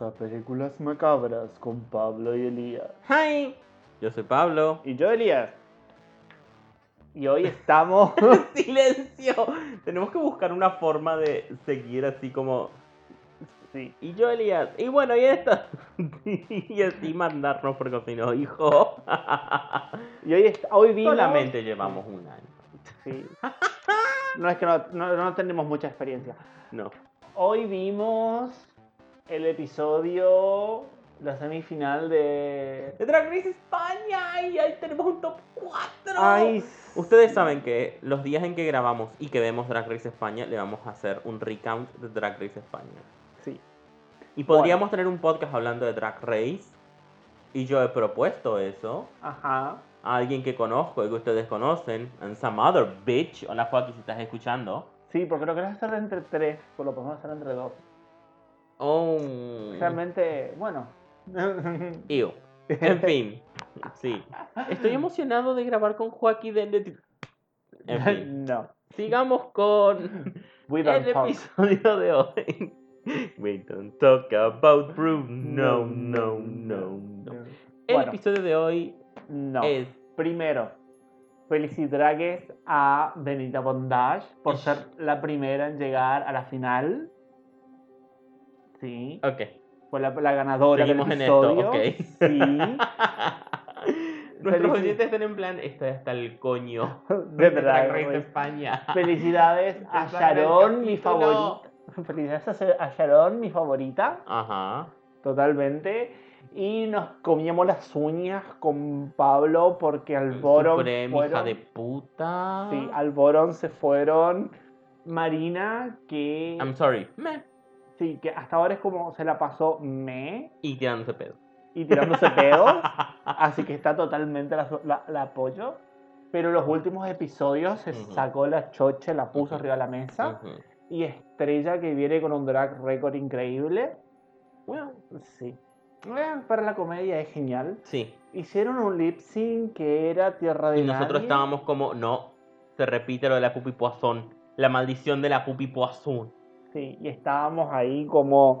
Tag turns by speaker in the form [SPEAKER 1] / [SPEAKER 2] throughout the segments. [SPEAKER 1] a Películas Macabras con Pablo y Elías.
[SPEAKER 2] ¡Hi! Yo soy Pablo.
[SPEAKER 1] Y yo, Elías. Y hoy estamos.
[SPEAKER 2] ¡Silencio! Tenemos que buscar una forma de seguir así como.
[SPEAKER 1] sí.
[SPEAKER 2] Y yo, Elías. Y bueno, y esta. y así mandarnos porque si no, hijo.
[SPEAKER 1] Y hoy, est- hoy vimos.
[SPEAKER 2] Solamente llevamos un año.
[SPEAKER 1] Sí. No es que no, no- no tenemos mucha experiencia.
[SPEAKER 2] No.
[SPEAKER 1] Hoy vimos el episodio, la semifinal de.
[SPEAKER 2] ¡De Drag Race España! ¡Y ahí tenemos un top 4!
[SPEAKER 1] Ay,
[SPEAKER 2] Ustedes saben que los días en que grabamos y que vemos Drag Race España, le vamos a hacer un recount de Drag Race España.
[SPEAKER 1] sí.
[SPEAKER 2] Y podríamos tener un podcast hablando de Drag Race. Y yo he propuesto eso
[SPEAKER 1] Ajá.
[SPEAKER 2] a alguien que conozco y que ustedes conocen. And some other bitch. Hola, Joaquín, si estás escuchando.
[SPEAKER 1] Sí, porque lo querés hacer entre tres, pues lo podemos hacer entre dos.
[SPEAKER 2] Oh.
[SPEAKER 1] Realmente, bueno.
[SPEAKER 2] Ew. En fin. Sí. Estoy emocionado de grabar con Joaquín de... En fin.
[SPEAKER 1] no.
[SPEAKER 2] Sigamos con...
[SPEAKER 1] We don't
[SPEAKER 2] el
[SPEAKER 1] talk.
[SPEAKER 2] episodio de hoy. We don't talk about Bruno, no, no, no. El
[SPEAKER 1] Bueno.
[SPEAKER 2] episodio de hoy
[SPEAKER 1] No.
[SPEAKER 2] es
[SPEAKER 1] Primero, felicidades a Benita Bondage por
[SPEAKER 2] Ish.
[SPEAKER 1] ser la primera en llegar a la final. Sí.
[SPEAKER 2] ok.
[SPEAKER 1] Fue la, la ganadora
[SPEAKER 2] Seguimos en
[SPEAKER 1] del
[SPEAKER 2] esto,
[SPEAKER 1] episodio.
[SPEAKER 2] ok.
[SPEAKER 1] Sí.
[SPEAKER 2] Nuestros
[SPEAKER 1] Felici-
[SPEAKER 2] oyentes están en plan, esto es hasta el coño.
[SPEAKER 1] De
[SPEAKER 2] Drag
[SPEAKER 1] verdad.
[SPEAKER 2] Race
[SPEAKER 1] güey.
[SPEAKER 2] España.
[SPEAKER 1] Felicidades a
[SPEAKER 2] Empezaron el
[SPEAKER 1] Sharon, mi
[SPEAKER 2] capítulo.
[SPEAKER 1] favorita. Felicidades a a Sharon, mi favorita.
[SPEAKER 2] Ajá.
[SPEAKER 1] Totalmente. Y nos comíamos las uñas con Pablo porque al
[SPEAKER 2] Su
[SPEAKER 1] Boron.
[SPEAKER 2] premio, hija
[SPEAKER 1] fueron-
[SPEAKER 2] eh, de puta.
[SPEAKER 1] Sí, al Borón se fueron. Marina, que,
[SPEAKER 2] I'm sorry. Meh.
[SPEAKER 1] sí, que hasta ahora es como se la pasó me
[SPEAKER 2] Y tirándose pedo.
[SPEAKER 1] y tirándose pedos. así que está totalmente la, la- la apoyo. Pero los últimos episodios se
[SPEAKER 2] Ujú.
[SPEAKER 1] sacó la choche, la puso
[SPEAKER 2] Ujú.
[SPEAKER 1] arriba de la mesa.
[SPEAKER 2] Ujú.
[SPEAKER 1] Y Estrella que viene con un drag record increíble.
[SPEAKER 2] Bueno,
[SPEAKER 1] Sí. Eh, Para la comedia es genial.
[SPEAKER 2] sí.
[SPEAKER 1] Hicieron un lip sync que era Tierra de
[SPEAKER 2] Y nosotros
[SPEAKER 1] Nadie.
[SPEAKER 2] estábamos como, no, se repite lo de la pupi poazón. La maldición de la pupi poazón.
[SPEAKER 1] Sí, y estábamos ahí como,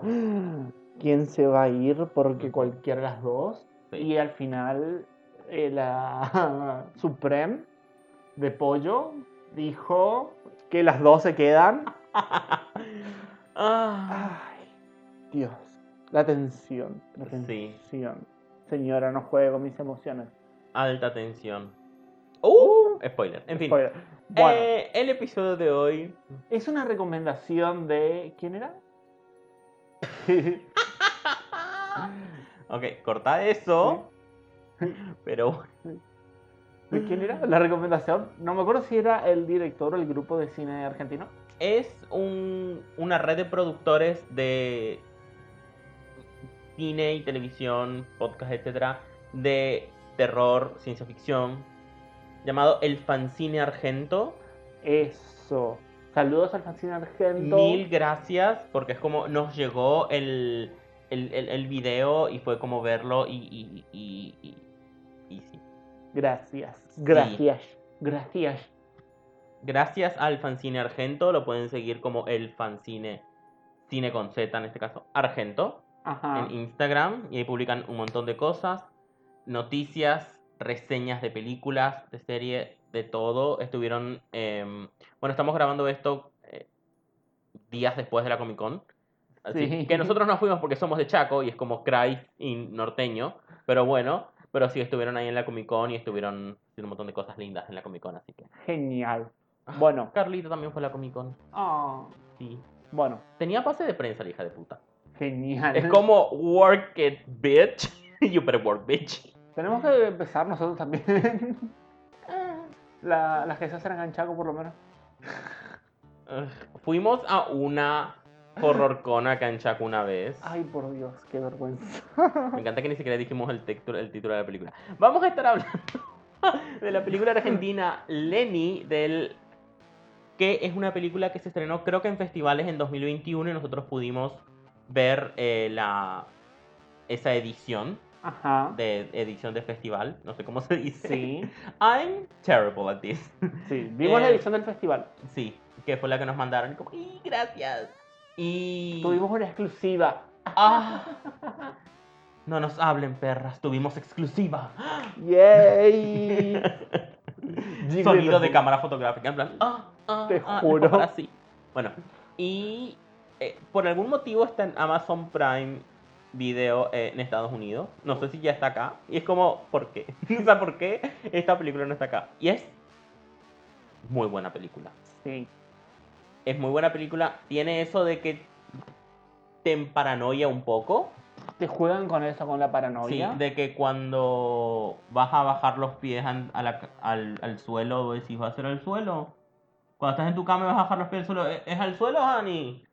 [SPEAKER 1] ¿quién se va a ir? Porque
[SPEAKER 2] Ujú.
[SPEAKER 1] cualquiera de las dos.
[SPEAKER 2] Sí.
[SPEAKER 1] Y al final, eh, la Supreme de Pollo dijo que las dos se quedan.
[SPEAKER 2] Ah.
[SPEAKER 1] Ay, Dios, la tensión, la
[SPEAKER 2] Sí.
[SPEAKER 1] tensión. Señora, no juego mis emociones.
[SPEAKER 2] Alta tensión. Uh, spoiler. En fin.
[SPEAKER 1] Spoiler. Bueno,
[SPEAKER 2] Eh, el episodio de hoy.
[SPEAKER 1] es una recomendación de... ¿Quién era?
[SPEAKER 2] ok, corta eso. Pero bueno.
[SPEAKER 1] ¿De quién era
[SPEAKER 2] Mm.
[SPEAKER 1] la recomendación? No me acuerdo si era el director o el grupo de cine argentino.
[SPEAKER 2] es un- una red de productores de cine y televisión, podcast, etcétera, de terror, ciencia ficción, llamado El Fancine Argento.
[SPEAKER 1] Eso. Saludos al fanzine argento.
[SPEAKER 2] Mil gracias, porque es como nos llegó el, el, el- el video y fue como verlo y, y, y- y- y- y sí.
[SPEAKER 1] Gracias. Gracias. Gracias.
[SPEAKER 2] Gracias al Fancine Argento, lo pueden seguir como El Fancine, cine con Z en este caso, Argento.
[SPEAKER 1] Ajá.
[SPEAKER 2] en Instagram y ahí publican un montón de cosas, noticias, reseñas de películas, de serie, de todo. Estuvieron, em, bueno, estamos grabando esto eh, días después de la Comic Con. Así
[SPEAKER 1] Sí.
[SPEAKER 2] que nosotros no fuimos porque somos de Chaco y es como Christ y norteño, pero bueno, pero sí estuvieron ahí en la Comic Con y estuvieron haciendo un montón de cosas lindas en la Comic Con, así que.
[SPEAKER 1] Genial.
[SPEAKER 2] Ah.
[SPEAKER 1] Bueno.
[SPEAKER 2] Carlito también fue a la Comic Con,
[SPEAKER 1] Ah,
[SPEAKER 2] sí.
[SPEAKER 1] Bueno.
[SPEAKER 2] Tenía pase de prensa, la hija de puta.
[SPEAKER 1] Genial.
[SPEAKER 2] Es como work it, bitch. You better work, bitch.
[SPEAKER 1] Tenemos que empezar nosotros también. La- las que se hacen enganchado por lo menos.
[SPEAKER 2] Ugh. Fuimos a una horrorcon acá en Chaco una vez.
[SPEAKER 1] Ay, por Dios, qué vergüenza.
[SPEAKER 2] Me encanta que ni siquiera dijimos el, textu- el título de la película. Vamos a estar hablando de la película argentina Lenny, del que es una película que se estrenó creo que en festivales en 2021 y nosotros pudimos ver eh, la esa edición
[SPEAKER 1] Ajá.
[SPEAKER 2] de edición de festival. No sé cómo se dice.
[SPEAKER 1] Sí.
[SPEAKER 2] I'm terrible at this.
[SPEAKER 1] Sí. Vimos la
[SPEAKER 2] Eh,
[SPEAKER 1] edición del festival.
[SPEAKER 2] Sí, que fue la que nos mandaron. y Como, ¡y gracias! Y.
[SPEAKER 1] Tuvimos una exclusiva.
[SPEAKER 2] Ah. No nos hablen, perras. Tuvimos exclusiva.
[SPEAKER 1] ¡Yay! Jiggly
[SPEAKER 2] Sonido
[SPEAKER 1] los-
[SPEAKER 2] de cámara fotográfica. En plan, ah, ah,
[SPEAKER 1] Te
[SPEAKER 2] ah,
[SPEAKER 1] juro.
[SPEAKER 2] mejor así. Bueno, y eh, por algún motivo está en Amazon Prime Video eh, en Estados Unidos. No sé si ya está acá. Y es como, ¿por qué? o sea, ¿por qué esta película no está acá? Y es muy buena película.
[SPEAKER 1] Sí.
[SPEAKER 2] Es muy buena película. Tiene eso de que te paranoia un poco.
[SPEAKER 1] Te juegan con eso, con la
[SPEAKER 2] Sí,
[SPEAKER 1] paranoia.
[SPEAKER 2] de que cuando vas a bajar los pies an- a la ca- al, al suelo, vos decís, ¿va a ser al suelo? Cuando estás en tu cama y vas a bajar los pies al suelo, "¿E-, ¿es, es al suelo, Hani?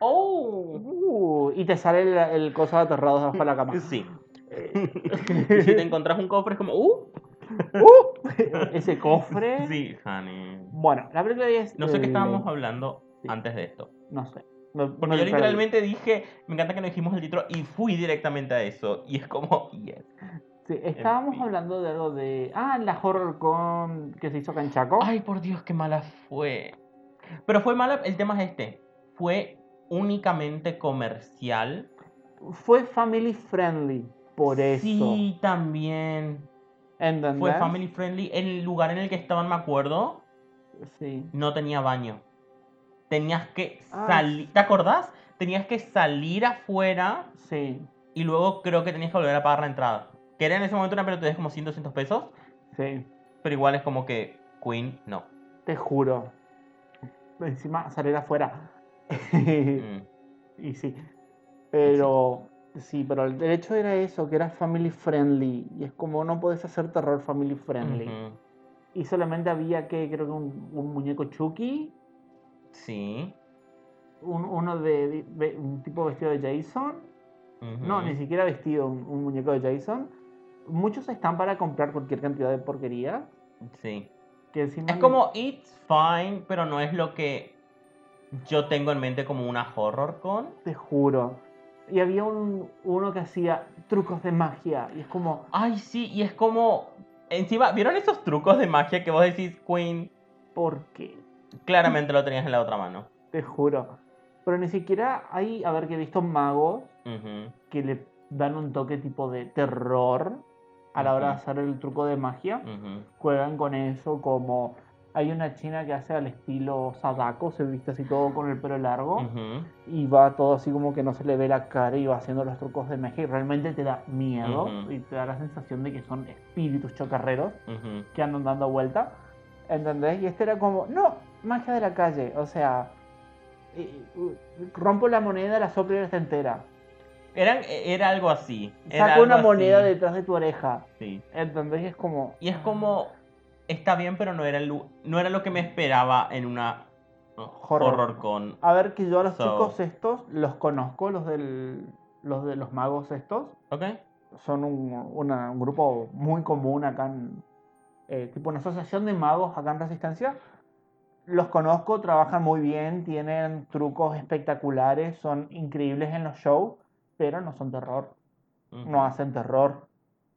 [SPEAKER 2] ¡Oh!
[SPEAKER 1] Uh, y te sale el, el coso de aterrados debajo de la cama.
[SPEAKER 2] Sí.
[SPEAKER 1] Eh.
[SPEAKER 2] Y si te encontrás un cofre es como, ¡uh!
[SPEAKER 1] Ese cofre.
[SPEAKER 2] Sí, Hani.
[SPEAKER 1] Bueno, la película es.
[SPEAKER 2] No sé qué
[SPEAKER 1] eh,
[SPEAKER 2] estábamos hablando
[SPEAKER 1] sí.
[SPEAKER 2] antes de esto.
[SPEAKER 1] No sé. Me-
[SPEAKER 2] Porque
[SPEAKER 1] me
[SPEAKER 2] yo
[SPEAKER 1] perdí.
[SPEAKER 2] literalmente dije, me encanta que nos dijimos el título y fui directamente a eso. Y es como, yes.
[SPEAKER 1] Sí, estábamos
[SPEAKER 2] fin.
[SPEAKER 1] hablando de algo de. Ah, la horror con. que se hizo acá en Chaco.
[SPEAKER 2] Ay, por Dios, qué mala fue. Pero fue mala, el tema es este. Fue únicamente comercial.
[SPEAKER 1] Fue family friendly. Por eso.
[SPEAKER 2] Sí, también.
[SPEAKER 1] ¿Entendés?
[SPEAKER 2] Fue family friendly. El lugar en el que estaban, me acuerdo,
[SPEAKER 1] Sí.
[SPEAKER 2] no tenía baño. Tenías que
[SPEAKER 1] Ah,
[SPEAKER 2] salir. ¿Te acordás? Tenías que salir afuera
[SPEAKER 1] Sí.
[SPEAKER 2] y luego creo que tenías que volver a pagar la entrada. Que era en ese momento una pelotudez como 100, 200 pesos.
[SPEAKER 1] Sí.
[SPEAKER 2] Pero igual es como que Queen, no.
[SPEAKER 1] Te juro. Encima salir afuera.
[SPEAKER 2] Mm.
[SPEAKER 1] Y sí. Pero. Sí, pero el hecho era eso, que era family friendly. Y es como no podés hacer terror family friendly.
[SPEAKER 2] Ujú.
[SPEAKER 1] Y solamente había que, creo que un, un muñeco Chucky,
[SPEAKER 2] Sí.
[SPEAKER 1] un- uno de, de- de- un tipo vestido de Jason. No,
[SPEAKER 2] Ujú.
[SPEAKER 1] ni siquiera vestido, un, un muñeco de Jason. Muchos están para comprar cualquier cantidad de porquería.
[SPEAKER 2] Sí.
[SPEAKER 1] Que encima
[SPEAKER 2] Es
[SPEAKER 1] ni-
[SPEAKER 2] como It's Fine, pero no es lo que yo tengo en mente como una horror con.
[SPEAKER 1] Te juro. Y había un, uno que hacía trucos de magia. Y es como.
[SPEAKER 2] Ay, sí, y es como. Encima, ¿vieron esos trucos de magia que vos decís, Queen?
[SPEAKER 1] ¿Por qué?
[SPEAKER 2] Claramente lo tenías en la otra mano.
[SPEAKER 1] Te juro. Pero ni siquiera hay, a ver, que he visto magos
[SPEAKER 2] Ujú,
[SPEAKER 1] que le dan un toque tipo de terror a la hora de
[SPEAKER 2] Ujú.
[SPEAKER 1] hacer el truco de magia.
[SPEAKER 2] ujú.
[SPEAKER 1] Juegan con eso como... Hay una china que hace al estilo Sadako, se viste así todo con el pelo largo
[SPEAKER 2] Ujú,
[SPEAKER 1] y va todo así como que no se le ve la cara y va haciendo los trucos de magia y realmente te da miedo
[SPEAKER 2] Ujú.
[SPEAKER 1] y te da la sensación de que son espíritus chocarreros
[SPEAKER 2] ujú.
[SPEAKER 1] que andan dando vuelta. ¿Entendés? Y este era como, no, magia de la calle. O sea, y- y- rompo la moneda, la soplo y está entera.
[SPEAKER 2] Eran, e, era algo así. era
[SPEAKER 1] Saco una
[SPEAKER 2] algo
[SPEAKER 1] moneda
[SPEAKER 2] así,
[SPEAKER 1] detrás de tu oreja.
[SPEAKER 2] sí.
[SPEAKER 1] ¿Entendés? Y es como.
[SPEAKER 2] Y es como. Está bien, pero no era, el lu- no era lo que me esperaba en una
[SPEAKER 1] Horror.
[SPEAKER 2] horror, con.
[SPEAKER 1] A ver, que yo a los
[SPEAKER 2] So.
[SPEAKER 1] chicos estos los conozco, los del. Los de los magos estos.
[SPEAKER 2] ¿Ok?
[SPEAKER 1] Son un, una- un grupo muy común acá en. eh, tipo una asociación de magos acá en Resistencia. Los conozco, trabajan muy bien, tienen trucos espectaculares, son increíbles en los shows, pero no son terror. No
[SPEAKER 2] Ujú,
[SPEAKER 1] hacen terror.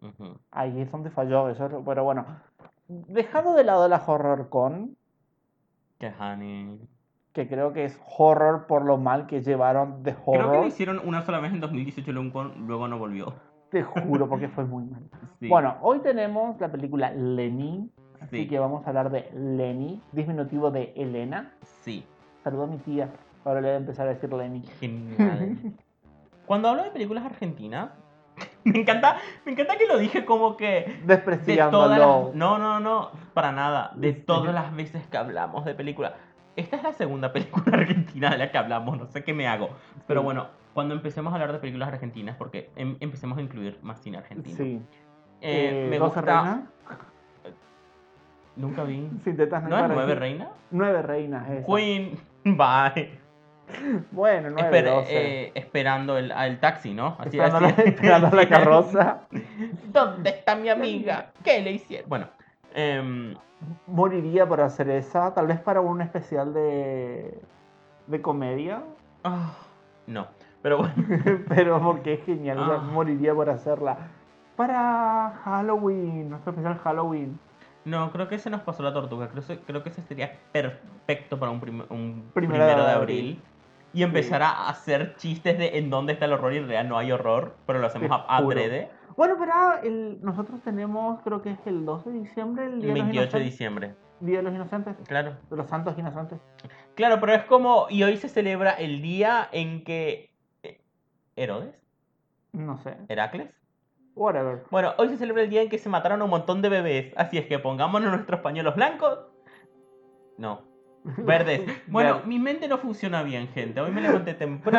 [SPEAKER 2] ujú.
[SPEAKER 1] Ahí es donde falló eso. Pero bueno. Dejando de lado la horror con.
[SPEAKER 2] Que honey.
[SPEAKER 1] que creo que es horror por lo mal que llevaron de horror.
[SPEAKER 2] Creo que lo hicieron una sola vez en 2018 y luego, luego no volvió.
[SPEAKER 1] Te juro, porque fue muy mal.
[SPEAKER 2] Sí.
[SPEAKER 1] Bueno, hoy tenemos la película Lenny, así
[SPEAKER 2] Sí.
[SPEAKER 1] que vamos a hablar de Lenny, disminutivo de Elena.
[SPEAKER 2] Sí.
[SPEAKER 1] Saludo a mi tía, ahora le voy a empezar a decir Lenny.
[SPEAKER 2] Genial. Cuando hablo de películas argentinas, me encanta, me encanta que lo dije como que de todas
[SPEAKER 1] Despreciándolo.
[SPEAKER 2] las, no, no, no, para nada, de
[SPEAKER 1] Sí.
[SPEAKER 2] todas las veces que hablamos de películas. Esta es la segunda película argentina de la que hablamos, no sé qué me hago, pero
[SPEAKER 1] Sí.
[SPEAKER 2] bueno, cuando empecemos a hablar de películas argentinas, porque em- empecemos a incluir más cine argentino.
[SPEAKER 1] Sí.
[SPEAKER 2] Eh,
[SPEAKER 1] Eh,
[SPEAKER 2] me
[SPEAKER 1] ¿Doce
[SPEAKER 2] gusta.
[SPEAKER 1] reinas?
[SPEAKER 2] Nunca vi.
[SPEAKER 1] Sin tetas
[SPEAKER 2] ¿No es
[SPEAKER 1] para
[SPEAKER 2] nueve
[SPEAKER 1] ti.
[SPEAKER 2] reinas?
[SPEAKER 1] Nueve reinas, eso.
[SPEAKER 2] Queen. Bye.
[SPEAKER 1] Bueno, nueve,
[SPEAKER 2] Espera,
[SPEAKER 1] doce.
[SPEAKER 2] eh, esperando el, al taxi, ¿no? Así-
[SPEAKER 1] esperando
[SPEAKER 2] así-
[SPEAKER 1] la, esperando la
[SPEAKER 2] así-
[SPEAKER 1] carroza.
[SPEAKER 2] ¿Dónde está mi amiga? ¿Qué le hicieron? Bueno, em,
[SPEAKER 1] Moriría por hacer esa, tal vez para un especial de, de comedia.
[SPEAKER 2] ah, no, pero bueno,
[SPEAKER 1] Pero porque es genial, o sea,
[SPEAKER 2] Ah.
[SPEAKER 1] moriría por hacerla. Para Halloween, nuestro especial Halloween.
[SPEAKER 2] no, creo que se nos pasó la tortuga. Creo, se- creo que ese sería perfecto para un, prim- un
[SPEAKER 1] Primero
[SPEAKER 2] primero,
[SPEAKER 1] de abril.
[SPEAKER 2] de abril. y empezar a hacer chistes de en dónde está el horror y en realidad no hay horror, pero lo hacemos a-
[SPEAKER 1] Te juro.
[SPEAKER 2] adrede.
[SPEAKER 1] Bueno, pero ah, el, nosotros tenemos, creo que es el 12 de diciembre, el
[SPEAKER 2] El
[SPEAKER 1] Día,
[SPEAKER 2] 28
[SPEAKER 1] de,
[SPEAKER 2] de
[SPEAKER 1] los Inocentes-
[SPEAKER 2] diciembre.
[SPEAKER 1] Día de los Inocentes,
[SPEAKER 2] Claro.
[SPEAKER 1] de los Santos Inocentes.
[SPEAKER 2] Claro, pero es como. Y hoy se celebra el día en que. eh, ¿Herodes?
[SPEAKER 1] No sé,
[SPEAKER 2] ¿Heracles?
[SPEAKER 1] whatever.
[SPEAKER 2] Bueno, hoy se celebra el día en que se mataron a un montón de bebés. Así es que pongámonos nuestros pañuelos blancos. No, verdes. Bueno,
[SPEAKER 1] Verde.
[SPEAKER 2] mi mente no funciona bien, gente. Hoy me levanté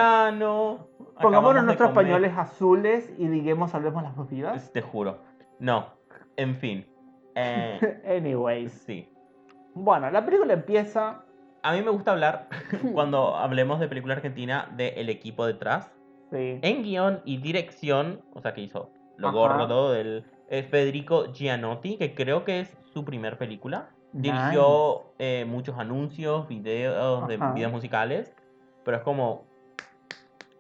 [SPEAKER 2] temprano. acabamos
[SPEAKER 1] Pongámonos
[SPEAKER 2] de
[SPEAKER 1] nuestros
[SPEAKER 2] comer. Pues,
[SPEAKER 1] pañuelos azules y digamos, salvemos las dos vidas.
[SPEAKER 2] Te juro. No, en fin. Eh,
[SPEAKER 1] Anyways.
[SPEAKER 2] sí.
[SPEAKER 1] Bueno, la película empieza.
[SPEAKER 2] A mí me gusta hablar, cuando hablemos de película argentina, del equipo detrás.
[SPEAKER 1] Sí.
[SPEAKER 2] En guión y dirección, o sea, que hizo lo
[SPEAKER 1] Ajá.
[SPEAKER 2] gordo del es Federico Gianotti, que creo que es su primer película. Dirigió eh, muchos anuncios, videos de
[SPEAKER 1] Ajá.
[SPEAKER 2] videos musicales, pero es como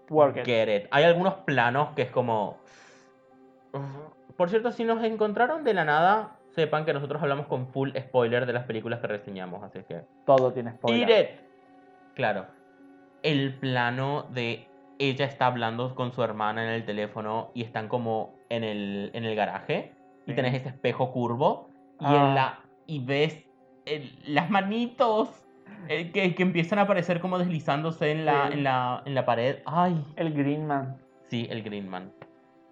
[SPEAKER 1] Nice. Work it.
[SPEAKER 2] get it. Hay algunos planos que es como Por cierto, si nos encontraron de la nada, sepan que nosotros hablamos con full spoiler de las películas que reseñamos, así que
[SPEAKER 1] Todo tiene spoiler.
[SPEAKER 2] Tire. Claro. El plano de ella está hablando con su hermana en el teléfono y están como en el, en el garaje y
[SPEAKER 1] Sí.
[SPEAKER 2] tenés ese espejo curvo y,
[SPEAKER 1] Ah.
[SPEAKER 2] en la, y ves el- las manitos eh, que, que empiezan a aparecer como deslizándose en la,
[SPEAKER 1] Sí.
[SPEAKER 2] en la, en la pared. Ay,
[SPEAKER 1] El Green Man.
[SPEAKER 2] sí, el Green Man.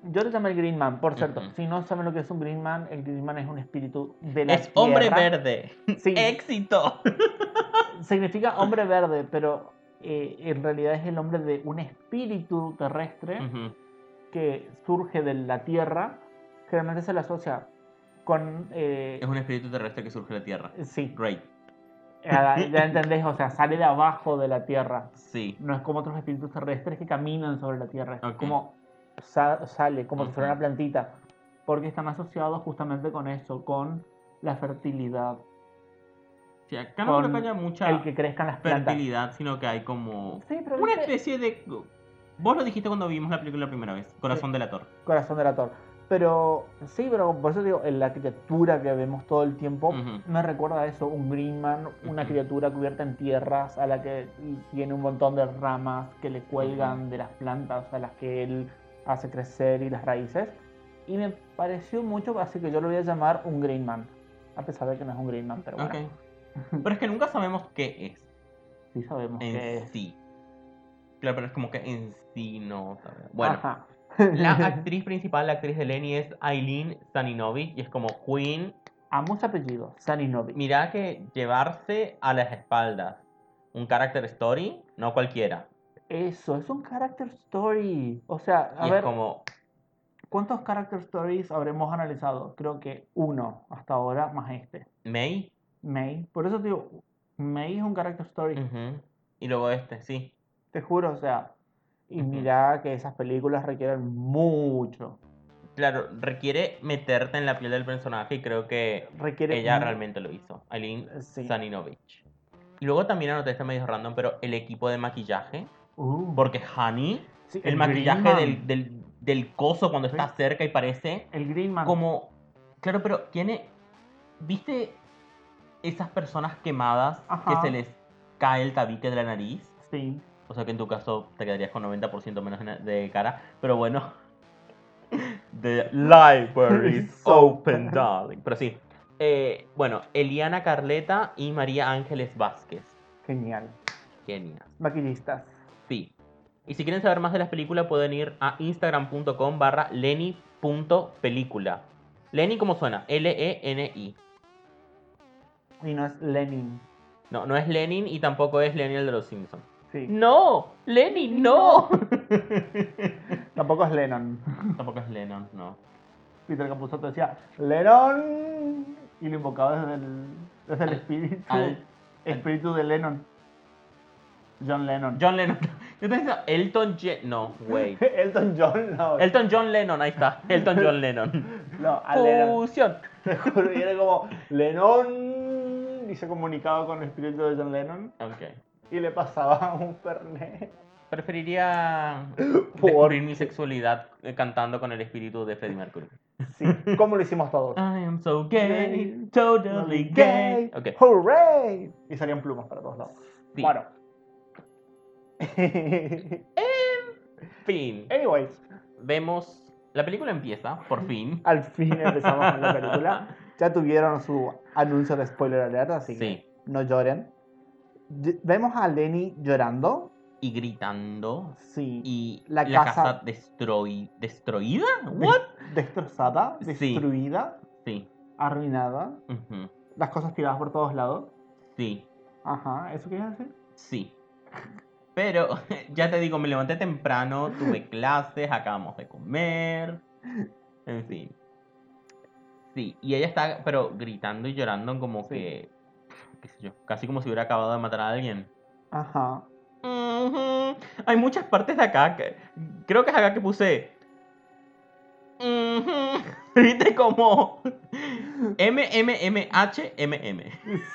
[SPEAKER 1] Yo le llamé el Green Man, por cierto.
[SPEAKER 2] Ujú.
[SPEAKER 1] Si no saben lo que es un Green Man, el Green Man es un espíritu de la
[SPEAKER 2] es hombre
[SPEAKER 1] Tierra.
[SPEAKER 2] verde.
[SPEAKER 1] Sí,
[SPEAKER 2] Éxito.
[SPEAKER 1] significa hombre verde, pero eh, en realidad es el hombre de un espíritu terrestre
[SPEAKER 2] Ujú.
[SPEAKER 1] que surge de la Tierra. Generalmente se le asocia con... eh,
[SPEAKER 2] Es un espíritu terrestre que surge de la Tierra.
[SPEAKER 1] Sí,
[SPEAKER 2] Great.
[SPEAKER 1] ya ya entendés, o sea, sale de abajo de la Tierra.
[SPEAKER 2] Sí.
[SPEAKER 1] No es como otros espíritus terrestres que caminan sobre la Tierra. Es
[SPEAKER 2] Ok.
[SPEAKER 1] como sa- sale, como si fuera
[SPEAKER 2] Ujú.
[SPEAKER 1] una plantita. Porque están asociados justamente con eso, con la fertilidad.
[SPEAKER 2] Sí, acá no creo que
[SPEAKER 1] Con
[SPEAKER 2] haya mucha...
[SPEAKER 1] el que crezcan las plantas.
[SPEAKER 2] fertilidad, sino que hay como
[SPEAKER 1] Sí, pero
[SPEAKER 2] una
[SPEAKER 1] viste,
[SPEAKER 2] especie de. Vos lo dijiste cuando vimos la película la primera vez, Corazón del Ator.
[SPEAKER 1] corazón del ator. Pero sí, pero por eso digo, en la arquitectura que vemos todo el tiempo
[SPEAKER 2] Ujú.
[SPEAKER 1] me recuerda a eso, un greenman, una
[SPEAKER 2] Ujú.
[SPEAKER 1] criatura cubierta en tierras a la que tiene un montón de ramas que le cuelgan de las plantas a las que él hace crecer y las raíces. Y me pareció mucho, así que yo lo voy a llamar un greenman, a pesar de que no es un greenman, pero bueno,
[SPEAKER 2] Ok. Pero es que nunca sabemos qué es
[SPEAKER 1] sí sabemos
[SPEAKER 2] en
[SPEAKER 1] que es.
[SPEAKER 2] sí. Claro, pero es como que en sí no sabemos. Bueno,
[SPEAKER 1] Ajá.
[SPEAKER 2] la actriz principal, la actriz de Lenny, es Aileen Staninovich y es como Queen.
[SPEAKER 1] a muchos apellidos, Saninovi.
[SPEAKER 2] Mirá que llevarse a las espaldas un character story, no cualquiera.
[SPEAKER 1] Eso, es un character story. O sea, a
[SPEAKER 2] y
[SPEAKER 1] ver,
[SPEAKER 2] es como.
[SPEAKER 1] ¿cuántos character stories habremos analizado? Creo que uno hasta ahora, más este.
[SPEAKER 2] May.
[SPEAKER 1] May. Por eso te digo, May es un character story.
[SPEAKER 2] Ujú. Y luego este, sí.
[SPEAKER 1] Te juro, o sea. Y
[SPEAKER 2] Ujú.
[SPEAKER 1] mira que esas películas requieren mucho.
[SPEAKER 2] Claro, requiere meterte en la piel del personaje y creo que
[SPEAKER 1] Requiere.
[SPEAKER 2] ella
[SPEAKER 1] mu-
[SPEAKER 2] realmente lo hizo. Aileen
[SPEAKER 1] Sí.
[SPEAKER 2] Saninovich. Y luego también anoté este medio random, pero el equipo de maquillaje.
[SPEAKER 1] Uh,
[SPEAKER 2] Porque Honey,
[SPEAKER 1] sí,
[SPEAKER 2] el,
[SPEAKER 1] Green
[SPEAKER 2] maquillaje
[SPEAKER 1] Man.
[SPEAKER 2] del, del, del coso cuando
[SPEAKER 1] Sí. Ah.
[SPEAKER 2] está cerca y parece
[SPEAKER 1] El Green Man.
[SPEAKER 2] como. Claro, pero tiene. ¿Viste esas personas quemadas
[SPEAKER 1] Ajá.
[SPEAKER 2] que se les cae el tabique de la nariz?
[SPEAKER 1] Sí.
[SPEAKER 2] O sea que en tu caso te quedarías con 90% menos na- de cara. Pero bueno. The library is
[SPEAKER 1] It's
[SPEAKER 2] open,
[SPEAKER 1] open.
[SPEAKER 2] darling. Pero sí. Eh, bueno, Eliana Carleta y María Ángeles Vázquez.
[SPEAKER 1] Genial.
[SPEAKER 2] Genias.
[SPEAKER 1] Maquillistas.
[SPEAKER 2] Sí. Y si quieren saber más de las películas, pueden ir a instagram.com barra lenny.película. Lenny, ¿cómo suena? E L-E-N-I.
[SPEAKER 1] Y no es Lenin.
[SPEAKER 2] No, no es Lenin y tampoco es Lenny el de los Simpsons. Mm.
[SPEAKER 1] Sí.
[SPEAKER 2] ¡No! ¡Lenny, no!
[SPEAKER 1] Tampoco es Lennon.
[SPEAKER 2] tampoco es Lennon, no.
[SPEAKER 1] Peter Capusotto decía, Lennon, y lo invocaba desde el, desde el
[SPEAKER 2] Al-
[SPEAKER 1] espíritu,
[SPEAKER 2] al-
[SPEAKER 1] espíritu de Lennon. John Lennon.
[SPEAKER 2] John Lennon. Yo pensaba, Elton Je- No, wait.
[SPEAKER 1] Elton John, no.
[SPEAKER 2] Elton John Lennon, ahí está. Elton John Lennon.
[SPEAKER 1] No, a Lennon.
[SPEAKER 2] Fusión.
[SPEAKER 1] Te juro, y era como, Lennon, y se comunicaba con el espíritu de John Lennon,
[SPEAKER 2] Ok.
[SPEAKER 1] y le pasaba un pernet.
[SPEAKER 2] Preferiría
[SPEAKER 1] Por-
[SPEAKER 2] descubrir mi sexualidad eh, cantando con el espíritu de Freddie Mercury.
[SPEAKER 1] Sí, como lo hicimos todos.
[SPEAKER 2] I am so gay, totally gay. Ok.
[SPEAKER 1] ¡Hooray! Y salían plumas para todos lados.
[SPEAKER 2] sí.
[SPEAKER 1] Bueno.
[SPEAKER 2] Fin.
[SPEAKER 1] Anyways,
[SPEAKER 2] Vemos. La película empieza, por fin.
[SPEAKER 1] al fin empezamos con la película. Ya tuvieron su anuncio de spoiler alert, así
[SPEAKER 2] Sí.
[SPEAKER 1] que no lloren. Ll- Vemos a Lenny llorando.
[SPEAKER 2] Y gritando.
[SPEAKER 1] Sí.
[SPEAKER 2] Y la,
[SPEAKER 1] La
[SPEAKER 2] casa,
[SPEAKER 1] casa-
[SPEAKER 2] destroi- destruida. ¿What?
[SPEAKER 1] Destrozada,
[SPEAKER 2] Sí.
[SPEAKER 1] destruida,
[SPEAKER 2] Sí.
[SPEAKER 1] arruinada.
[SPEAKER 2] ujú,
[SPEAKER 1] Las cosas tiradas por todos lados.
[SPEAKER 2] Sí.
[SPEAKER 1] Ajá, ¿eso qué decir?
[SPEAKER 2] Sí. Pero ya te digo, me levanté temprano, tuve clases, acabamos de comer. En fin. Sí, y ella está, pero gritando y llorando como
[SPEAKER 1] Sí.
[SPEAKER 2] que, qué sé yo, casi como si hubiera acabado de matar a alguien.
[SPEAKER 1] Ajá.
[SPEAKER 2] Ujú. Hay muchas partes de acá que, creo que es acá que puse. ujú. Viste como M M M H M M.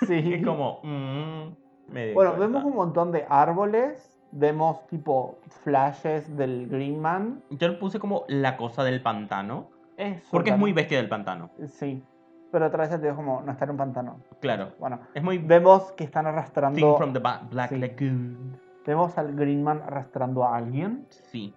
[SPEAKER 1] Sí.
[SPEAKER 2] Es como. mm, me di
[SPEAKER 1] Bueno,
[SPEAKER 2] cuenta.
[SPEAKER 1] vemos un montón de árboles. Vemos tipo flashes del Green Man.
[SPEAKER 2] Yo le puse como la cosa del pantano.
[SPEAKER 1] Eso,
[SPEAKER 2] Porque es
[SPEAKER 1] claro.
[SPEAKER 2] muy bestia del pantano.
[SPEAKER 1] Sí. Pero otra vez te digo como no está en un pantano.
[SPEAKER 2] Claro.
[SPEAKER 1] Bueno,
[SPEAKER 2] Es muy
[SPEAKER 1] vemos que están
[SPEAKER 2] Thing
[SPEAKER 1] arrastrando.
[SPEAKER 2] from the Ba- Black
[SPEAKER 1] Sí.
[SPEAKER 2] Lagoon.
[SPEAKER 1] Vemos al Green Man arrastrando a alguien.
[SPEAKER 2] Sí.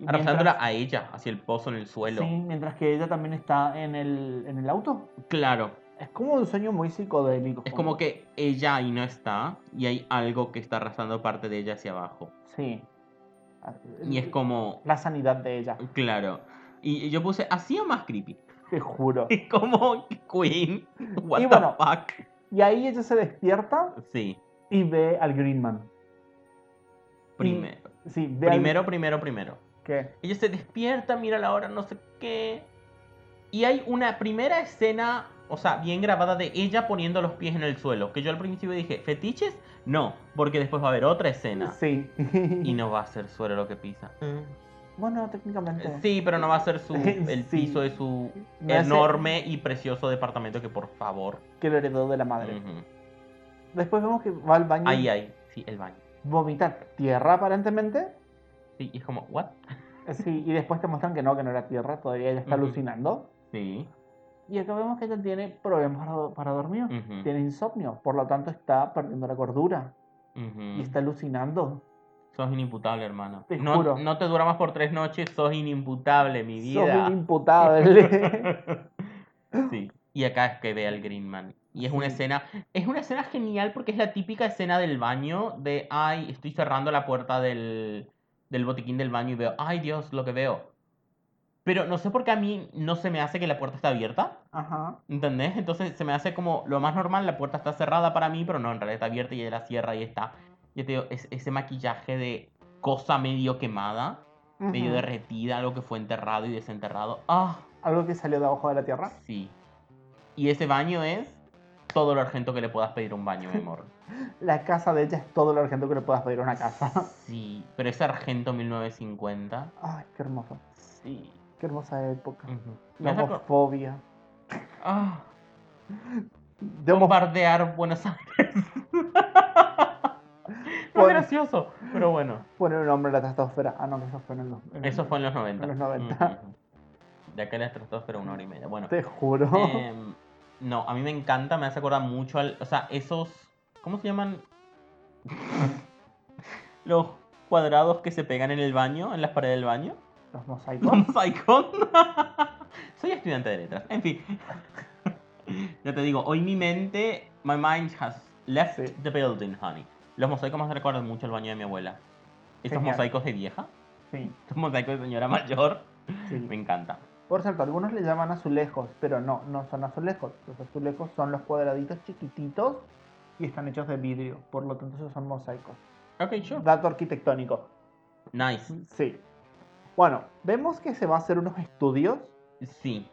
[SPEAKER 1] y
[SPEAKER 2] Arrastrándola
[SPEAKER 1] mientras-
[SPEAKER 2] a ella hacia el pozo en el suelo.
[SPEAKER 1] Sí, mientras que ella también está en el, en el auto.
[SPEAKER 2] Claro.
[SPEAKER 1] Es como un sueño muy psicodélico.
[SPEAKER 2] Es como que ella ahí no está y hay algo que está arrastrando parte de ella hacia abajo.
[SPEAKER 1] Sí.
[SPEAKER 2] Y es como.
[SPEAKER 1] La sanidad de ella,
[SPEAKER 2] Claro. Y y yo puse así o más creepy.
[SPEAKER 1] te juro.
[SPEAKER 2] Es como Queen. What
[SPEAKER 1] Y
[SPEAKER 2] the
[SPEAKER 1] bueno.
[SPEAKER 2] fuck.
[SPEAKER 1] Y ahí ella se despierta
[SPEAKER 2] Sí.
[SPEAKER 1] y ve al Green Man.
[SPEAKER 2] Primero.
[SPEAKER 1] Sí, ve al-
[SPEAKER 2] Primero, primero, primero.
[SPEAKER 1] ¿Qué?
[SPEAKER 2] Ella se despierta, mira la hora, no sé qué. Y hay una primera escena, o sea, bien grabada de ella poniendo los pies en el suelo. Que yo al principio dije, ¿fetiches? No, porque después va a haber otra escena.
[SPEAKER 1] Sí.
[SPEAKER 2] Y no va a ser suelo lo que pisa.
[SPEAKER 1] Bueno, técnicamente.
[SPEAKER 2] Mm. Sí, pero no va a ser su, el
[SPEAKER 1] Sí.
[SPEAKER 2] piso de su
[SPEAKER 1] No es el-
[SPEAKER 2] enorme y precioso departamento que por favor.
[SPEAKER 1] Que lo heredó de la madre.
[SPEAKER 2] Ujú.
[SPEAKER 1] Después vemos que va al baño.
[SPEAKER 2] Mm. Ahí, ahí, sí, el baño.
[SPEAKER 1] Vomitar tierra aparentemente.
[SPEAKER 2] Sí, y es como, ¿what?
[SPEAKER 1] Sí, y después te muestran que no, que no era tierra, todavía ella está
[SPEAKER 2] Ujú.
[SPEAKER 1] alucinando.
[SPEAKER 2] Sí.
[SPEAKER 1] Y acá vemos que ella tiene problemas para do- para dormir.
[SPEAKER 2] ujú,
[SPEAKER 1] Tiene insomnio, por lo tanto está perdiendo la cordura
[SPEAKER 2] ujú.
[SPEAKER 1] y está alucinando.
[SPEAKER 2] Sos inimputable, hermano.
[SPEAKER 1] Te
[SPEAKER 2] no,
[SPEAKER 1] juro.
[SPEAKER 2] no te dura más por tres noches, sos inimputable, mi vida.
[SPEAKER 1] Sos un imputable.
[SPEAKER 2] sí. Y acá es que ve al Green Man. Y es una
[SPEAKER 1] Sí.
[SPEAKER 2] escena, es una escena genial porque es la típica escena del baño de, ay, estoy cerrando la puerta del, del botiquín del baño y veo, ay Dios, lo que veo. Pero no sé por qué a mí no se me hace que la puerta está abierta,
[SPEAKER 1] Ajá.
[SPEAKER 2] ¿entendés? Entonces se me hace como lo más normal, la puerta está cerrada para mí, pero no, en realidad está abierta y ella la cierra y está. Yo te digo, es- ese maquillaje de cosa medio quemada, medio
[SPEAKER 1] Ujú.
[SPEAKER 2] derretida, algo que fue enterrado y desenterrado. ¡Ah!
[SPEAKER 1] Algo que salió de abajo de la tierra.
[SPEAKER 2] Sí. Y ese baño es todo lo argento que le puedas pedir a un baño, mi amor.
[SPEAKER 1] La casa de ella es todo lo argento que le puedas pedir a una casa.
[SPEAKER 2] Sí, pero es argento 1950.
[SPEAKER 1] Ay, qué hermoso.
[SPEAKER 2] Sí.
[SPEAKER 1] Qué hermosa época.
[SPEAKER 2] Ujú. Me
[SPEAKER 1] La
[SPEAKER 2] hace acor-
[SPEAKER 1] homofobia.
[SPEAKER 2] Ah,
[SPEAKER 1] De homo-
[SPEAKER 2] bombardear Buenos Aires. no es
[SPEAKER 1] Bueno.
[SPEAKER 2] gracioso, pero bueno.
[SPEAKER 1] poner un nombre a la estratosfera. Ah, no, que eso fue en los. en
[SPEAKER 2] Eso
[SPEAKER 1] el-
[SPEAKER 2] fue en los 90.
[SPEAKER 1] En los 90.
[SPEAKER 2] Ujú. De acá la pero una hora y media. Bueno.
[SPEAKER 1] Te juro.
[SPEAKER 2] Em, no, a mí me encanta, me hace acordar mucho al. O sea, esos. ¿Cómo se llaman? Los cuadrados que se pegan en el baño, en las paredes del baño.
[SPEAKER 1] Los
[SPEAKER 2] Los
[SPEAKER 1] mosaicos.
[SPEAKER 2] mosaicos. Soy estudiante de letras. En fin. ya te digo, hoy mi mente. My mind has left
[SPEAKER 1] Sí.
[SPEAKER 2] the building, honey. Los mosaicos me recuerdan mucho al baño de mi abuela. Estos
[SPEAKER 1] Genial.
[SPEAKER 2] mosaicos de vieja.
[SPEAKER 1] Sí,
[SPEAKER 2] Estos mosaicos de señora mayor. Me
[SPEAKER 1] sí.
[SPEAKER 2] encanta.
[SPEAKER 1] Por cierto, algunos le llaman azulejos, pero no, no son azulejos. Los azulejos son los cuadraditos chiquititos y están hechos de vidrio. Por lo tanto, esos son mosaicos.
[SPEAKER 2] Ok, sure.
[SPEAKER 1] Dato arquitectónico.
[SPEAKER 2] Nice.
[SPEAKER 1] Sí. Bueno, vemos que se va a hacer unos estudios
[SPEAKER 2] Sí.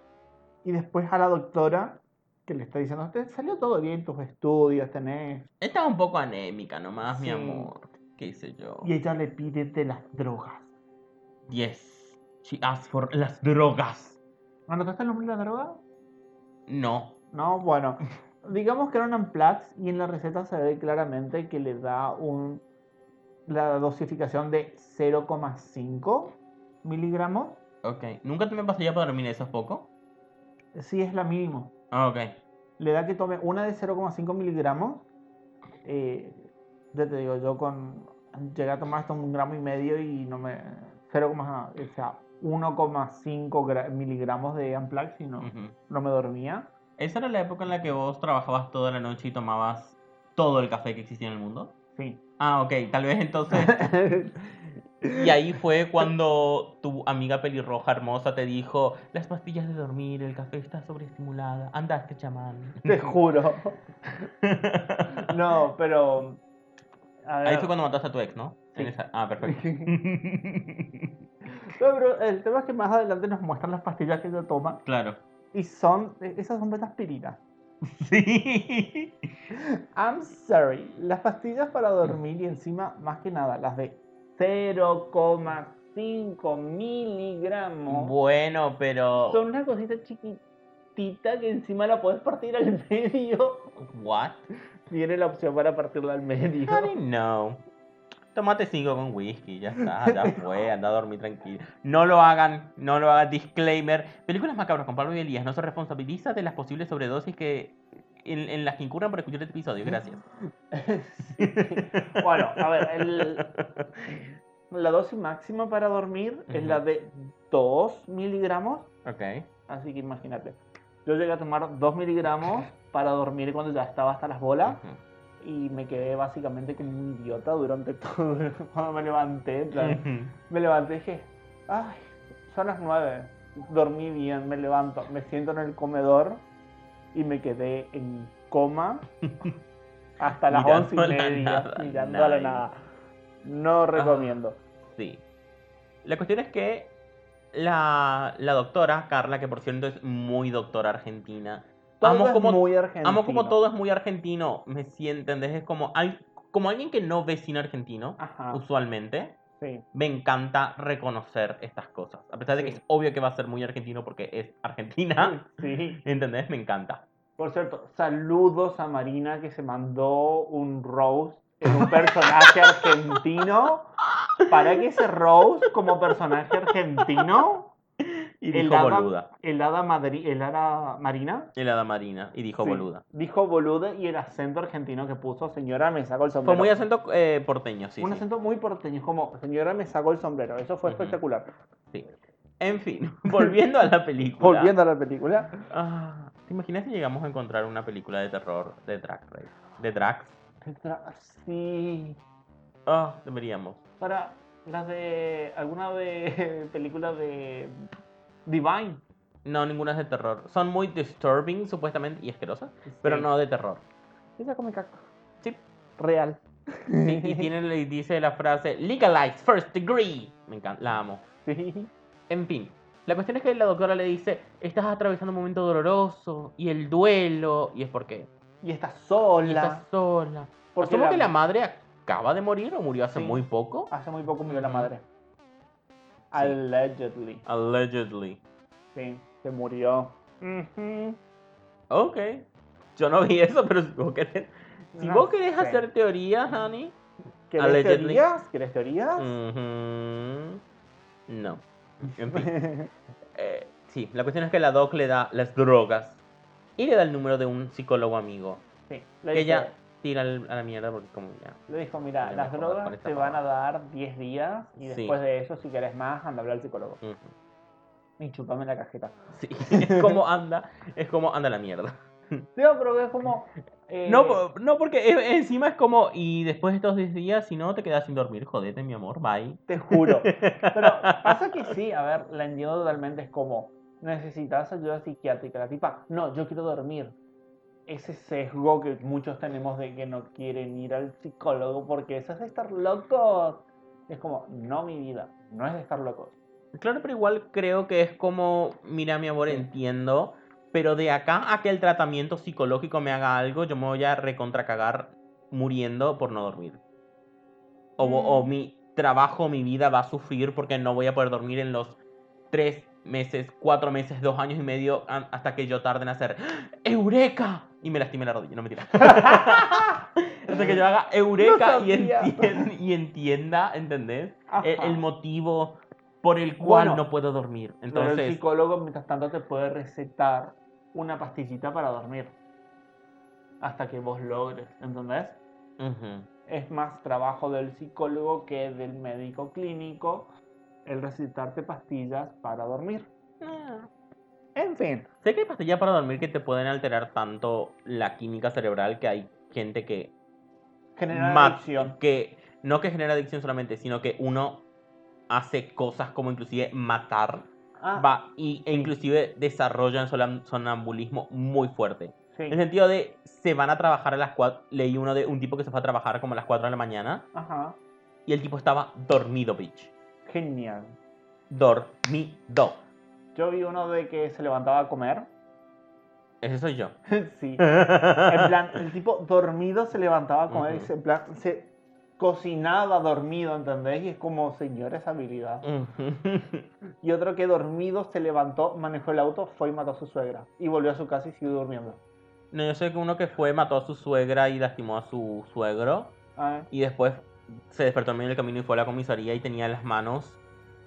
[SPEAKER 1] y después a la doctora que le está diciendo, te salió todo bien tus estudios, tenés...
[SPEAKER 2] Estaba un poco anémica nomás, mi
[SPEAKER 1] Sí.
[SPEAKER 2] amor. ¿Qué hice yo?
[SPEAKER 1] Y ella le pide de las drogas.
[SPEAKER 2] Yes. She asked for las drogas.
[SPEAKER 1] ¿Anotaste el nombre de la droga?
[SPEAKER 2] No.
[SPEAKER 1] No, bueno. Digamos que eran Amplax y en la receta se ve claramente que le da un... La dosificación de 0,5 miligramos.
[SPEAKER 2] Ok. ¿Nunca tomé pastilla para dormir? ¿Eso es poco?
[SPEAKER 1] Sí, es la mínima.
[SPEAKER 2] Ah, ok.
[SPEAKER 1] le da que tome una de 0,5 miligramos. eh, ya te digo, yo con llegué a tomar hasta un gramo y medio y no me. 0, o sea, 1,5 gra- miligramos de Amplax y no,
[SPEAKER 2] Ujú.
[SPEAKER 1] no me dormía.
[SPEAKER 2] ¿Esa era la época en la que vos trabajabas toda la noche y tomabas todo el café que existía en el mundo?
[SPEAKER 1] Sí.
[SPEAKER 2] Ah, ok, tal vez entonces. Y ahí fue cuando tu amiga pelirroja hermosa te dijo: Las pastillas de dormir, el café está sobreestimulada, andaste chamán.
[SPEAKER 1] Te juro. No, pero. a
[SPEAKER 2] Ahí
[SPEAKER 1] ver.
[SPEAKER 2] fue cuando mataste a tu ex, ¿no? En
[SPEAKER 1] Sí.
[SPEAKER 2] esa- Ah, perfecto.
[SPEAKER 1] No, pero el tema es que más adelante nos muestran las pastillas que ella toma
[SPEAKER 2] claro.
[SPEAKER 1] y son. Esas son betaspirinas.
[SPEAKER 2] Sí.
[SPEAKER 1] I'm sorry. Las pastillas para dormir y encima, más que nada, las de 0,5 miligramos.
[SPEAKER 2] Bueno, pero.
[SPEAKER 1] Son una cosita chiquitita que encima la puedes partir al medio.
[SPEAKER 2] ¿What?
[SPEAKER 1] Tiene la opción para partirla al medio.
[SPEAKER 2] I don't know. Tómate cinco con whisky, ya está, ya fue, anda a dormir tranquilo. No lo hagan, no lo hagan. Disclaimer. Películas macabras con Pablo y Elías no se responsabiliza de las posibles sobredosis que en, en las que incurran por escuchar este episodio. Gracias.
[SPEAKER 1] Bueno, a ver, el- la dosis máxima para dormir es
[SPEAKER 2] Ujú.
[SPEAKER 1] la de 2 miligramos.
[SPEAKER 2] Ok.
[SPEAKER 1] Así que imagínate. Yo llegué a tomar 2 miligramos para dormir cuando ya estaba hasta las bolas.
[SPEAKER 2] Ujú.
[SPEAKER 1] Y me quedé básicamente como un idiota durante todo. el- Cuando me levanté, en plan, me levanté y dije, ay, son las 9. Dormí bien, me levanto, me siento en el comedor y me quedé en coma hasta las
[SPEAKER 2] Mirando
[SPEAKER 1] once y
[SPEAKER 2] la
[SPEAKER 1] media
[SPEAKER 2] nada, Ah,
[SPEAKER 1] mirando a la
[SPEAKER 2] nice.
[SPEAKER 1] nada. No recomiendo.
[SPEAKER 2] Sí. La cuestión es que la, la doctora, Carla, que por cierto es muy doctora argentina.
[SPEAKER 1] Todo
[SPEAKER 2] amo
[SPEAKER 1] es
[SPEAKER 2] como
[SPEAKER 1] muy argentino.
[SPEAKER 2] Amo como todo es muy argentino, me siento, ¿entendés? Es como, al- como alguien que no ve cine argentino,
[SPEAKER 1] Ajá,
[SPEAKER 2] usualmente,
[SPEAKER 1] sí.
[SPEAKER 2] me encanta reconocer estas cosas. A pesar de que
[SPEAKER 1] Sí.
[SPEAKER 2] es obvio que va a ser muy argentino porque es Argentina,
[SPEAKER 1] Sí.
[SPEAKER 2] ¿entendés? Me encanta.
[SPEAKER 1] Por cierto, saludos a Marina que se mandó un roast en un personaje argentino. Para que ese roast como personaje argentino,
[SPEAKER 2] Y
[SPEAKER 1] El
[SPEAKER 2] dijo
[SPEAKER 1] hada-
[SPEAKER 2] boluda.
[SPEAKER 1] el hada, madri- el hada Marina
[SPEAKER 2] El hada marina. Y dijo
[SPEAKER 1] Sí.
[SPEAKER 2] boluda.
[SPEAKER 1] Dijo boluda y el acento argentino que puso, señora, me sacó el
[SPEAKER 2] Fue
[SPEAKER 1] sombrero.
[SPEAKER 2] muy acento eh, porteño, sí.
[SPEAKER 1] un
[SPEAKER 2] sí.
[SPEAKER 1] acento muy porteño, como, señora, me sacó el sombrero. Eso fue
[SPEAKER 2] Ujú.
[SPEAKER 1] espectacular.
[SPEAKER 2] En fin, volviendo a la película.
[SPEAKER 1] Volviendo a la película.
[SPEAKER 2] Ah, ¿Te imaginas si llegamos a encontrar una película de terror de Drag Race? ¿De Drax?
[SPEAKER 1] Entra- Sí.
[SPEAKER 2] Ah, deberíamos.
[SPEAKER 1] Para las de. alguna de. película de. Divine.
[SPEAKER 2] No, ninguna es de terror. Son muy disturbing, supuestamente, y asquerosas, pero
[SPEAKER 1] Sí.
[SPEAKER 2] no de terror.
[SPEAKER 1] Ella come caca.
[SPEAKER 2] Sí.
[SPEAKER 1] Real.
[SPEAKER 2] Sí, y tienen, y dice la frase, legalize first degree. Me encanta, la amo.
[SPEAKER 1] Sí.
[SPEAKER 2] En fin, la cuestión es que la doctora le dice, estás atravesando un momento doloroso, y el duelo, y es porque
[SPEAKER 1] Y está
[SPEAKER 2] y
[SPEAKER 1] sola.
[SPEAKER 2] estás sola.
[SPEAKER 1] Porque
[SPEAKER 2] Asumo
[SPEAKER 1] la-
[SPEAKER 2] que la madre acaba de morir o murió hace
[SPEAKER 1] Sí. Ah.
[SPEAKER 2] muy poco.
[SPEAKER 1] Hace muy poco murió la
[SPEAKER 2] Ujú.
[SPEAKER 1] madre. Allegedly.
[SPEAKER 2] Allegedly.
[SPEAKER 1] Sí, se murió. Ujú.
[SPEAKER 2] Ok. Yo no vi eso, pero si vos querés, si
[SPEAKER 1] No
[SPEAKER 2] vos querés
[SPEAKER 1] sé.
[SPEAKER 2] hacer teorías, honey.
[SPEAKER 1] ¿Querés
[SPEAKER 2] Allegedly. Mm.
[SPEAKER 1] teorías? ¿Querés teorías?
[SPEAKER 2] Ujú. No. En fin. Eh, sí, la cuestión es que la doc le da las drogas y le da el número de un psicólogo amigo.
[SPEAKER 1] sí, le, dijo,
[SPEAKER 2] Que ella tira al- a la mierda porque como ya.
[SPEAKER 1] le dijo, mira,
[SPEAKER 2] Voy a
[SPEAKER 1] las
[SPEAKER 2] mejorar con
[SPEAKER 1] drogas
[SPEAKER 2] esta
[SPEAKER 1] te van a
[SPEAKER 2] pava".
[SPEAKER 1] dar 10 días y
[SPEAKER 2] Sí.
[SPEAKER 1] después de eso, si querés más, anda a hablar al psicólogo.
[SPEAKER 2] Ujú.
[SPEAKER 1] Y chupame la cajeta.
[SPEAKER 2] Sí, es como anda, es como anda la mierda.
[SPEAKER 1] No, pero es como... eh,
[SPEAKER 2] No, po- no porque e- encima es como, y después de estos 10 días, si no te quedas sin dormir, jodete, mi amor, bye.
[SPEAKER 1] Te juro. Pero pasa que sí, a ver, la entiendo totalmente, es como, necesitas ayuda psiquiátrica, la tipa, no, yo quiero dormir. Ese sesgo que muchos tenemos de que no quieren ir al psicólogo porque eso es de estar locos. Es como, no, mi vida, no es de estar locos.
[SPEAKER 2] Claro, pero igual creo que es como, mira, mi amor, entiendo, pero de acá a que el tratamiento psicológico me haga algo, yo me voy a recontracagar muriendo por no dormir. O, vo- o
[SPEAKER 1] Mm.
[SPEAKER 2] mi trabajo, mi vida va a sufrir porque no voy a poder dormir en los tres meses, cuatro meses, dos años y medio an- hasta que yo tarde en hacer "¡Ah! ¡Eureka! Y me lastime la rodilla, no me tira. hasta que yo haga Eureka y,
[SPEAKER 1] sabía.
[SPEAKER 2] entien- y entienda, ¿entendés? El,
[SPEAKER 1] Ajá.
[SPEAKER 2] e-, el motivo por el cual
[SPEAKER 1] Bueno,
[SPEAKER 2] no puedo dormir.
[SPEAKER 1] Pero el
[SPEAKER 2] Entonces,
[SPEAKER 1] psicólogo, mientras tanto, te puede recetar una pastillita para dormir. Hasta que vos logres, ¿entendés?
[SPEAKER 2] ujú.
[SPEAKER 1] es más trabajo del psicólogo que del médico clínico el recetarte pastillas para dormir. Mm.
[SPEAKER 2] Ah.
[SPEAKER 1] En fin,
[SPEAKER 2] Sé que hay pastillas para dormir que te pueden alterar tanto la química cerebral que hay gente que
[SPEAKER 1] generar
[SPEAKER 2] ma-
[SPEAKER 1] adicción.
[SPEAKER 2] que no que genera adicción solamente, sino que uno hace cosas como inclusive matar
[SPEAKER 1] Ah,
[SPEAKER 2] va, y, e inclusive desarrollan solam- sonambulismo muy fuerte.
[SPEAKER 1] sí.
[SPEAKER 2] En el sentido de, se van a trabajar a las 4, leí uno de un tipo que se fue a trabajar como a las 4 de la mañana
[SPEAKER 1] Ajá.
[SPEAKER 2] y el tipo estaba dormido, bitch.
[SPEAKER 1] Genial.
[SPEAKER 2] Dormido.
[SPEAKER 1] Yo vi uno de que se levantaba a comer.
[SPEAKER 2] Ese soy yo.
[SPEAKER 1] sí. En plan, el tipo dormido se levantaba a comer y
[SPEAKER 2] Ujú.
[SPEAKER 1] se, en plan, se cocinaba dormido, ¿entendés? Y es como, señor, esa habilidad. Y otro que dormido se levantó, manejó el auto, fue y mató a su suegra. Y volvió a su casa y siguió durmiendo.
[SPEAKER 2] No, yo sé que uno que fue, mató a su suegra y lastimó a su suegro.
[SPEAKER 1] Ah,
[SPEAKER 2] Y después se despertó en medio del camino y fue a la comisaría y tenía las manos.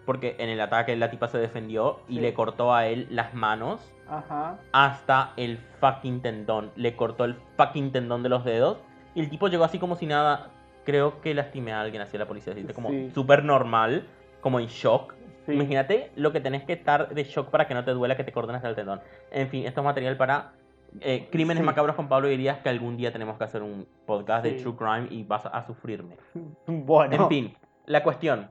[SPEAKER 2] Porque en el ataque la tipa se defendió y
[SPEAKER 1] Sí.
[SPEAKER 2] le cortó a él las manos
[SPEAKER 1] ajá.
[SPEAKER 2] hasta el fucking tendón. Le cortó el fucking tendón de los dedos. Y el tipo llegó así como si nada. Creo que lastimé a alguien, así la policía. Así, como
[SPEAKER 1] Sí.
[SPEAKER 2] súper normal, como en shock.
[SPEAKER 1] Sí.
[SPEAKER 2] Imagínate lo que tenés que estar de shock para que no te duela que te corten hasta el tendón. En fin, esto es material para eh, Crímenes
[SPEAKER 1] Sí.
[SPEAKER 2] Macabros con Pablo Irías, que algún día tenemos que hacer un podcast de
[SPEAKER 1] Sí.
[SPEAKER 2] True Crime y vas a sufrirme.
[SPEAKER 1] Bueno.
[SPEAKER 2] En fin, la cuestión.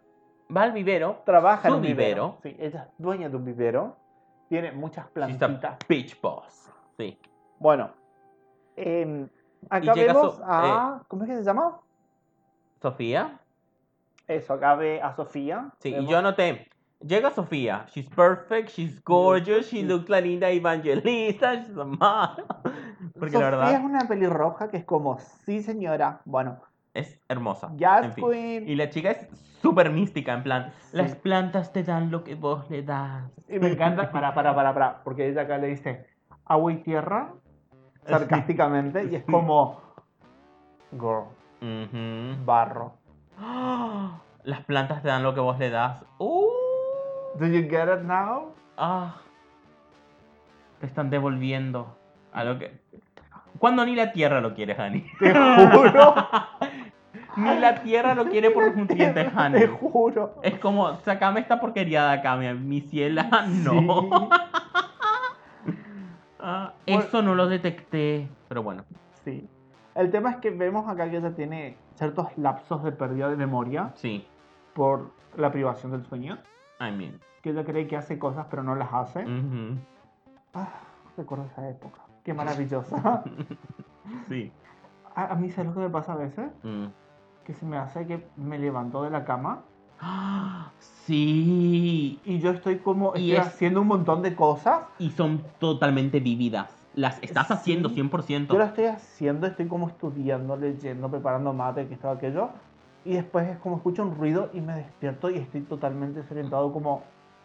[SPEAKER 2] Va al vivero,
[SPEAKER 1] Trabaja en
[SPEAKER 2] Su
[SPEAKER 1] un vivero. Sí, ella es dueña de un vivero. Tiene muchas
[SPEAKER 2] she's a
[SPEAKER 1] plantitas.
[SPEAKER 2] bitch boss. Sí.
[SPEAKER 1] Bueno. em, acá
[SPEAKER 2] llega eh, su-
[SPEAKER 1] vemos a... ¿Cómo es que se llama?
[SPEAKER 2] ¿Sofía?
[SPEAKER 1] Eso, acá ve a Sofía.
[SPEAKER 2] Sí, y
[SPEAKER 1] Vemos-
[SPEAKER 2] yo anoté. Llega Sofía, she's perfect, she's gorgeous, she looks la linda evangelista, she's a model. Porque
[SPEAKER 1] Sofía
[SPEAKER 2] la
[SPEAKER 1] es
[SPEAKER 2] verdad
[SPEAKER 1] una pelirroja que es como, sí señora, bueno,
[SPEAKER 2] es hermosa.
[SPEAKER 1] Jazz
[SPEAKER 2] En fin.
[SPEAKER 1] Queen.
[SPEAKER 2] Y la chica es súper mística, en plan,
[SPEAKER 1] Sí.
[SPEAKER 2] las plantas te dan lo que vos le das.
[SPEAKER 1] Y me encanta, para, para, para, para, porque ella acá le dice agua y tierra, sarcásticamente, y es como, girl,
[SPEAKER 2] Ujú.
[SPEAKER 1] barro.
[SPEAKER 2] ¡Ah! Las plantas te dan lo que vos le das. ¡Uh!
[SPEAKER 1] Do you get it now?
[SPEAKER 2] ¡Ah! Te están devolviendo a lo que... Cuando ni la tierra lo quiere, Hani.
[SPEAKER 1] Te juro,
[SPEAKER 2] Ni la tierra lo quiere por sus dientes, Hani.
[SPEAKER 1] te juro.
[SPEAKER 2] Es como, sacame esta porquería de acá, mi, mi ciela. No. Ah,
[SPEAKER 1] Bueno.
[SPEAKER 2] eso no lo detecté. Pero bueno.
[SPEAKER 1] Sí, sí. El tema es que vemos acá que ella tiene ciertos lapsos de pérdida de memoria
[SPEAKER 2] Sí.
[SPEAKER 1] por la privación del sueño,
[SPEAKER 2] I mean.
[SPEAKER 1] que ella cree que hace cosas pero no las hace.
[SPEAKER 2] Mm. ujú.
[SPEAKER 1] Ah, recuerdo esa época. Qué maravillosa.
[SPEAKER 2] Sí.
[SPEAKER 1] A, a mí, ¿sabes lo que me pasa a veces?
[SPEAKER 2] Mm.
[SPEAKER 1] Que se me hace que me levanto de la cama
[SPEAKER 2] Ah, Sí.
[SPEAKER 1] y yo estoy como
[SPEAKER 2] Y
[SPEAKER 1] estoy
[SPEAKER 2] es-
[SPEAKER 1] haciendo un montón de cosas.
[SPEAKER 2] Y son totalmente vividas. Las estás
[SPEAKER 1] Sí.
[SPEAKER 2] haciendo
[SPEAKER 1] Yo lo
[SPEAKER 2] 100%.
[SPEAKER 1] estoy haciendo, estoy como estudiando, leyendo, preparando mate, que estaba aquello. Y después es como escucho un ruido y me despierto y estoy totalmente desorientado, como,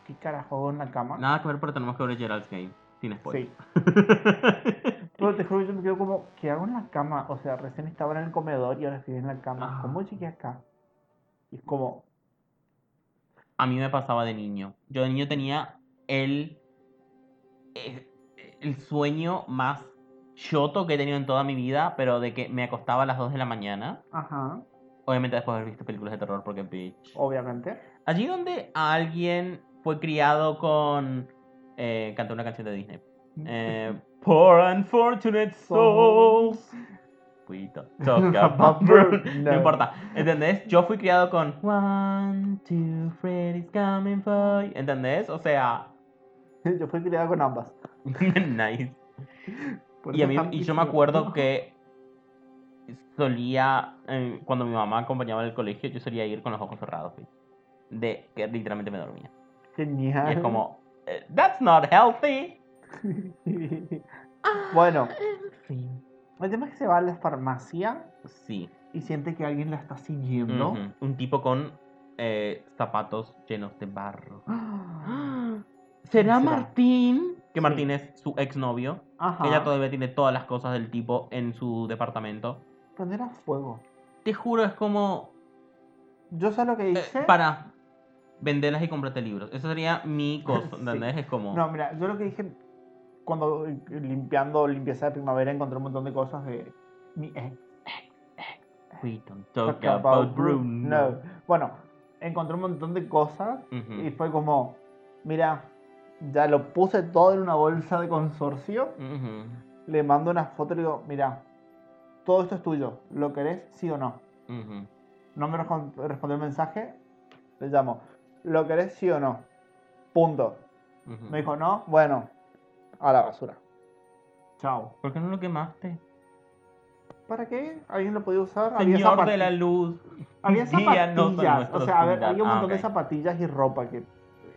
[SPEAKER 1] ¿qué carajo hago en la cama?
[SPEAKER 2] Nada pues. que ver, pero tenemos que ver Gerald's Game. Sin spoiler.
[SPEAKER 1] sí. Pero te juro, yo me quedo como, ¿qué hago en la cama? O sea, recién estaba en el comedor y ahora estoy en la cama.
[SPEAKER 2] Ah.
[SPEAKER 1] ¿Cómo llegué acá? Y es como,
[SPEAKER 2] A mí me pasaba de niño. Yo de niño tenía el, el, el sueño más choto que he tenido en toda mi vida, pero de que me acostaba a las 2 de la mañana.
[SPEAKER 1] ajá,
[SPEAKER 2] Obviamente después de haber visto películas de terror, porque bitch.
[SPEAKER 1] obviamente.
[SPEAKER 2] Allí donde a alguien fue criado con... Eh, cantó una canción de Disney. Eh, Poor unfortunate souls. Cuidado. Talk about burn. No
[SPEAKER 1] No.
[SPEAKER 2] importa. ¿Entendés? Yo fui criado con One, two, Freddy's coming for you. ¿Entendés? O sea,
[SPEAKER 1] Yo fui criada con ambas.
[SPEAKER 2] nice.
[SPEAKER 1] Por
[SPEAKER 2] Y,
[SPEAKER 1] eso
[SPEAKER 2] a mí,
[SPEAKER 1] tan-
[SPEAKER 2] y yo me acuerdo que solía, eh, cuando mi mamá acompañaba al colegio, yo solía ir con los ojos cerrados. ¿sí? De que literalmente me dormía.
[SPEAKER 1] Genial.
[SPEAKER 2] Y es como, eh, that's not healthy.
[SPEAKER 1] bueno,
[SPEAKER 2] En fin.
[SPEAKER 1] el tema es que se va a la farmacia
[SPEAKER 2] Sí.
[SPEAKER 1] y siente que alguien la está siguiendo.
[SPEAKER 2] Ujú. Un tipo con eh, zapatos llenos de barro.
[SPEAKER 1] Ah,
[SPEAKER 2] ¿Será
[SPEAKER 1] ¿Será?
[SPEAKER 2] Martín?
[SPEAKER 1] Sí.
[SPEAKER 2] Que Martín es su exnovio.
[SPEAKER 1] Ajá.
[SPEAKER 2] Ella todavía tiene todas las cosas del tipo en su departamento.
[SPEAKER 1] Prender a fuego.
[SPEAKER 2] Te juro, es como.
[SPEAKER 1] Yo sé lo que
[SPEAKER 2] eh,
[SPEAKER 1] hice.
[SPEAKER 2] para venderlas y comprarte libros. Eso sería mi cosa,
[SPEAKER 1] Sí.
[SPEAKER 2] ¿entendés? Es como.
[SPEAKER 1] No, mira, yo lo que dije cuando eh, limpiando limpieza de primavera encontré un montón de cosas de mi ex. ex, ex, ex.
[SPEAKER 2] We don't talk about Bruno.
[SPEAKER 1] No. Bueno, encontré un montón de cosas
[SPEAKER 2] Ujú.
[SPEAKER 1] y fue como, mira, ya lo puse todo en una bolsa de consorcio,
[SPEAKER 2] Ujú.
[SPEAKER 1] le mando una foto y le digo, mira, todo esto es tuyo, ¿lo querés sí o no?
[SPEAKER 2] Ujú.
[SPEAKER 1] No me recon- respondió el mensaje, le llamo, ¿lo querés sí o no? Punto.
[SPEAKER 2] Ujú.
[SPEAKER 1] Me dijo, no, bueno, a la basura. Chao.
[SPEAKER 2] ¿Por qué no lo quemaste?
[SPEAKER 1] ¿Para qué? ¿Alguien lo podía usar? Había
[SPEAKER 2] Señor de
[SPEAKER 1] zapat-
[SPEAKER 2] la luz.
[SPEAKER 1] Había
[SPEAKER 2] guíanos con
[SPEAKER 1] zapatillas.
[SPEAKER 2] nuestra
[SPEAKER 1] o sea, a ver,
[SPEAKER 2] oscuridad.
[SPEAKER 1] había un
[SPEAKER 2] Ah,
[SPEAKER 1] montón
[SPEAKER 2] ok.
[SPEAKER 1] de zapatillas y ropa que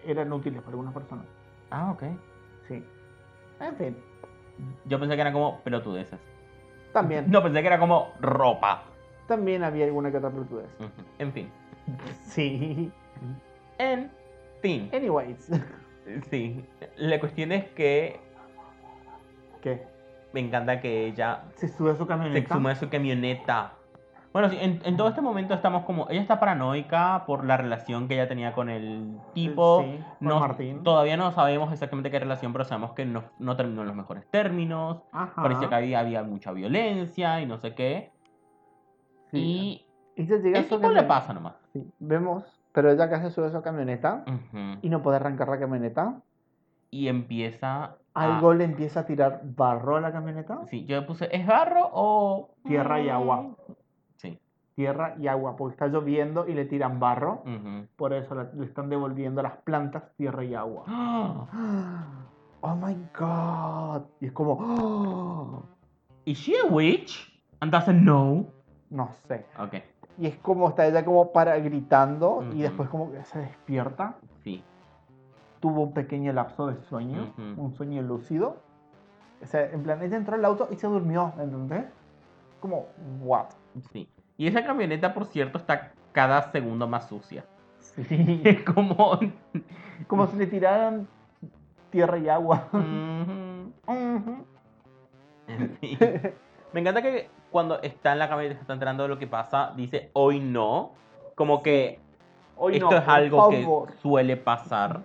[SPEAKER 1] eran útiles para algunas personas.
[SPEAKER 2] Ah, ok.
[SPEAKER 1] Sí. En fin,
[SPEAKER 2] Yo pensé que era como pelotudeces.
[SPEAKER 1] también,
[SPEAKER 2] No, pensé que era como ropa.
[SPEAKER 1] también había alguna que otra pelotudez.
[SPEAKER 2] Ujú. En fin.
[SPEAKER 1] Sí.
[SPEAKER 2] En fin.
[SPEAKER 1] Anyways.
[SPEAKER 2] Sí. La cuestión es que
[SPEAKER 1] ¿Qué?
[SPEAKER 2] me encanta que ella
[SPEAKER 1] Se sube a su
[SPEAKER 2] se
[SPEAKER 1] camioneta.
[SPEAKER 2] exhuma de su camioneta. Bueno, sí, en, en todo este momento estamos como. Ella está paranoica por la relación que ella tenía con el tipo.
[SPEAKER 1] Sí, con
[SPEAKER 2] No-
[SPEAKER 1] Martín.
[SPEAKER 2] Todavía no sabemos exactamente qué relación, pero sabemos que no, no terminó en los mejores términos.
[SPEAKER 1] Ajá.
[SPEAKER 2] Parecía que había, había mucha violencia y no sé qué.
[SPEAKER 1] Sí.
[SPEAKER 2] Y
[SPEAKER 1] Ella llega a
[SPEAKER 2] el
[SPEAKER 1] su
[SPEAKER 2] tipo le
[SPEAKER 1] camioneta.
[SPEAKER 2] pasa nomás.
[SPEAKER 1] Sí, Vemos, pero ella casi sube a su camioneta
[SPEAKER 2] Ujú.
[SPEAKER 1] y no puede arrancar la camioneta.
[SPEAKER 2] Y empieza. a-
[SPEAKER 1] Algo le empieza a tirar barro a la camioneta.
[SPEAKER 2] Sí, yo puse, ¿es barro o...?
[SPEAKER 1] Tierra y agua.
[SPEAKER 2] Sí.
[SPEAKER 1] Tierra y agua, porque está lloviendo y le tiran barro.
[SPEAKER 2] ujú.
[SPEAKER 1] Por eso la- le están devolviendo a las plantas tierra y agua.
[SPEAKER 2] ¡Ah!
[SPEAKER 1] Oh my god. Y es como. "Oh",
[SPEAKER 2] ¿Is she a witch? And doesn't know.
[SPEAKER 1] no sé.
[SPEAKER 2] Ok,
[SPEAKER 1] Y es como está ella como para gritando
[SPEAKER 2] Ujú.
[SPEAKER 1] y después como que se despierta.
[SPEAKER 2] sí.
[SPEAKER 1] Tuvo un pequeño lapso de sueño,
[SPEAKER 2] Ujú.
[SPEAKER 1] un sueño lúcido. O sea, en plan, ella entró al auto y se durmió, ¿entendés? Como, what?
[SPEAKER 2] Sí. Y esa camioneta, por cierto, está cada segundo más sucia.
[SPEAKER 1] Sí.
[SPEAKER 2] Es como...
[SPEAKER 1] como si le tiraran tierra y agua.
[SPEAKER 2] Ujú.
[SPEAKER 1] Ujú.
[SPEAKER 2] Sí. Me encanta que cuando está en la camioneta, se está enterando de lo que pasa, dice, hoy no. Como que
[SPEAKER 1] Hoy
[SPEAKER 2] esto
[SPEAKER 1] no,
[SPEAKER 2] es
[SPEAKER 1] por
[SPEAKER 2] algo
[SPEAKER 1] favor.
[SPEAKER 2] que suele pasar.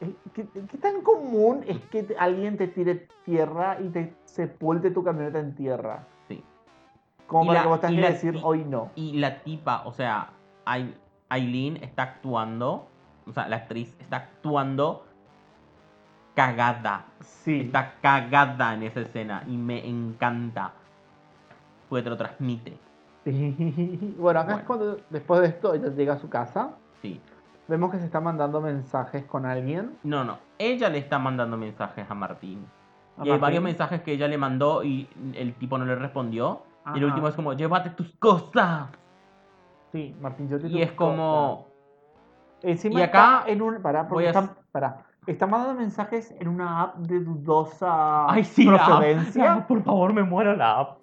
[SPEAKER 1] Eh, ¿Qué, qué tan común es que te- alguien te tire tierra y te sepulte tu camioneta en tierra?
[SPEAKER 2] Sí.
[SPEAKER 1] Como
[SPEAKER 2] Y
[SPEAKER 1] para
[SPEAKER 2] la-
[SPEAKER 1] que vos tengas
[SPEAKER 2] y
[SPEAKER 1] que
[SPEAKER 2] la-
[SPEAKER 1] decir
[SPEAKER 2] y-
[SPEAKER 1] hoy no.
[SPEAKER 2] Y la tipa, o sea, Ai- Aileen está actuando, o sea, la actriz está actuando cagada.
[SPEAKER 1] Sí.
[SPEAKER 2] Está cagada en esa escena y me encanta. Porque te lo transmite.
[SPEAKER 1] bueno, acá es
[SPEAKER 2] Bueno.
[SPEAKER 1] cuando después de esto ella llega a su casa.
[SPEAKER 2] Sí.
[SPEAKER 1] Vemos que se está mandando mensajes con alguien.
[SPEAKER 2] No, no. Ella le está mandando mensajes a Martín.
[SPEAKER 1] a
[SPEAKER 2] y hay
[SPEAKER 1] Martín.
[SPEAKER 2] varios mensajes que ella le mandó y el tipo no le respondió. Y el
[SPEAKER 1] Ajá.
[SPEAKER 2] último es como, llévate tus cosas.
[SPEAKER 1] Sí, Martín, yo te
[SPEAKER 2] Y es como,
[SPEAKER 1] Encima
[SPEAKER 2] y acá
[SPEAKER 1] está en un. Pará,
[SPEAKER 2] voy
[SPEAKER 1] porque
[SPEAKER 2] a-
[SPEAKER 1] está, pará. Está mandando mensajes en una app de dudosa
[SPEAKER 2] Ay, sí, la app,
[SPEAKER 1] procedencia.
[SPEAKER 2] la app, por favor, me muero la app.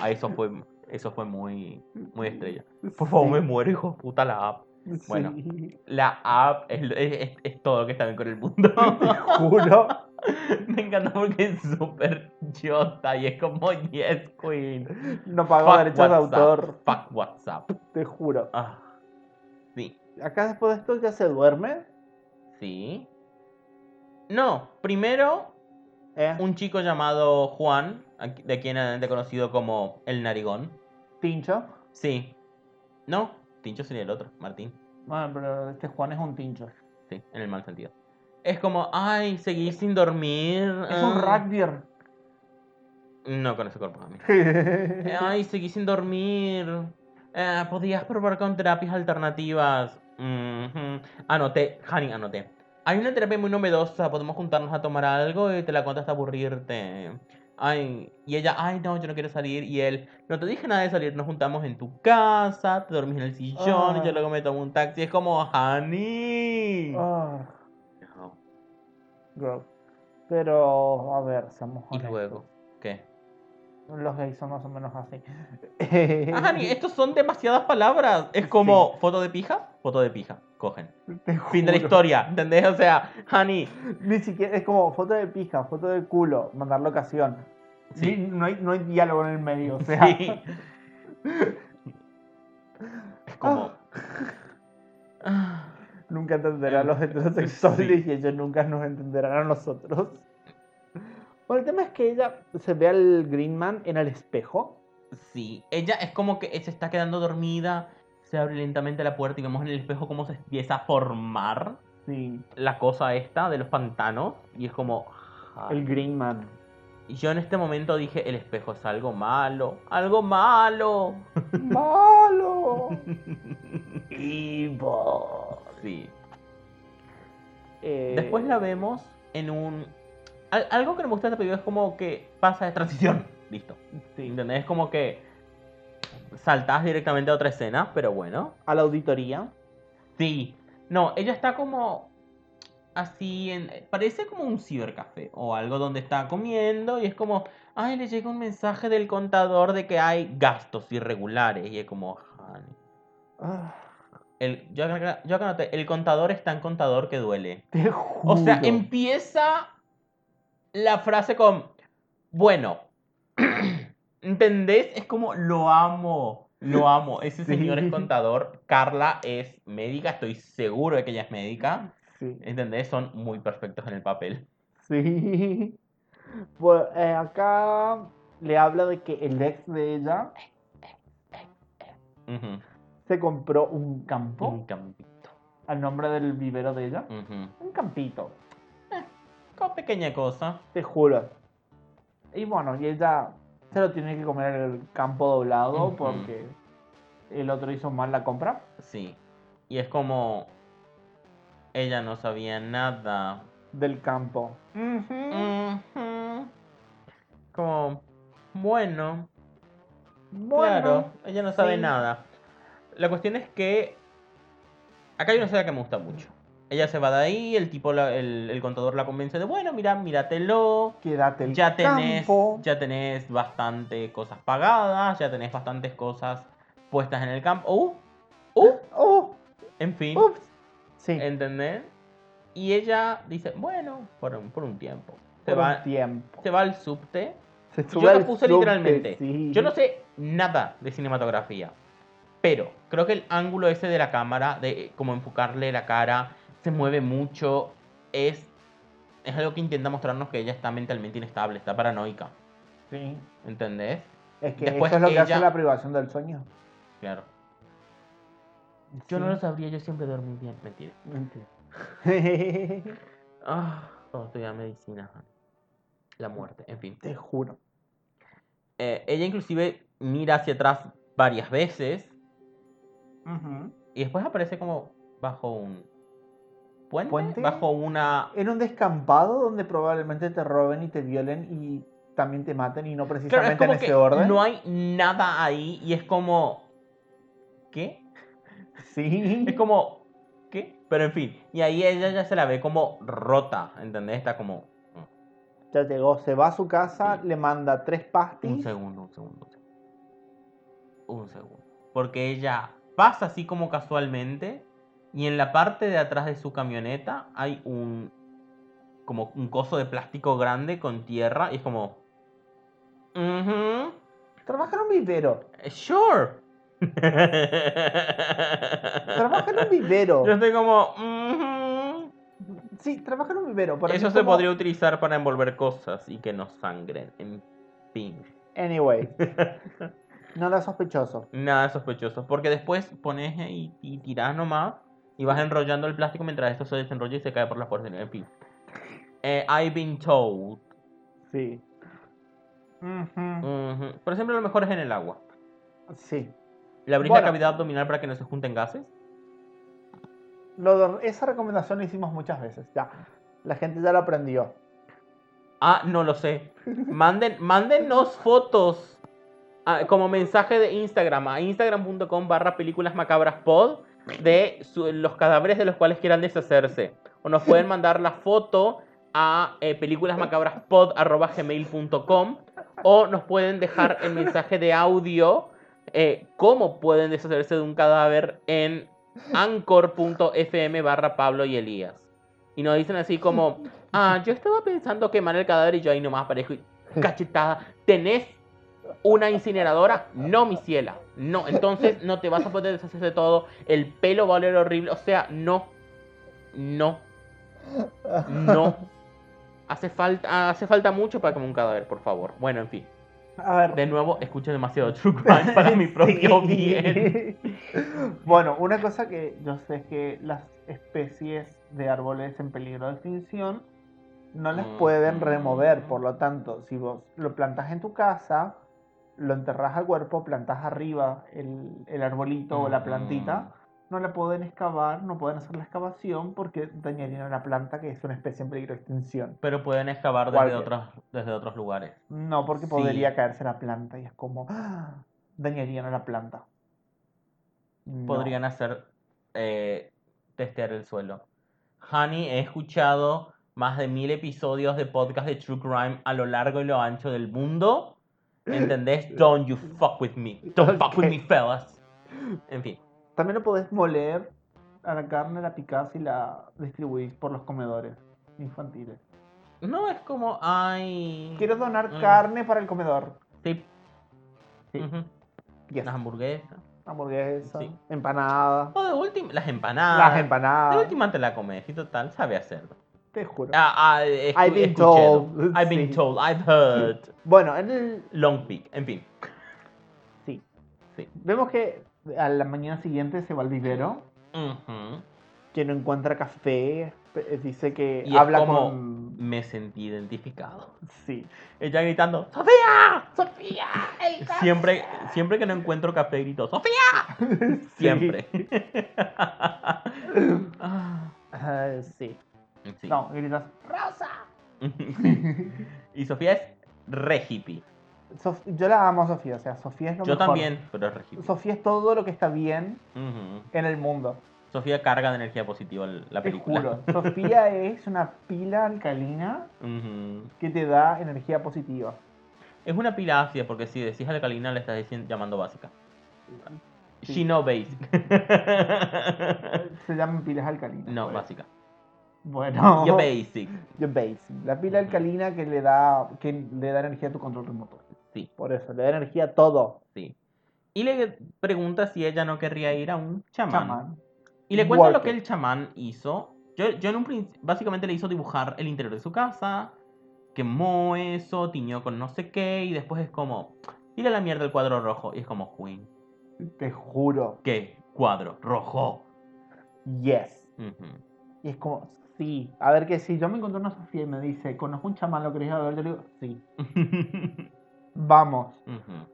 [SPEAKER 2] Ah, eso fue, eso fue muy, muy estrella. Por favor, me muero, hijo de puta, la app.
[SPEAKER 1] Sí,
[SPEAKER 2] Bueno.
[SPEAKER 1] sí,
[SPEAKER 2] La app es, es- es todo lo que está bien con el mundo.
[SPEAKER 1] Te juro.
[SPEAKER 2] me encanta porque es súper chota y es como Yes Queen.
[SPEAKER 1] No pagó
[SPEAKER 2] Fuck
[SPEAKER 1] derechos de
[SPEAKER 2] WhatsApp.
[SPEAKER 1] autor,
[SPEAKER 2] Fuck WhatsApp.
[SPEAKER 1] te juro.
[SPEAKER 2] Ah, sí,
[SPEAKER 1] Acá después de esto ya se duerme.
[SPEAKER 2] sí. No, primero
[SPEAKER 1] Eh,
[SPEAKER 2] un chico llamado Juan, aquí- de quien adelante conocido como el narigón.
[SPEAKER 1] tincho.
[SPEAKER 2] Sí. No, Tincho sería el otro, Martín.
[SPEAKER 1] Bueno, pero este Juan es un tincho.
[SPEAKER 2] Sí, en el mal sentido. Es como, ay, seguí sin dormir.
[SPEAKER 1] Es un
[SPEAKER 2] ah".
[SPEAKER 1] rugby.
[SPEAKER 2] No, con ese cuerpo, mí. Ay, seguí sin dormir. Eh, Podías probar con terapias alternativas. Ujú. Anoté, honey, anoté. Hay una terapia muy novedosa, podemos juntarnos a tomar algo y te la cuento hasta aburrirte. Ay, y ella, ay, no, yo no quiero salir. Y él, no te dije nada de salir, nos juntamos en tu casa, te dormís en el sillón, y
[SPEAKER 1] Ah.
[SPEAKER 2] yo luego me tomo un taxi. Es como, honey.
[SPEAKER 1] Ah,
[SPEAKER 2] No.
[SPEAKER 1] gross. Pero, a ver, seamos
[SPEAKER 2] Y
[SPEAKER 1] honestos.
[SPEAKER 2] luego, ¿qué?
[SPEAKER 1] Los gays son más o menos así. Eh,
[SPEAKER 2] Ah, Hani, estos son demasiadas palabras. Es como foto de pija, foto de pija. Cogen.
[SPEAKER 1] Te
[SPEAKER 2] Fin de la
[SPEAKER 1] juro.
[SPEAKER 2] historia, ¿entendés? O sea, Hani.
[SPEAKER 1] Ni siquiera, es como foto de pija, foto de culo, mandar locación.
[SPEAKER 2] Sí.
[SPEAKER 1] Ni- No, hay, no hay diálogo en el medio, o sea.
[SPEAKER 2] sí. Es como.
[SPEAKER 1] Nunca entenderán los heterosexuales y ellos nunca nos entenderán a nosotros. Bueno, el tema es que ella se ve al Green Man en el espejo
[SPEAKER 2] Sí, ella es como que se está quedando dormida, se abre lentamente la puerta y vemos en el espejo cómo se empieza a formar
[SPEAKER 1] Sí,
[SPEAKER 2] la cosa esta de los pantanos y es como... "Ah".
[SPEAKER 1] el Green Man.
[SPEAKER 2] Y yo en este momento dije, el espejo es algo malo, algo malo.
[SPEAKER 1] ¡Malo! Evil.
[SPEAKER 2] Sí.
[SPEAKER 1] Eh,
[SPEAKER 2] Después la vemos en un... al- algo que no me gusta de esta película es como que pasa de transición. Listo.
[SPEAKER 1] sí,
[SPEAKER 2] ¿Entendés? Es como que saltás directamente a otra escena, pero bueno.
[SPEAKER 1] a la auditoría.
[SPEAKER 2] Sí. No, ella está como así en... Parece como un cibercafé o algo donde está comiendo y es como... Ay, le llega un mensaje del contador de que hay gastos irregulares y es como... "Honey".
[SPEAKER 1] Ah,
[SPEAKER 2] El, yo, acá- yo acá anoté, el contador es tan contador que duele.
[SPEAKER 1] te juro.
[SPEAKER 2] O sea, empieza la frase con, bueno, ¿entendés? Es como, lo amo, lo amo. Ese
[SPEAKER 1] Sí.
[SPEAKER 2] señor es contador, Carla es médica, estoy seguro de que ella es médica.
[SPEAKER 1] Sí.
[SPEAKER 2] ¿Entendés? Son muy perfectos en el papel.
[SPEAKER 1] sí. Bueno, eh, acá le habla de que el ex de ella
[SPEAKER 2] Ujú.
[SPEAKER 1] se compró un campo
[SPEAKER 2] Un campito.
[SPEAKER 1] al nombre del vivero de ella.
[SPEAKER 2] Ujú.
[SPEAKER 1] Un campito,
[SPEAKER 2] Como pequeña cosa.
[SPEAKER 1] te juro. Y bueno, y ella se lo tiene que comer el campo doblado
[SPEAKER 2] Ujú.
[SPEAKER 1] porque el otro hizo mal la compra.
[SPEAKER 2] Sí. Y es como, ella no sabía nada.
[SPEAKER 1] del campo. Mm,
[SPEAKER 2] Ujú. Como, bueno,
[SPEAKER 1] Bueno,
[SPEAKER 2] claro, ella no sabe
[SPEAKER 1] sí.
[SPEAKER 2] nada. La cuestión es que acá hay una escena que me gusta mucho. Ella se va de ahí, el tipo, la- el, el contador la convence de, bueno, mira, míratelo.
[SPEAKER 1] quédate el
[SPEAKER 2] Ya tenés,
[SPEAKER 1] campo.
[SPEAKER 2] ya tenés bastante cosas pagadas, ya tenés bastantes cosas puestas en el campo. Uh, uh,
[SPEAKER 1] Oh,
[SPEAKER 2] en fin,
[SPEAKER 1] ups. Sí,
[SPEAKER 2] ¿entendés? Y ella dice, bueno, por un, por un tiempo. Se
[SPEAKER 1] por un
[SPEAKER 2] va,
[SPEAKER 1] tiempo.
[SPEAKER 2] se va al subte,
[SPEAKER 1] Se
[SPEAKER 2] yo
[SPEAKER 1] sube
[SPEAKER 2] lo
[SPEAKER 1] al
[SPEAKER 2] puse
[SPEAKER 1] subte,
[SPEAKER 2] literalmente.
[SPEAKER 1] sí.
[SPEAKER 2] Yo no sé nada de cinematografía. Pero creo que el ángulo ese de la cámara, de eh, como enfocarle la cara, se mueve mucho. Es, es algo que intenta mostrarnos que ella está mentalmente inestable, está paranoica.
[SPEAKER 1] Sí.
[SPEAKER 2] ¿Entendés?
[SPEAKER 1] Es que
[SPEAKER 2] Después
[SPEAKER 1] eso es lo que
[SPEAKER 2] ella-
[SPEAKER 1] hace la privación del sueño.
[SPEAKER 2] Claro. Yo
[SPEAKER 1] Sí,
[SPEAKER 2] no lo sabría, yo siempre dormí bien. Mentira.
[SPEAKER 1] mentira.
[SPEAKER 2] Ah, cuando estudiaba medicina. La muerte, en fin.
[SPEAKER 1] Te juro.
[SPEAKER 2] Eh, ella inclusive mira hacia atrás varias veces Y después aparece como bajo un puente,
[SPEAKER 1] ¿Puente?
[SPEAKER 2] bajo una...
[SPEAKER 1] En un descampado donde probablemente te roben y te violen y también te maten y no
[SPEAKER 2] Claro, es
[SPEAKER 1] precisamente
[SPEAKER 2] como
[SPEAKER 1] en
[SPEAKER 2] que
[SPEAKER 1] ese orden.
[SPEAKER 2] no hay nada ahí y es como... ¿Qué?
[SPEAKER 1] Sí.
[SPEAKER 2] Es como... ¿Qué? Pero en fin, y ahí ella ya se la ve como rota, ¿entendés? Está como... mm,
[SPEAKER 1] Ya llegó, se va a su casa,
[SPEAKER 2] Sí.
[SPEAKER 1] le manda tres
[SPEAKER 2] Un
[SPEAKER 1] pastis.
[SPEAKER 2] segundo, un segundo, un segundo. Un segundo. Porque ella pasa así como casualmente y en la parte de atrás de su camioneta hay un... como un coso de plástico grande con tierra y es como... Ujú.
[SPEAKER 1] Trabaja en un vivero.
[SPEAKER 2] Eh, Sure.
[SPEAKER 1] Trabaja en un
[SPEAKER 2] Yo
[SPEAKER 1] vivero.
[SPEAKER 2] estoy como. "Ujú".
[SPEAKER 1] Sí, trabaja en un vivero. Para
[SPEAKER 2] Eso
[SPEAKER 1] mí
[SPEAKER 2] se
[SPEAKER 1] como-
[SPEAKER 2] podría utilizar para envolver cosas y que no sangren. En fin.
[SPEAKER 1] Anyway. No era sospechoso.
[SPEAKER 2] Nada sospechoso. Porque después pones y, y tirás nomás y vas enrollando el plástico mientras esto se desenrolla y se cae por las puertas. En fin. Eh, I've been told.
[SPEAKER 1] Sí. Ujú.
[SPEAKER 2] Ujú. Por ejemplo, lo mejor es en el agua.
[SPEAKER 1] Sí.
[SPEAKER 2] Le abrís
[SPEAKER 1] Bueno.
[SPEAKER 2] la cavidad abdominal para que no se junten gases.
[SPEAKER 1] Lo de- Esa recomendación la hicimos muchas veces. Ya. La gente ya lo aprendió.
[SPEAKER 2] Ah, no lo sé. Manden, mándennos fotos ah, como mensaje de Instagram a instagram.com barra películas macabras pod de su- los cadáveres de los cuales quieran deshacerse. O nos pueden mandar la foto a eh, películasmacabraspod.gmail.com o nos pueden dejar el mensaje de audio eh, cómo pueden deshacerse de un cadáver en anchor.fm barra Pablo y Elías. Y nos dicen así como, ah, yo estaba pensando quemar el cadáver y yo ahí nomás aparezco y cachetada, ¿tenés una incineradora? No, mi ciela, no, entonces no te vas a poder deshacer de todo, el pelo va a oler horrible, o sea, no, no, no. Hace falta, hace falta mucho para quemar un cadáver, por favor. Bueno, en fin.
[SPEAKER 1] A ver.
[SPEAKER 2] De nuevo, escucho demasiado True Crime para mi propio bien.
[SPEAKER 1] Bueno, una cosa que yo sé es que las especies de árboles en peligro de extinción no las
[SPEAKER 2] Mm.
[SPEAKER 1] pueden remover, por lo tanto, si vos lo plantas en tu casa, lo enterrás al cuerpo, plantas arriba el, el arbolito o la plantita,
[SPEAKER 2] Mm.
[SPEAKER 1] no la pueden excavar, no pueden hacer la excavación porque dañarían a la planta que es una especie en peligro de extinción.
[SPEAKER 2] Pero pueden excavar
[SPEAKER 1] Cualquier.
[SPEAKER 2] desde otros, desde otros lugares.
[SPEAKER 1] No, porque
[SPEAKER 2] Sí.
[SPEAKER 1] podría caerse la planta y es como ¡ah! dañarían a la planta. No.
[SPEAKER 2] Podrían hacer eh, testear el suelo. Honey, he escuchado más de mil episodios de podcast de True Crime a lo largo y lo ancho del mundo. ¿Entendés? Don't you fuck with me. Don't fuck with
[SPEAKER 1] Ok.
[SPEAKER 2] me, fellas. En fin.
[SPEAKER 1] También lo podés moler a la carne, la picás y la distribuís por los comedores infantiles.
[SPEAKER 2] No es como, ay.
[SPEAKER 1] Quiero donar
[SPEAKER 2] Mm.
[SPEAKER 1] carne para el comedor.
[SPEAKER 2] Sí.
[SPEAKER 1] Sí.
[SPEAKER 2] Ujú.
[SPEAKER 1] Yes.
[SPEAKER 2] Las hamburguesas.
[SPEAKER 1] Hamburguesa,
[SPEAKER 2] Sí.
[SPEAKER 1] empanada,
[SPEAKER 2] O de última, las empanadas.
[SPEAKER 1] las
[SPEAKER 2] De
[SPEAKER 1] empanadas.
[SPEAKER 2] última te la comes y total, sabe hacerlo.
[SPEAKER 1] Te juro.
[SPEAKER 2] Ah, ah, escu-
[SPEAKER 1] I've been
[SPEAKER 2] escuchado.
[SPEAKER 1] told,
[SPEAKER 2] I've been
[SPEAKER 1] sí.
[SPEAKER 2] told. I've heard.
[SPEAKER 1] Bueno, en el-
[SPEAKER 2] Long peak. En fin.
[SPEAKER 1] sí.
[SPEAKER 2] Sí.
[SPEAKER 1] Vemos que a la mañana siguiente se va al vivero,
[SPEAKER 2] Ujú.
[SPEAKER 1] que no encuentra café, pe- dice que
[SPEAKER 2] Y es
[SPEAKER 1] habla
[SPEAKER 2] como-
[SPEAKER 1] con...
[SPEAKER 2] Me sentí identificado.
[SPEAKER 1] Sí.
[SPEAKER 2] Ella gritando, ¡Sofía! ¡Sofía! Siempre, siempre que no encuentro café grito, ¡Sofía! Siempre. Ah,
[SPEAKER 1] Ah, sí.
[SPEAKER 2] sí.
[SPEAKER 1] No, gritas, ¡Rosa!
[SPEAKER 2] y Sofía es re hippie.
[SPEAKER 1] Sof- Yo la amo a Sofía, o sea, Sofía es lo
[SPEAKER 2] Yo
[SPEAKER 1] mejor.
[SPEAKER 2] también, pero es re hippie.
[SPEAKER 1] Sofía es todo lo que está bien
[SPEAKER 2] Ujú.
[SPEAKER 1] en el mundo.
[SPEAKER 2] Sofía carga de energía positiva el- la
[SPEAKER 1] Te
[SPEAKER 2] película.
[SPEAKER 1] juro. Sofía es una pila alcalina
[SPEAKER 2] Ujú.
[SPEAKER 1] que te da energía positiva.
[SPEAKER 2] Es una pila ácida porque si decís alcalina le estás diciendo, llamando básica.
[SPEAKER 1] Sí.
[SPEAKER 2] She no basic.
[SPEAKER 1] Se llaman pilas alcalinas.
[SPEAKER 2] no,
[SPEAKER 1] por eso.
[SPEAKER 2] básica.
[SPEAKER 1] Bueno.
[SPEAKER 2] Yo basic.
[SPEAKER 1] Yo basic. La pila
[SPEAKER 2] Ujú.
[SPEAKER 1] alcalina que le da que le da energía a tu control remoto.
[SPEAKER 2] Sí.
[SPEAKER 1] Por eso, le da energía a todo.
[SPEAKER 2] Sí. Y le pregunta si ella no querría ir a un chamán.
[SPEAKER 1] Chamán.
[SPEAKER 2] Y le cuenta lo
[SPEAKER 1] Walker.
[SPEAKER 2] que el chamán hizo. Yo, yo en un prin- básicamente le hizo dibujar el interior de su casa, quemó eso, tiñó con no sé qué, y después es como, tira la mierda el cuadro rojo. Y es como, Queen,
[SPEAKER 1] Te juro.
[SPEAKER 2] ¿qué cuadro rojo?
[SPEAKER 1] Yes.
[SPEAKER 2] Ujú.
[SPEAKER 1] Y es como, sí. A ver que si yo me encontré una Sofía y me dice, conozco un chamán, lo querés ver, yo le digo, sí. Vamos.
[SPEAKER 2] Ujú.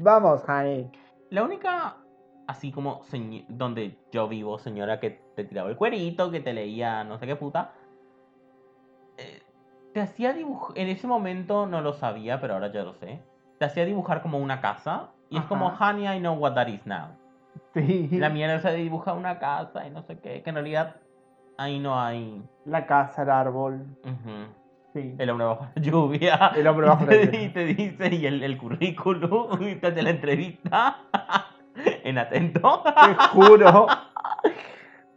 [SPEAKER 1] Vamos, honey.
[SPEAKER 2] La única, así como señ- donde yo vivo, señora que te tiraba el cuerito, que te leía no sé qué puta, eh, te hacía dibujar, en ese momento no lo sabía, pero ahora ya lo sé, te hacía dibujar como una casa, y es como,
[SPEAKER 1] Ajá.
[SPEAKER 2] honey, I know what that is now.
[SPEAKER 1] Sí.
[SPEAKER 2] La mierda se dibuja una casa y no sé qué, que en realidad ahí no hay...
[SPEAKER 1] La casa, el árbol.
[SPEAKER 2] Ujú.
[SPEAKER 1] Sí.
[SPEAKER 2] El hombre bajo la lluvia.
[SPEAKER 1] El hombre bajo
[SPEAKER 2] y
[SPEAKER 1] la
[SPEAKER 2] te,
[SPEAKER 1] lluvia.
[SPEAKER 2] Y te dice, y el, el currículum, y te hace la entrevista. en atento.
[SPEAKER 1] Te juro.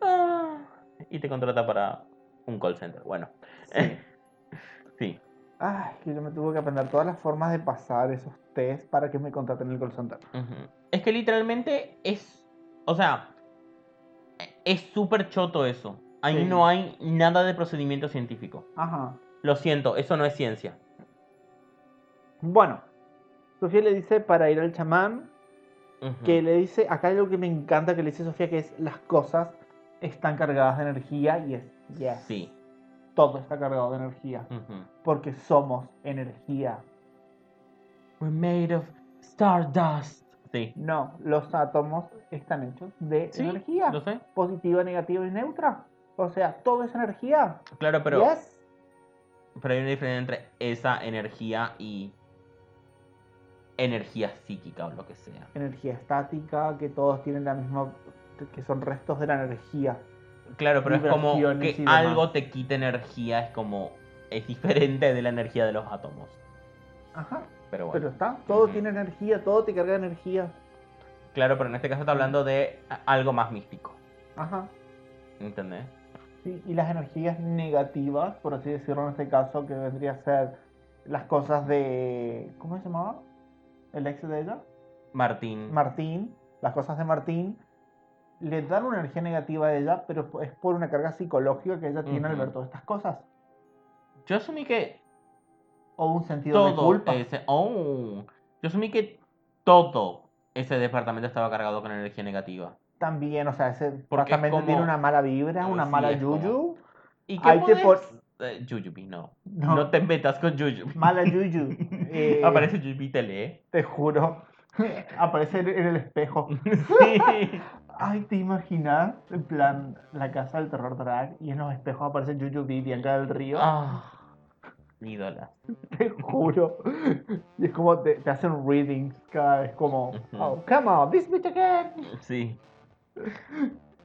[SPEAKER 2] Ah. y te contrata para un call center. Bueno,
[SPEAKER 1] Sí.
[SPEAKER 2] sí.
[SPEAKER 1] Ay, que yo me tuve que aprender todas las formas de pasar esos test para que me contraten en el call center.
[SPEAKER 2] Ujú. Es que literalmente es. O sea, es súper choto eso. Ahí
[SPEAKER 1] Sí.
[SPEAKER 2] no hay nada de procedimiento científico.
[SPEAKER 1] Ajá.
[SPEAKER 2] Lo siento, eso no es ciencia.
[SPEAKER 1] Bueno, Sofía le dice para ir al chamán,
[SPEAKER 2] Ujú.
[SPEAKER 1] que le dice, acá hay algo que me encanta que le dice Sofía, que es las cosas están cargadas de energía y es, yes,
[SPEAKER 2] Sí.
[SPEAKER 1] todo está cargado de energía,
[SPEAKER 2] Ujú.
[SPEAKER 1] porque somos energía.
[SPEAKER 2] We're made of stardust. Sí.
[SPEAKER 1] No, los átomos están hechos de
[SPEAKER 2] Sí,
[SPEAKER 1] energía,
[SPEAKER 2] Lo sé.
[SPEAKER 1] positiva, negativa y neutra. O sea, todo es energía.
[SPEAKER 2] Claro, pero,
[SPEAKER 1] yes.
[SPEAKER 2] pero hay una diferencia entre esa energía y energía psíquica o lo que sea.
[SPEAKER 1] energía estática, que todos tienen la misma, que son restos de la energía.
[SPEAKER 2] Claro, pero es como
[SPEAKER 1] vibraciones
[SPEAKER 2] que
[SPEAKER 1] y demás.
[SPEAKER 2] algo te quita energía, es como es diferente de la energía de los átomos.
[SPEAKER 1] Ajá.
[SPEAKER 2] Pero bueno.
[SPEAKER 1] Pero está, todo
[SPEAKER 2] Ujú.
[SPEAKER 1] tiene energía, todo te carga de energía.
[SPEAKER 2] Claro, pero en este caso está hablando de a- algo más místico.
[SPEAKER 1] Ajá.
[SPEAKER 2] ¿Entendés?
[SPEAKER 1] Sí, y las energías negativas, por así decirlo en este caso, que vendría a ser las cosas de... ¿Cómo se llamaba? El ex de ella.
[SPEAKER 2] Martín.
[SPEAKER 1] Martín. Las cosas de Martín le dan una energía negativa a ella, pero es por una carga psicológica que ella tiene al
[SPEAKER 2] Ujú.
[SPEAKER 1] ver todas estas cosas.
[SPEAKER 2] Yo asumí que.
[SPEAKER 1] o un sentido de
[SPEAKER 2] Todo
[SPEAKER 1] culpa.
[SPEAKER 2] ese. Oh, yo asumí que todo ese departamento estaba cargado con energía negativa.
[SPEAKER 1] También, o sea, ese
[SPEAKER 2] Porque es
[SPEAKER 1] departamento
[SPEAKER 2] como-
[SPEAKER 1] tiene una mala vibra,
[SPEAKER 2] Eh,
[SPEAKER 1] una
[SPEAKER 2] sí,
[SPEAKER 1] mala
[SPEAKER 2] es como-
[SPEAKER 1] yuyu.
[SPEAKER 2] ¿Y
[SPEAKER 1] Ahí te
[SPEAKER 2] podés- eh, Yuyubi, no. No. te metas con Yuyubi.
[SPEAKER 1] Mala yuyu. Eh,
[SPEAKER 2] Aparece Yuyubi y te lee.
[SPEAKER 1] Te juro. Aparece en en el espejo.
[SPEAKER 2] Sí.
[SPEAKER 1] Ay, ¿te imaginas? En plan, la casa del terror drag y en los espejos aparece Yuyubi y Bianca del Río.
[SPEAKER 2] Ah, ídola.
[SPEAKER 1] Te juro. Y es como te, te hacen readings cada vez como,
[SPEAKER 2] Ujú.
[SPEAKER 1] oh, come on, this bitch again.
[SPEAKER 2] Sí.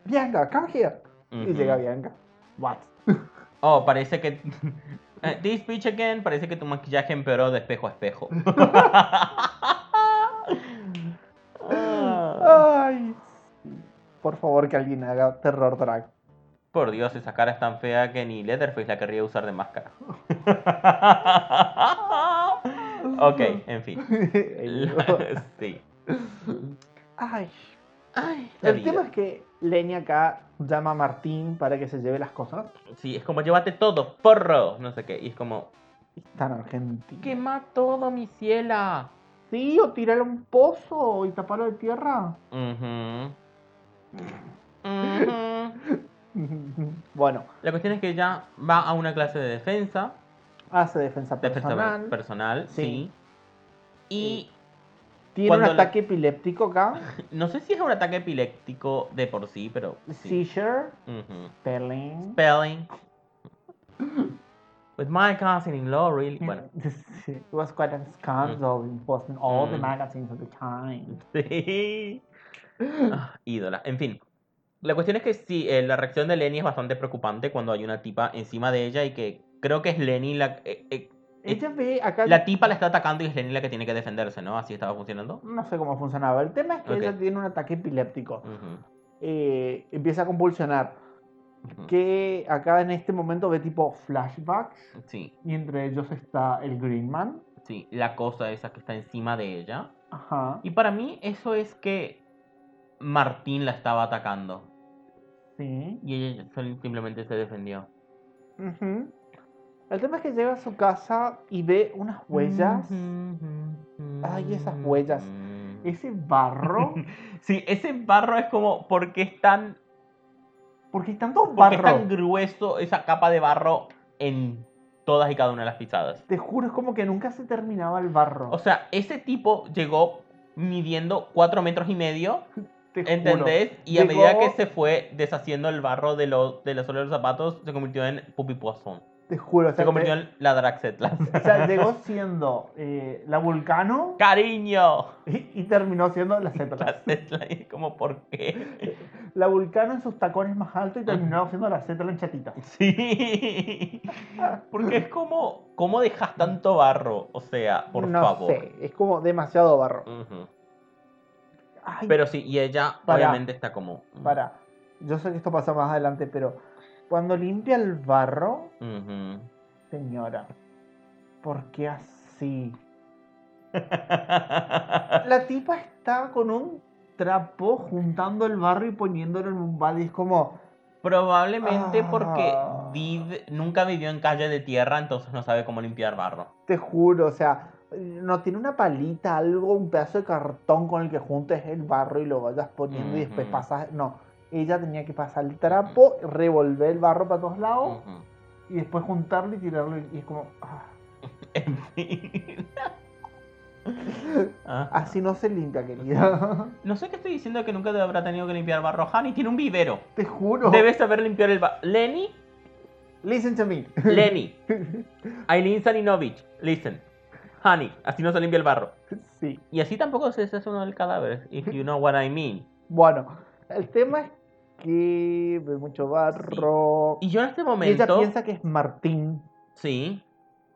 [SPEAKER 1] Bianca, come here. Y
[SPEAKER 2] Ujú.
[SPEAKER 1] llega Bianca. What?
[SPEAKER 2] Oh, parece que. Eh, This bitch again, parece que tu maquillaje empeoró de espejo a espejo. Ah,
[SPEAKER 1] Ay. Por favor, que alguien haga terror drag.
[SPEAKER 2] Por Dios, esa cara es tan fea que ni Leatherface la querría usar de máscara. ok, en fin. La- sí.
[SPEAKER 1] Ay.
[SPEAKER 2] Ay, la
[SPEAKER 1] El tema
[SPEAKER 2] vida.
[SPEAKER 1] es que Lenny acá llama a Martín para que se lleve las cosas.
[SPEAKER 2] Sí, es como llévate todo, porro. No sé qué. Y es como,
[SPEAKER 1] Tan argentino.
[SPEAKER 2] quema todo, mi ciela.
[SPEAKER 1] Sí, o tirarlo a un pozo y taparlo de tierra.
[SPEAKER 2] Ujú. Ujú.
[SPEAKER 1] bueno,
[SPEAKER 2] La cuestión es que ya va a una clase de defensa,
[SPEAKER 1] hace defensa
[SPEAKER 2] defensa per-
[SPEAKER 1] personal.
[SPEAKER 2] personal, sí. Y
[SPEAKER 1] Tiene
[SPEAKER 2] Cuando
[SPEAKER 1] un
[SPEAKER 2] la-
[SPEAKER 1] ataque epiléptico acá.
[SPEAKER 2] no sé si es un ataque epiléptico de por sí, pero sí.
[SPEAKER 1] Seizure.
[SPEAKER 2] Ujú.
[SPEAKER 1] Perlin.
[SPEAKER 2] Spelling. With my cousin in law, really. Bueno,
[SPEAKER 1] It was quite a scandal. It was in all the
[SPEAKER 2] Mm.
[SPEAKER 1] magazines of the time.
[SPEAKER 2] sí. Ah, ídola. En fin. La cuestión es que sí, eh, la reacción de Lenny es bastante preocupante cuando hay una tipa encima de ella y que creo que es Lenny la... eh, eh,
[SPEAKER 1] Ella ve acá.
[SPEAKER 2] la tipa la está atacando y es Lenny la que tiene que defenderse, ¿no? Así estaba funcionando.
[SPEAKER 1] No sé cómo funcionaba. El tema es que
[SPEAKER 2] Ok. Mm.
[SPEAKER 1] ella tiene un ataque epiléptico.
[SPEAKER 2] Ujú,
[SPEAKER 1] Eh, empieza a convulsionar.
[SPEAKER 2] ujú.
[SPEAKER 1] Que acá en este momento ve tipo flashbacks.
[SPEAKER 2] Sí.
[SPEAKER 1] Y entre ellos está el Green Man.
[SPEAKER 2] Sí, la cosa esa que está encima de ella.
[SPEAKER 1] Ajá.
[SPEAKER 2] Y para mí eso es que Martín la estaba atacando.
[SPEAKER 1] Sí.
[SPEAKER 2] Y ella sol- simplemente se defendió.
[SPEAKER 1] Ujú. El tema es que llega a su casa y ve unas huellas. Ay, esas huellas. Ese barro.
[SPEAKER 2] Sí, ese barro es como porque es tan,
[SPEAKER 1] Porque hay tantos
[SPEAKER 2] porque es tan
[SPEAKER 1] barros.
[SPEAKER 2] grueso esa capa de barro en todas y cada una de las pisadas.
[SPEAKER 1] Te juro, es como que nunca se terminaba el barro.
[SPEAKER 2] O sea, ese tipo llegó midiendo 4 metros y medio
[SPEAKER 1] Te juro.
[SPEAKER 2] ¿Entendés? Y a
[SPEAKER 1] Llegó-
[SPEAKER 2] medida que se fue deshaciendo el barro de, los de la suela de los zapatos, se convirtió en Pupi Poisson.
[SPEAKER 1] Te juro. o sea,
[SPEAKER 2] Se convirtió
[SPEAKER 1] te-
[SPEAKER 2] en la Draxetlas.
[SPEAKER 1] o sea, llegó siendo eh, la Vulcano
[SPEAKER 2] ¡Cariño!
[SPEAKER 1] y, y terminó siendo la Cetra.
[SPEAKER 2] La Zetla, y es como, ¿por qué?
[SPEAKER 1] La Vulcano en sus tacones más altos y terminó siendo la Cetra en chatita.
[SPEAKER 2] Sí. Porque es como, ¿cómo dejas tanto barro? O sea, por
[SPEAKER 1] no
[SPEAKER 2] favor.
[SPEAKER 1] sé, es como demasiado barro.
[SPEAKER 2] Ujú.
[SPEAKER 1] Ay,
[SPEAKER 2] Pero sí, y ella
[SPEAKER 1] Pará.
[SPEAKER 2] obviamente está como...
[SPEAKER 1] para. Yo sé que esto pasa más adelante, pero cuando limpia el barro,
[SPEAKER 2] Ujú.
[SPEAKER 1] señora, ¿por qué así? La tipa está con un trapo juntando el barro y poniéndolo en un balde. y Es como,
[SPEAKER 2] Probablemente porque
[SPEAKER 1] Ah.
[SPEAKER 2] Did nunca vivió en calle de tierra, entonces no sabe cómo limpiar barro.
[SPEAKER 1] te juro, o sea, no tiene una palita, algo, un pedazo de cartón con el que juntes el barro y lo vayas poniendo y después
[SPEAKER 2] Ujú.
[SPEAKER 1] pasas. No, ella tenía que pasar el trapo, revolver el barro para todos lados
[SPEAKER 2] Ujú.
[SPEAKER 1] y después juntarlo y tirarlo. Y es como, ah,
[SPEAKER 2] En fin. Ajá.
[SPEAKER 1] así no se limpia, querida.
[SPEAKER 2] Ah. No sé qué estoy diciendo que nunca te habrá tenido que limpiar barro. Hani tiene un vivero.
[SPEAKER 1] Te juro.
[SPEAKER 2] Debes saber limpiar el barro. Lenny,
[SPEAKER 1] Listen to me.
[SPEAKER 2] Lenny. Aileen Saninovich, listen. Honey, así no se limpia el barro.
[SPEAKER 1] sí.
[SPEAKER 2] Y así tampoco se deshace uno del cadáver, if you know what I mean.
[SPEAKER 1] Bueno, el tema es que ve mucho barro.
[SPEAKER 2] Y yo en
[SPEAKER 1] Y
[SPEAKER 2] este
[SPEAKER 1] ella
[SPEAKER 2] momento,
[SPEAKER 1] piensa que es Martín,
[SPEAKER 2] sí,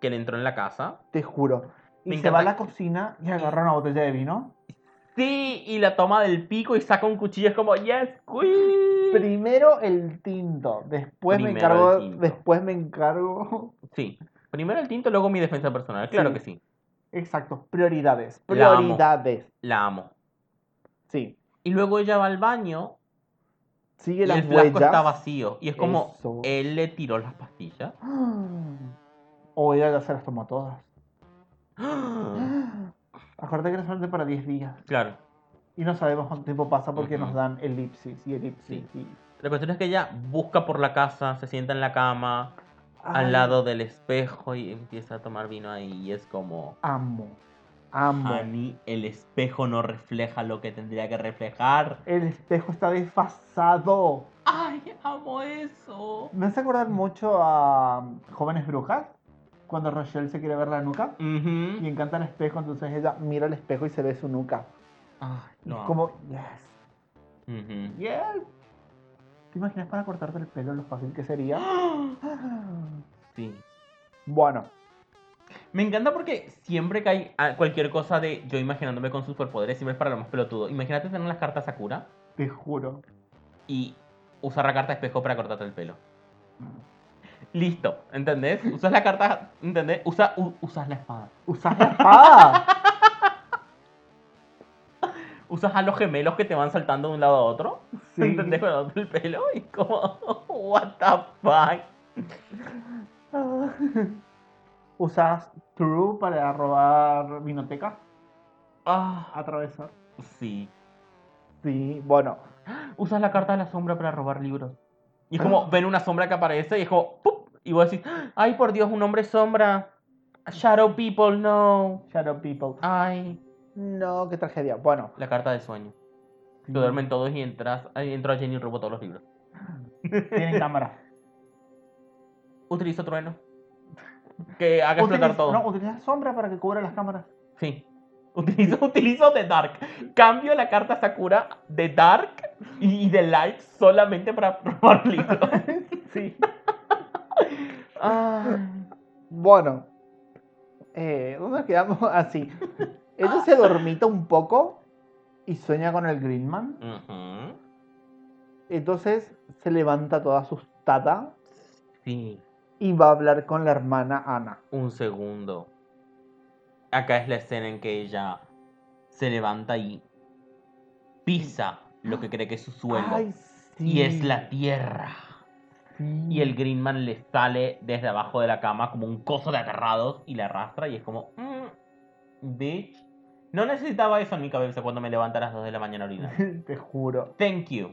[SPEAKER 2] que le entró en la casa.
[SPEAKER 1] te juro. Y
[SPEAKER 2] Me
[SPEAKER 1] se va a
[SPEAKER 2] encanta
[SPEAKER 1] la cocina y agarra una botella de vino.
[SPEAKER 2] Sí, y la toma del pico y saca un cuchillo, es como, yes, queen.
[SPEAKER 1] Primero el tinto, después me
[SPEAKER 2] Primero el
[SPEAKER 1] encargo,
[SPEAKER 2] tinto.
[SPEAKER 1] después me encargo.
[SPEAKER 2] Sí, primero el tinto, luego mi defensa personal, claro
[SPEAKER 1] Sí.
[SPEAKER 2] que sí,
[SPEAKER 1] Exacto, prioridades,
[SPEAKER 2] La amo.
[SPEAKER 1] prioridades.
[SPEAKER 2] la amo.
[SPEAKER 1] Sí.
[SPEAKER 2] Y luego ella va al baño
[SPEAKER 1] Sigue
[SPEAKER 2] y
[SPEAKER 1] las
[SPEAKER 2] el flasco
[SPEAKER 1] huellas.
[SPEAKER 2] está vacío. Y es como,
[SPEAKER 1] Eso.
[SPEAKER 2] él le tiró las pastillas.
[SPEAKER 1] O ella ya se las tomó todas. Acuérdate que era solamente para 10 días.
[SPEAKER 2] Claro.
[SPEAKER 1] Y no sabemos cuánto tiempo pasa porque
[SPEAKER 2] Ujú.
[SPEAKER 1] nos dan elipsis y elipsis.
[SPEAKER 2] Sí.
[SPEAKER 1] y-
[SPEAKER 2] La cuestión es que ella busca por la casa, se sienta en la cama,
[SPEAKER 1] Ay,
[SPEAKER 2] al lado del espejo y empieza a tomar vino ahí. Y es como.
[SPEAKER 1] Amo. Amo.
[SPEAKER 2] Ani, el espejo no refleja lo que tendría que reflejar.
[SPEAKER 1] El espejo está desfasado.
[SPEAKER 2] ¡Ay, amo eso!
[SPEAKER 1] Me hace acordar mucho a um, Jóvenes Brujas, cuando Rochelle se quiere ver la nuca y encanta el espejo, entonces ella mira el espejo y se ve su nuca.
[SPEAKER 2] Ay,
[SPEAKER 1] Y
[SPEAKER 2] lo
[SPEAKER 1] es
[SPEAKER 2] amo.
[SPEAKER 1] como, yes,
[SPEAKER 2] Ujú.
[SPEAKER 1] yes. ¿Te imaginas para cortarte el pelo lo fácil que sería?
[SPEAKER 2] Sí.
[SPEAKER 1] Bueno,
[SPEAKER 2] Me encanta porque siempre que hay ah, cualquier cosa de yo imaginándome con superpoderes, siempre es para lo más pelotudo. Imagínate tener las cartas Sakura
[SPEAKER 1] te juro.
[SPEAKER 2] y usar la carta espejo para cortarte el pelo. Listo, ¿entendés? Usas la carta, ¿entendés? Usa, u- usas la espada.
[SPEAKER 1] ¡Usas la espada!
[SPEAKER 2] Usas a los gemelos que te van saltando de un lado a otro.
[SPEAKER 1] Sí.
[SPEAKER 2] ¿Entendés? Para darte el pelo y como, what the fuck.
[SPEAKER 1] Ah. ¿Usas True para robar vinoteca?
[SPEAKER 2] Ah,
[SPEAKER 1] Atravesar.
[SPEAKER 2] sí.
[SPEAKER 1] Sí, bueno.
[SPEAKER 2] Usas la carta de la sombra para robar libros. Y es como, ven una sombra que aparece y es como, ¡pup! Y vos decís, ay por Dios, un hombre sombra. Shadow people, no.
[SPEAKER 1] Shadow People.
[SPEAKER 2] Ay.
[SPEAKER 1] No, qué tragedia. Bueno.
[SPEAKER 2] La carta de sueño. Que duermen todos y entras, ay, entro a Jenny y robo todos los libros.
[SPEAKER 1] Tienen cámara.
[SPEAKER 2] Utilizo trueno. Que haga explotar
[SPEAKER 1] Utiliza-
[SPEAKER 2] todo.
[SPEAKER 1] No, utilizas sombra para que cubra las cámaras.
[SPEAKER 2] Sí. Utilizo, utilizo The Dark. Cambio la carta Sakura de Dark y de Light solamente para robar libros.
[SPEAKER 1] Sí.
[SPEAKER 2] Ay.
[SPEAKER 1] Bueno. Eh, ¿Dónde quedamos? Así. Ella se dormita un poco y sueña con el Greenman.
[SPEAKER 2] Ujú.
[SPEAKER 1] Entonces se levanta toda asustada
[SPEAKER 2] Sí.
[SPEAKER 1] y va a hablar con la hermana Ana.
[SPEAKER 2] Un segundo. Acá es la escena en que ella se levanta y pisa lo que cree que es su suelo.
[SPEAKER 1] Ay, sí.
[SPEAKER 2] Y es la tierra.
[SPEAKER 1] Sí.
[SPEAKER 2] Y el Greenman le sale desde abajo de la cama como un coso de aterrados y la arrastra y es como... "Mm, bitch. No necesitaba eso en mi cabeza cuando me levanta a las 2 de la mañana a orinar.
[SPEAKER 1] Te juro.
[SPEAKER 2] Thank you.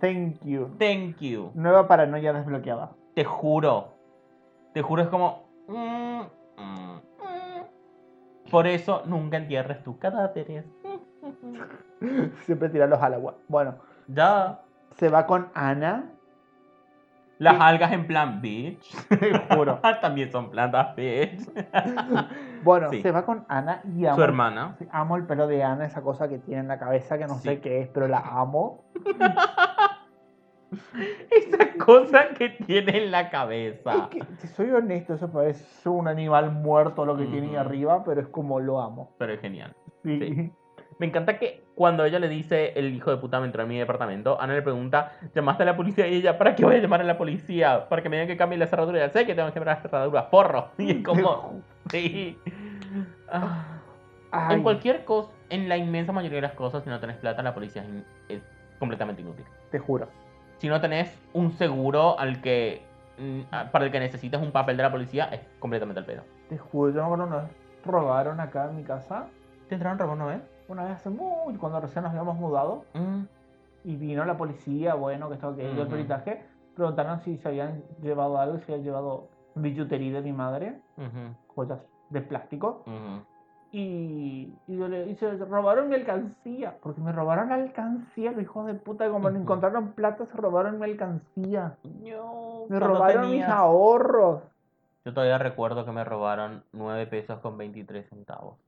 [SPEAKER 1] Thank you.
[SPEAKER 2] Thank you.
[SPEAKER 1] Nueva paranoia desbloqueada.
[SPEAKER 2] Te juro. Te juro, es como. mm, mm, mm. Por eso nunca entierres tus cadáveres.
[SPEAKER 1] Siempre tirarlos al agua. Bueno,
[SPEAKER 2] Ya.
[SPEAKER 1] se va con Ana.
[SPEAKER 2] Las
[SPEAKER 1] Sí.
[SPEAKER 2] algas en plan, bitch. ah,
[SPEAKER 1] Te juro.
[SPEAKER 2] También son plantas, bitch.
[SPEAKER 1] Bueno,
[SPEAKER 2] Sí.
[SPEAKER 1] se va con Ana y amo,
[SPEAKER 2] Su hermana.
[SPEAKER 1] amo el pelo de Ana, esa cosa que tiene en la cabeza que no
[SPEAKER 2] Sí.
[SPEAKER 1] sé qué es, pero la amo.
[SPEAKER 2] Esa cosa que tiene en la cabeza.
[SPEAKER 1] Es que, si soy honesto, eso parece un animal muerto lo que tiene ahí
[SPEAKER 2] Ujú.
[SPEAKER 1] arriba, pero es como lo amo.
[SPEAKER 2] Pero es genial.
[SPEAKER 1] Sí.
[SPEAKER 2] Sí. Me encanta que cuando ella le dice, el hijo de puta me entró en mi departamento, Ana le pregunta, ¿llamaste a la policía? Y ella, ¿para qué voy a llamar a la policía? Para que me digan que cambie la cerradura. Ya sé que tengo que cambiar las cerraduras, porro. Y es como, sí. Ah.
[SPEAKER 1] Ay,
[SPEAKER 2] En cualquier cosa, en la inmensa mayoría de las cosas, si no tenés plata, la policía es, in- es completamente inútil.
[SPEAKER 1] te juro.
[SPEAKER 2] Si no tenés un seguro al que mm, a- para el que necesitas un papel de la policía, es completamente al pedo.
[SPEAKER 1] Te juro, yo me acuerdo una vez robaron acá en mi casa,
[SPEAKER 2] ¿Te entraron robo una vez?
[SPEAKER 1] una vez hace muy, cuando recién nos habíamos mudado,
[SPEAKER 2] Mm.
[SPEAKER 1] y vino la policía, bueno, que estaba que dio el
[SPEAKER 2] Ujú.
[SPEAKER 1] peritaje, preguntaron si se habían llevado algo, si habían llevado billutería de mi madre,
[SPEAKER 2] Ujú,
[SPEAKER 1] joyas de plástico,
[SPEAKER 2] ujú.
[SPEAKER 1] y, y yo le y se robaron mi alcancía, porque me robaron la alcancía, los hijos de puta, como no
[SPEAKER 2] Ujú.
[SPEAKER 1] encontraron plata, se robaron mi alcancía.
[SPEAKER 2] No,
[SPEAKER 1] Me
[SPEAKER 2] cuando
[SPEAKER 1] robaron mis
[SPEAKER 2] tenías-
[SPEAKER 1] ahorros.
[SPEAKER 2] Yo todavía recuerdo que me robaron 9 pesos con 23 centavos.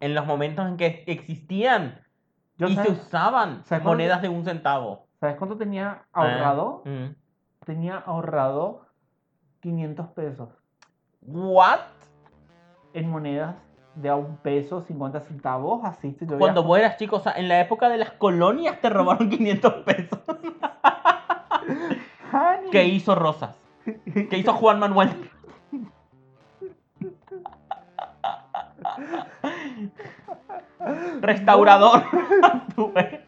[SPEAKER 2] En los momentos en que existían
[SPEAKER 1] Yo
[SPEAKER 2] y se
[SPEAKER 1] sabes,
[SPEAKER 2] usaban
[SPEAKER 1] ¿sabes cuándo-
[SPEAKER 2] monedas de un centavo.
[SPEAKER 1] ¿sabes cuánto tenía ahorrado?
[SPEAKER 2] Mm.
[SPEAKER 1] Tenía ahorrado 500 pesos
[SPEAKER 2] ¿What?
[SPEAKER 1] en monedas de a un peso, 50 centavos, así. se lo había
[SPEAKER 2] Cuando vos eras chico, o sea, en la época de las colonias te robaron 500 pesos.
[SPEAKER 1] Honey.
[SPEAKER 2] ¿Qué hizo Rosas? ¿Qué hizo Juan Manuel? Restaurador. Actúe.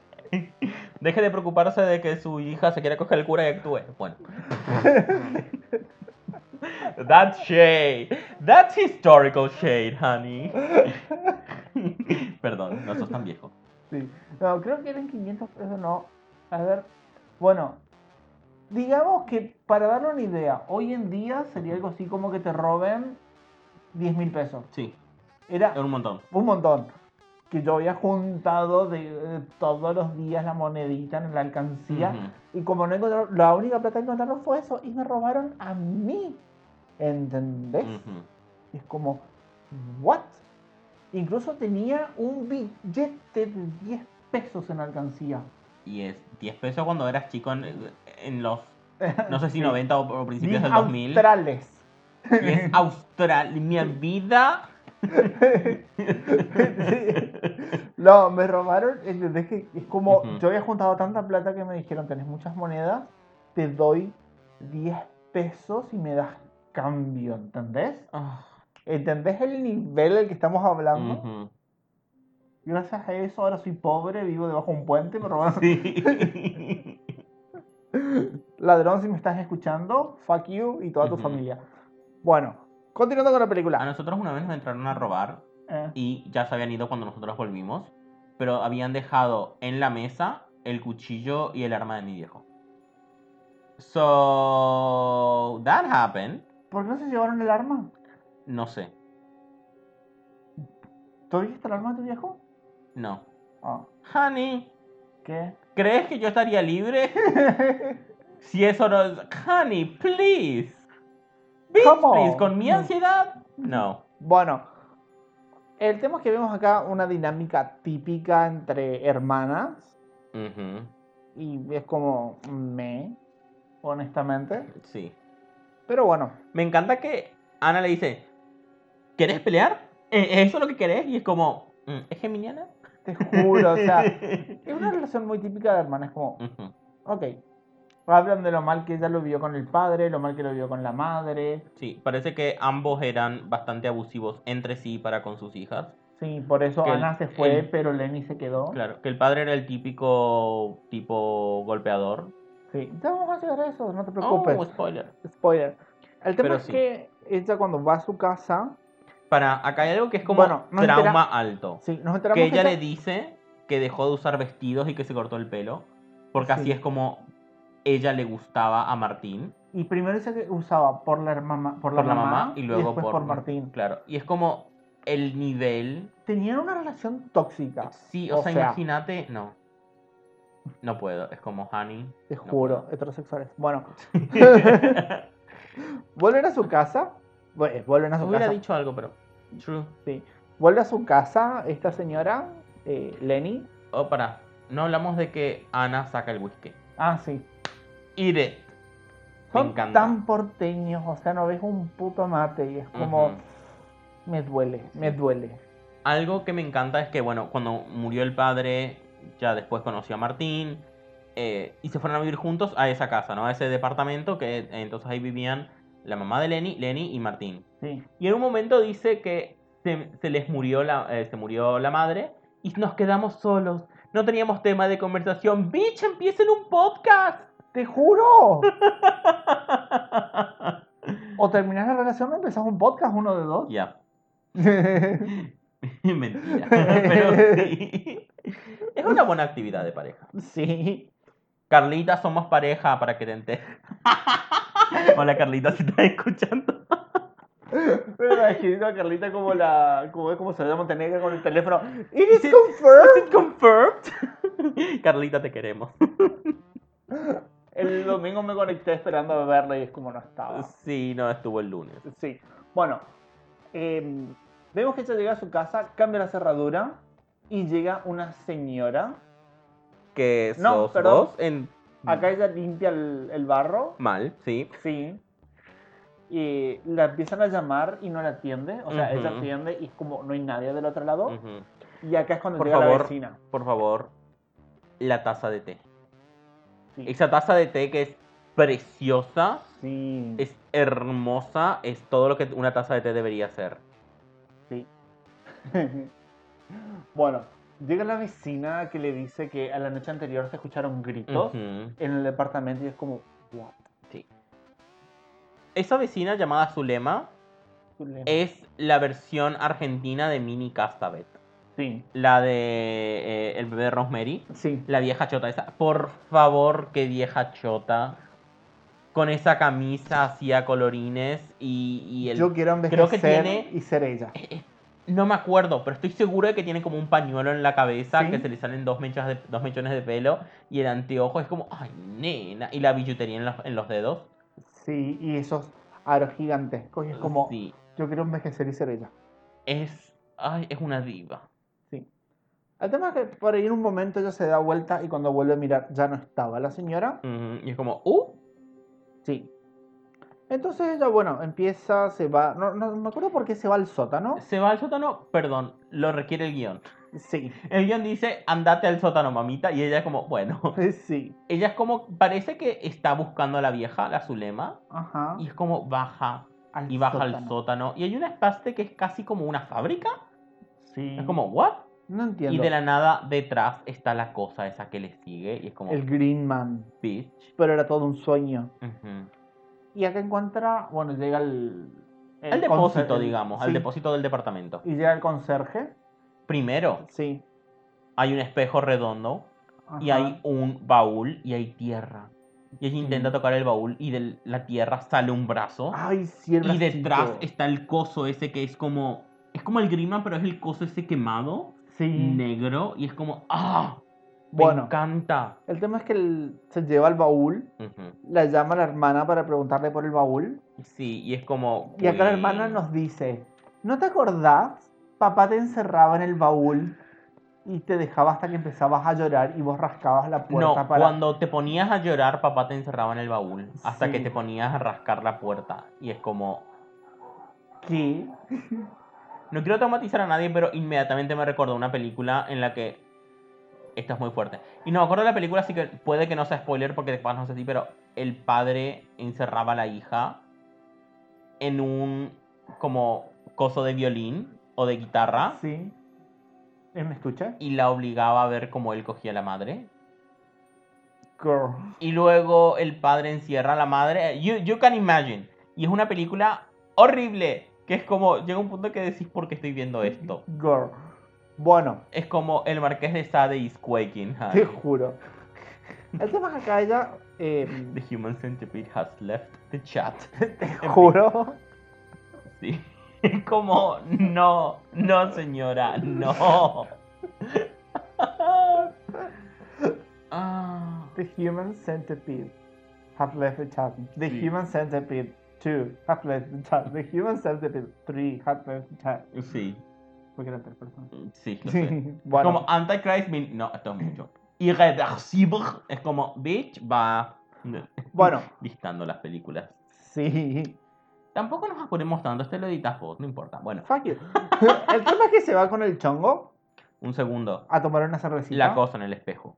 [SPEAKER 2] Deje de preocuparse de que su hija se quiera coger el cura y actúe. Bueno. That shade. That's historical shade, honey. Perdón, no sos tan viejo.
[SPEAKER 1] Sí. No, creo que eran 500 pesos, no. A ver, bueno, digamos que para darle una idea, hoy en día sería algo así como que te roben 10 mil pesos.
[SPEAKER 2] Sí,
[SPEAKER 1] Era
[SPEAKER 2] es un montón.
[SPEAKER 1] un montón. Que yo había juntado de, eh, todos los días la monedita en la alcancía.
[SPEAKER 2] Ujú.
[SPEAKER 1] Y como no encontraron, la única plata que encontraron fue eso. Y me robaron a mí. ¿Entendés?
[SPEAKER 2] Ujú.
[SPEAKER 1] Y es como, ¿what? Incluso tenía un billete de 10 pesos en la alcancía.
[SPEAKER 2] Y es 10 pesos cuando eras chico en, en los, no sé si
[SPEAKER 1] Sí.
[SPEAKER 2] 90 o, o
[SPEAKER 1] 10
[SPEAKER 2] principios del 2000.
[SPEAKER 1] australes.
[SPEAKER 2] Y es Australia. Mi vida.
[SPEAKER 1] no, me robaron. ¿entendés? Que Es como,
[SPEAKER 2] Ujú.
[SPEAKER 1] yo había juntado tanta plata que me dijeron, tenés muchas monedas, te doy 10 pesos y me das cambio, ¿entendés?
[SPEAKER 2] Ah,
[SPEAKER 1] ¿Entendés el nivel del que estamos hablando?
[SPEAKER 2] ujú.
[SPEAKER 1] Gracias a eso ahora soy pobre, vivo debajo de un puente, me robaron
[SPEAKER 2] Sí.
[SPEAKER 1] Ladrón, si me estás escuchando, fuck you y toda tu
[SPEAKER 2] Ujú. Ah.
[SPEAKER 1] familia. Bueno, continuando con la
[SPEAKER 2] A
[SPEAKER 1] película.
[SPEAKER 2] nosotros una vez nos entraron a robar
[SPEAKER 1] Eh,
[SPEAKER 2] y ya se habían ido cuando nosotros volvimos, pero habían dejado en la mesa el cuchillo y el arma de mi viejo. So that happened.
[SPEAKER 1] ¿Por qué no se llevaron el arma?
[SPEAKER 2] No sé,
[SPEAKER 1] ¿Todavía está el arma de tu viejo?
[SPEAKER 2] no.
[SPEAKER 1] Ah,
[SPEAKER 2] Honey,
[SPEAKER 1] ¿qué?
[SPEAKER 2] ¿crees que yo estaría libre? si eso no es. Honey, please. Bitch,
[SPEAKER 1] Come on.
[SPEAKER 2] please, con mi ansiedad. No.
[SPEAKER 1] Bueno, el tema es que vemos acá una dinámica típica entre hermanas
[SPEAKER 2] Ujú,
[SPEAKER 1] y es como me, honestamente.
[SPEAKER 2] Sí.
[SPEAKER 1] Pero bueno,
[SPEAKER 2] Me encanta que Ana le dice, ¿querés pelear? ¿E- ¿Eso es lo que querés? Y es como, "Mm, ¿es geminiana?
[SPEAKER 1] te juro, o sea, es una relación muy típica de hermanas, como
[SPEAKER 2] Ujú,
[SPEAKER 1] Ok. Hablan de lo mal que ella lo vio con el padre, lo mal que lo vio con la madre.
[SPEAKER 2] Sí, parece que ambos eran bastante abusivos entre sí para con sus hijas.
[SPEAKER 1] Sí, por eso
[SPEAKER 2] Que el-
[SPEAKER 1] Ana se fue,
[SPEAKER 2] el-
[SPEAKER 1] pero Lenny se quedó.
[SPEAKER 2] Claro, que el padre era el típico tipo golpeador.
[SPEAKER 1] Sí. Ya vamos a llegar a eso, no te preocupes.
[SPEAKER 2] Oh, spoiler.
[SPEAKER 1] Spoiler. El tema
[SPEAKER 2] Pero
[SPEAKER 1] es
[SPEAKER 2] sí.
[SPEAKER 1] que ella cuando va a su casa,
[SPEAKER 2] Para, acá hay algo que es como
[SPEAKER 1] Bueno, no entera-
[SPEAKER 2] trauma alto.
[SPEAKER 1] sí, nos enteramos
[SPEAKER 2] que ella
[SPEAKER 1] ella-
[SPEAKER 2] le dice que dejó de usar vestidos y que se cortó el pelo. Porque
[SPEAKER 1] Sí.
[SPEAKER 2] así es como ella le gustaba a Martín.
[SPEAKER 1] Y primero dice que usaba por la hermana, por la,
[SPEAKER 2] Por la mamá y luego
[SPEAKER 1] después
[SPEAKER 2] por-
[SPEAKER 1] por, Martín.
[SPEAKER 2] Claro. Y es como el nivel.
[SPEAKER 1] Tenían una relación tóxica,
[SPEAKER 2] Sí, o,
[SPEAKER 1] O
[SPEAKER 2] sea,
[SPEAKER 1] sea-
[SPEAKER 2] imagínate. No. No puedo. Es como Honey.
[SPEAKER 1] te
[SPEAKER 2] no
[SPEAKER 1] juro, heterosexuales. Bueno,
[SPEAKER 2] puedo.
[SPEAKER 1] vuelven a su casa. Bueno, vuelven a su
[SPEAKER 2] Hubiera
[SPEAKER 1] casa.
[SPEAKER 2] dicho algo, pero. True.
[SPEAKER 1] Vuelve a su casa esta señora, eh, Lenny.
[SPEAKER 2] Oh, para. No hablamos de que Ana saca el whisky.
[SPEAKER 1] Ah, sí.
[SPEAKER 2] Eat it. Me
[SPEAKER 1] Son
[SPEAKER 2] encanta.
[SPEAKER 1] tan porteños, o sea, no ves un puto mate y es como,
[SPEAKER 2] Ujú.
[SPEAKER 1] me duele, me
[SPEAKER 2] Sí.
[SPEAKER 1] duele.
[SPEAKER 2] Algo que me encanta es que, bueno, cuando murió el padre, ya después conoció a Martín eh, y se fueron a vivir juntos a esa casa, ¿no? A ese departamento que eh, entonces ahí vivían la mamá de Lenny, Lenny y Martín.
[SPEAKER 1] Sí.
[SPEAKER 2] Y en un momento dice que se, se les murió la, eh, se murió la madre y nos quedamos solos. No teníamos tema de conversación. ¡Bitch, empiecen un podcast!
[SPEAKER 1] ¡Te juro! o terminás la relación o empezás un podcast, uno de dos.
[SPEAKER 2] Ya. Mentira. Pero sí. Es una buena actividad de pareja.
[SPEAKER 1] sí.
[SPEAKER 2] Carlita, somos pareja para que te enteres. Hola Carlita, si estás escuchando.
[SPEAKER 1] Pero me imagino a Carlita como la. como es como se llama Montenegro con el teléfono. It
[SPEAKER 2] Is
[SPEAKER 1] is
[SPEAKER 2] it-
[SPEAKER 1] confirmed.
[SPEAKER 2] Confirmed. Carlita, te queremos.
[SPEAKER 1] El domingo me conecté esperando a verla y es como no estaba.
[SPEAKER 2] Sí, no estuvo el lunes.
[SPEAKER 1] Sí. Bueno, eh, vemos que ella llega a su casa, cambia la cerradura y llega una señora.
[SPEAKER 2] Que
[SPEAKER 1] No,
[SPEAKER 2] sos
[SPEAKER 1] perdón.
[SPEAKER 2] vos en
[SPEAKER 1] Acá ella limpia el, el barro.
[SPEAKER 2] mal, sí.
[SPEAKER 1] Sí. Y la empiezan a llamar y no la atiende. O sea,
[SPEAKER 2] Ujú.
[SPEAKER 1] ella atiende y es como no hay nadie del otro lado.
[SPEAKER 2] Ujú.
[SPEAKER 1] Y acá es cuando
[SPEAKER 2] Por
[SPEAKER 1] llega la
[SPEAKER 2] favor.
[SPEAKER 1] vecina.
[SPEAKER 2] Por favor, la taza de té.
[SPEAKER 1] Sí.
[SPEAKER 2] Esa taza de té que es preciosa,
[SPEAKER 1] Sí.
[SPEAKER 2] es hermosa, es todo lo que una taza de té debería ser.
[SPEAKER 1] Sí. bueno, llega la vecina que le dice que a la noche anterior se escucharon gritos
[SPEAKER 2] Ujú.
[SPEAKER 1] en el departamento y es como, "What?".
[SPEAKER 2] Esa vecina llamada Zulema
[SPEAKER 1] Zulema.
[SPEAKER 2] es la versión argentina de Mini Castavet.
[SPEAKER 1] Sí,
[SPEAKER 2] La de eh, El bebé de Rosemary.
[SPEAKER 1] sí.
[SPEAKER 2] La vieja chota esa. Por favor, qué vieja chota. Con esa camisa hacía colorines y, y el...
[SPEAKER 1] Yo quiero
[SPEAKER 2] que
[SPEAKER 1] envejecer
[SPEAKER 2] tiene-
[SPEAKER 1] y ser ella.
[SPEAKER 2] No me acuerdo, pero estoy seguro de que tiene como un pañuelo en la cabeza,
[SPEAKER 1] Sí.
[SPEAKER 2] que se le salen dos, mechas de- dos mechones de pelo y el anteojo es como, ay, nena. Y la billutería en los, en los dedos.
[SPEAKER 1] Sí, y esos aros gigantescos. Y es como,
[SPEAKER 2] Sí,
[SPEAKER 1] yo quiero envejecer y ser ella.
[SPEAKER 2] es, ay, es una diva.
[SPEAKER 1] Sí. El tema es que por ahí en un momento ella se da vuelta y cuando vuelve a mirar ya no estaba la señora.
[SPEAKER 2] Ujú, Y es como, uh,
[SPEAKER 1] Sí. Entonces ella, bueno, empieza, se va. No, no me acuerdo por qué se va al sótano.
[SPEAKER 2] se va al sótano, perdón, lo requiere el guión.
[SPEAKER 1] Sí,
[SPEAKER 2] El guión dice, andate al sótano, mamita, y ella es como, bueno.
[SPEAKER 1] sí.
[SPEAKER 2] Ella es como, parece que está buscando a la vieja, la Zulema,
[SPEAKER 1] Ajá.
[SPEAKER 2] y es como, baja,
[SPEAKER 1] Al
[SPEAKER 2] y baja al
[SPEAKER 1] sótano.
[SPEAKER 2] sótano. Y hay una espaste que es casi como una fábrica.
[SPEAKER 1] Sí.
[SPEAKER 2] Es como, ¿what?
[SPEAKER 1] No Mm. entiendo.
[SPEAKER 2] Y de la nada detrás está la cosa esa que le sigue y es como
[SPEAKER 1] El Green Man.
[SPEAKER 2] bitch.
[SPEAKER 1] Pero era todo un sueño.
[SPEAKER 2] Ujú.
[SPEAKER 1] Y acá encuentra, bueno, llega el. el
[SPEAKER 2] Al depósito,
[SPEAKER 1] conser- el-
[SPEAKER 2] digamos,
[SPEAKER 1] sí,
[SPEAKER 2] al depósito del departamento.
[SPEAKER 1] Y llega el conserje.
[SPEAKER 2] Primero,
[SPEAKER 1] Sí.
[SPEAKER 2] hay un espejo redondo y
[SPEAKER 1] ajá,
[SPEAKER 2] hay un baúl y hay tierra. Y ella intenta
[SPEAKER 1] Sí.
[SPEAKER 2] tocar el baúl y de la tierra sale un brazo.
[SPEAKER 1] Ay, sí, Ah, el
[SPEAKER 2] y detrás
[SPEAKER 1] bracito.
[SPEAKER 2] está el coso ese que es como. Es como el grima, pero es el coso ese quemado,
[SPEAKER 1] Sí.
[SPEAKER 2] negro, y es como. ¡Ah! Me
[SPEAKER 1] Bueno,
[SPEAKER 2] encanta.
[SPEAKER 1] el tema es que él se lleva el baúl.
[SPEAKER 2] Ujú.
[SPEAKER 1] La llama la hermana para preguntarle por el baúl.
[SPEAKER 2] Sí, y es como.
[SPEAKER 1] Y acá la
[SPEAKER 2] "Uy".
[SPEAKER 1] hermana nos dice: ¿No te acordás? Papá te encerraba en el baúl y te dejaba hasta que empezabas a llorar y vos rascabas la
[SPEAKER 2] No,
[SPEAKER 1] puerta para.
[SPEAKER 2] cuando te ponías a llorar, papá te encerraba en el baúl. Hasta
[SPEAKER 1] Sí.
[SPEAKER 2] que te ponías a rascar la puerta. Y es como.
[SPEAKER 1] ¿Qué?
[SPEAKER 2] No quiero traumatizar a nadie, pero inmediatamente me recordó una película en la que. Esto es muy fuerte. Y no me acuerdo de la película, así que puede que no sea spoiler porque después no sé si, pero el padre encerraba a la hija en un como coso de violín o de guitarra
[SPEAKER 1] Sí. ¿Eh, ¿Me escuchas?
[SPEAKER 2] y la obligaba a ver cómo él cogía a la madre.
[SPEAKER 1] Girl.
[SPEAKER 2] Y luego el padre encierra a la madre. You, you can imagine. Y es una película horrible. Que es como, llega un punto que decís, ¿por qué estoy viendo esto?
[SPEAKER 1] Girl. Bueno,
[SPEAKER 2] Es como el marqués de Sade is quaking. honey.
[SPEAKER 1] te juro. El tema es que acá ella. eh,
[SPEAKER 2] The human centipede has left the chat.
[SPEAKER 1] te juro.
[SPEAKER 2] Sí. Es como, no, no señora, no. Ah,
[SPEAKER 1] The Human Centipede have left the chat. The
[SPEAKER 2] Sí.
[SPEAKER 1] Human Centipede 2 have left the chat. The Human Centipede 3 have left the chat.
[SPEAKER 2] sí,
[SPEAKER 1] Porque eran tres personas.
[SPEAKER 2] sí, lo sé.
[SPEAKER 1] Sí, bueno.
[SPEAKER 2] Como Antichrist, min- no, esto es mucho. Irreversible es como, bitch, va
[SPEAKER 1] Bueno,
[SPEAKER 2] listando las películas.
[SPEAKER 1] sí.
[SPEAKER 2] Tampoco nos apuremos tanto, este lo editas vos, no importa. Bueno,
[SPEAKER 1] Fuck you. El tema es que se va con el chongo
[SPEAKER 2] un segundo.
[SPEAKER 1] a tomar una cervecita.
[SPEAKER 2] La cosa en el espejo.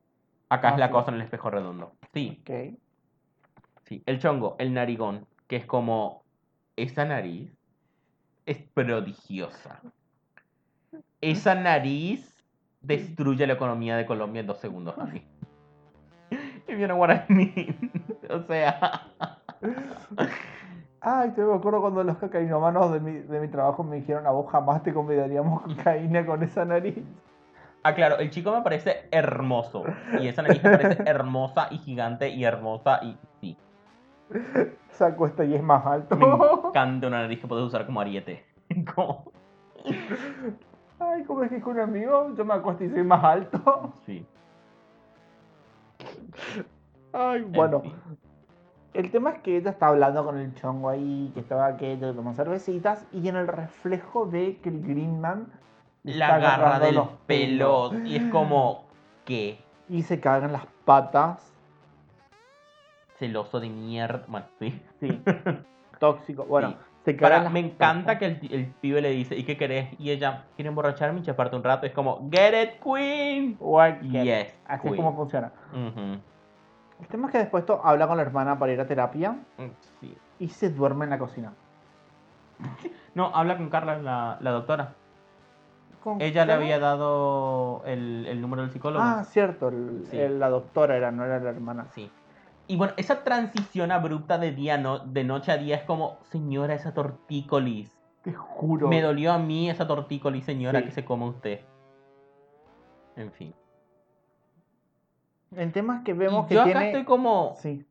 [SPEAKER 2] Acá
[SPEAKER 1] Ah,
[SPEAKER 2] es la
[SPEAKER 1] sí.
[SPEAKER 2] cosa en el espejo redondo. Sí,
[SPEAKER 1] Ok.
[SPEAKER 2] sí. El chongo, el narigón, que es como, esa nariz es prodigiosa. Esa nariz destruye la economía de Colombia en dos segundos, honey. If you know what I mean. O sea...
[SPEAKER 1] Ay, te me acuerdo cuando los cocainómanos de mi, de mi trabajo me dijeron a vos jamás te convidaríamos cocaína con esa nariz.
[SPEAKER 2] Ah, claro, el chico me parece hermoso. Y esa nariz me parece hermosa y gigante y hermosa y sí.
[SPEAKER 1] Se acuesta y es más alto.
[SPEAKER 2] Me encanta una nariz que puedes usar como ariete. Como-
[SPEAKER 1] Ay, como es que es un amigo, yo me acuesto y soy más alto.
[SPEAKER 2] Sí.
[SPEAKER 1] Ay,
[SPEAKER 2] en
[SPEAKER 1] bueno.
[SPEAKER 2] fin.
[SPEAKER 1] El tema es que ella está hablando con el chongo ahí, que estaba aquello, que tomó cervecitas, y en el reflejo ve que el Green Man
[SPEAKER 2] La garra
[SPEAKER 1] agarrando
[SPEAKER 2] del
[SPEAKER 1] los
[SPEAKER 2] pelo. Y es como, ¿qué?
[SPEAKER 1] y se cagan las patas.
[SPEAKER 2] Celoso de mierda. Bueno, sí.
[SPEAKER 1] Sí. Tóxico. Bueno,
[SPEAKER 2] Sí.
[SPEAKER 1] se cagan
[SPEAKER 2] Para-
[SPEAKER 1] las
[SPEAKER 2] me encanta
[SPEAKER 1] patas.
[SPEAKER 2] que el, ti- el pibe le dice, ¿y qué querés? Y ella, ¿quiere emborracharme y chaparte un rato? Es como, ¡Get it, queen!
[SPEAKER 1] Guay, que-
[SPEAKER 2] Yes,
[SPEAKER 1] Así es
[SPEAKER 2] queen.
[SPEAKER 1] como funciona.
[SPEAKER 2] Ujú.
[SPEAKER 1] El tema es que después to- habla con la hermana para ir a terapia
[SPEAKER 2] Sí.
[SPEAKER 1] y se duerme en la cocina.
[SPEAKER 2] No, habla con Carla, la- la doctora.
[SPEAKER 1] Con-
[SPEAKER 2] Ella le
[SPEAKER 1] ¿cómo?
[SPEAKER 2] había dado el, el número del psicólogo.
[SPEAKER 1] Ah, cierto, el-
[SPEAKER 2] Sí.
[SPEAKER 1] el- la doctora era, no era la hermana.
[SPEAKER 2] sí. Y bueno, esa transición abrupta de día no, de noche a día es como, señora, esa tortícolis.
[SPEAKER 1] Te juro.
[SPEAKER 2] Me dolió a mí esa tortícolis, señora,
[SPEAKER 1] Sí.
[SPEAKER 2] que se coma usted. En fin.
[SPEAKER 1] En temas que
[SPEAKER 2] Y
[SPEAKER 1] vemos que
[SPEAKER 2] yo acá
[SPEAKER 1] tiene.
[SPEAKER 2] estoy como.
[SPEAKER 1] Sí.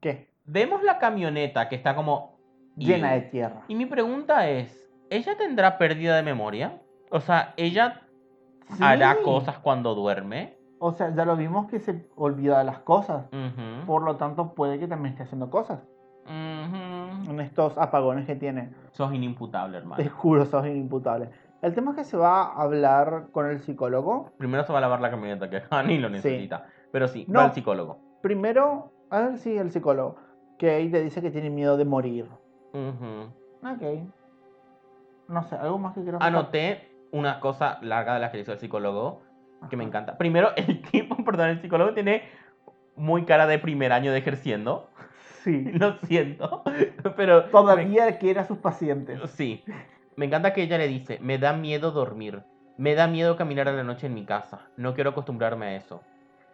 [SPEAKER 1] ¿Qué?
[SPEAKER 2] Vemos la camioneta que está como.
[SPEAKER 1] Llena
[SPEAKER 2] y-
[SPEAKER 1] de tierra.
[SPEAKER 2] Y mi pregunta es: ¿ella tendrá pérdida de memoria? O sea, ¿ella hará
[SPEAKER 1] Sí.
[SPEAKER 2] cosas cuando duerme?
[SPEAKER 1] O sea, ya lo vimos que se olvida de las cosas.
[SPEAKER 2] Ujú.
[SPEAKER 1] Por lo tanto, puede que también esté haciendo cosas.
[SPEAKER 2] Ujú.
[SPEAKER 1] En estos apagones que tiene.
[SPEAKER 2] Sos inimputable,
[SPEAKER 1] Te
[SPEAKER 2] hermano.
[SPEAKER 1] juro, sos inimputable. El tema es que se va a hablar con el psicólogo.
[SPEAKER 2] Primero se va a lavar la camioneta, que Hani lo
[SPEAKER 1] Sí.
[SPEAKER 2] necesita. Pero sí,
[SPEAKER 1] No.
[SPEAKER 2] va al psicólogo.
[SPEAKER 1] Primero, a ver si el psicólogo. Que ahí le dice que tiene miedo de morir.
[SPEAKER 2] Ujú.
[SPEAKER 1] Ok. No sé, algo más que
[SPEAKER 2] Ah,
[SPEAKER 1] quiero
[SPEAKER 2] Anoté una cosa larga de la que hizo el psicólogo. que me
[SPEAKER 1] Ajá.
[SPEAKER 2] encanta. Primero, el tipo, perdón, el psicólogo tiene muy cara de primer año de ejerciendo.
[SPEAKER 1] Sí.
[SPEAKER 2] Lo siento, pero...
[SPEAKER 1] Todavía quiere a sus pacientes.
[SPEAKER 2] me- sí. Me encanta que ella le dice, me da miedo dormir, me da miedo caminar a la noche en mi casa, no quiero acostumbrarme a eso.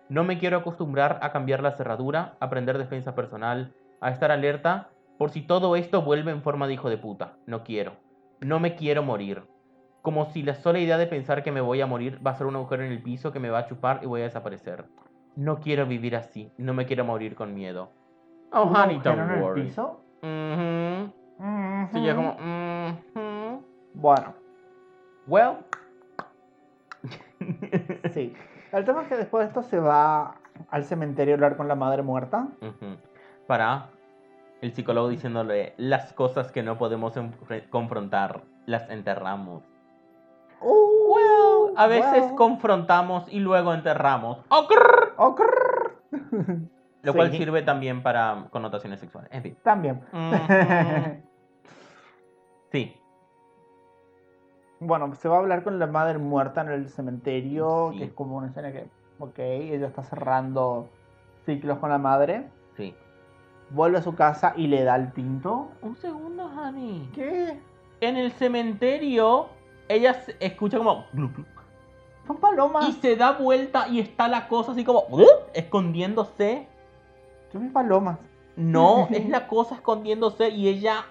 [SPEAKER 2] No me quiero acostumbrar a cambiar la cerradura, a aprender defensa personal, a estar alerta, por si todo esto vuelve en forma de hijo de puta. No quiero. No me quiero morir. Como si la sola idea de pensar que me voy a morir va a ser un agujero en el piso que me va a chupar y voy a desaparecer. No quiero vivir así. No me quiero morir con miedo. Oh,
[SPEAKER 1] ¿Un
[SPEAKER 2] honey,
[SPEAKER 1] agujero
[SPEAKER 2] don't
[SPEAKER 1] en el
[SPEAKER 2] worry.
[SPEAKER 1] piso?
[SPEAKER 2] Ujú.
[SPEAKER 1] Ujú.
[SPEAKER 2] Sí, yo como... ujú.
[SPEAKER 1] Bueno,
[SPEAKER 2] Well.
[SPEAKER 1] sí. El tema es que después de esto se va al cementerio a hablar con la madre muerta.
[SPEAKER 2] Ujú. Para el psicólogo diciéndole las cosas que no podemos enfre- confrontar, las enterramos. Well, a veces
[SPEAKER 1] well.
[SPEAKER 2] confrontamos y luego enterramos. Oh, crrr.
[SPEAKER 1] Oh, crrr.
[SPEAKER 2] Lo cual
[SPEAKER 1] Sí.
[SPEAKER 2] sirve también para connotaciones sexuales. En fin.
[SPEAKER 1] También.
[SPEAKER 2] Ujú. Sí.
[SPEAKER 1] Bueno, se va a hablar con la madre muerta en el cementerio,
[SPEAKER 2] Sí.
[SPEAKER 1] que es como una escena que, ok, ella está cerrando ciclos con la madre,
[SPEAKER 2] Sí.
[SPEAKER 1] vuelve a su casa y le da el tinto.
[SPEAKER 2] Un segundo, honey.
[SPEAKER 1] ¿Qué?
[SPEAKER 2] En el cementerio, ella se- escucha como... glup, glup,
[SPEAKER 1] Son
[SPEAKER 2] Y
[SPEAKER 1] palomas.
[SPEAKER 2] se da vuelta y está la cosa así como... uh, Escondiéndose.
[SPEAKER 1] Yo mis palomas.
[SPEAKER 2] No, es la cosa escondiéndose y ella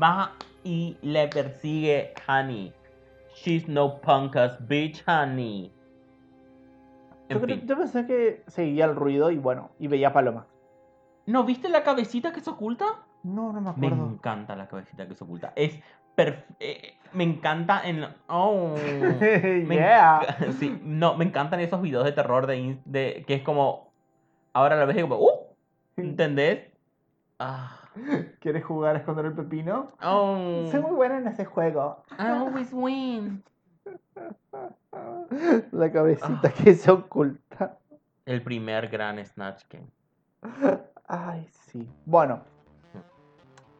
[SPEAKER 2] va y le persigue Honey. She's no punk ass bitch, honey.
[SPEAKER 1] Yo,
[SPEAKER 2] En
[SPEAKER 1] creo-
[SPEAKER 2] fin.
[SPEAKER 1] yo pensé que seguía el ruido y bueno, y veía palomas.
[SPEAKER 2] ¿No viste la cabecita que se oculta?
[SPEAKER 1] No, no me
[SPEAKER 2] Me
[SPEAKER 1] acuerdo.
[SPEAKER 2] encanta la cabecita que se oculta. Es perf- eh, me encanta en oh me
[SPEAKER 1] yeah.
[SPEAKER 2] enca- sí, no, me encantan esos videos de terror de, in- de- que es como ahora la ves y como uh, ¿entendés? Ah.
[SPEAKER 1] ¿Quieres jugar a esconder el pepino?
[SPEAKER 2] Oh.
[SPEAKER 1] Soy muy buena en ese juego.
[SPEAKER 2] I always win.
[SPEAKER 1] La cabecita que se oculta.
[SPEAKER 2] El primer gran Snatch Game.
[SPEAKER 1] Ay, sí. Bueno,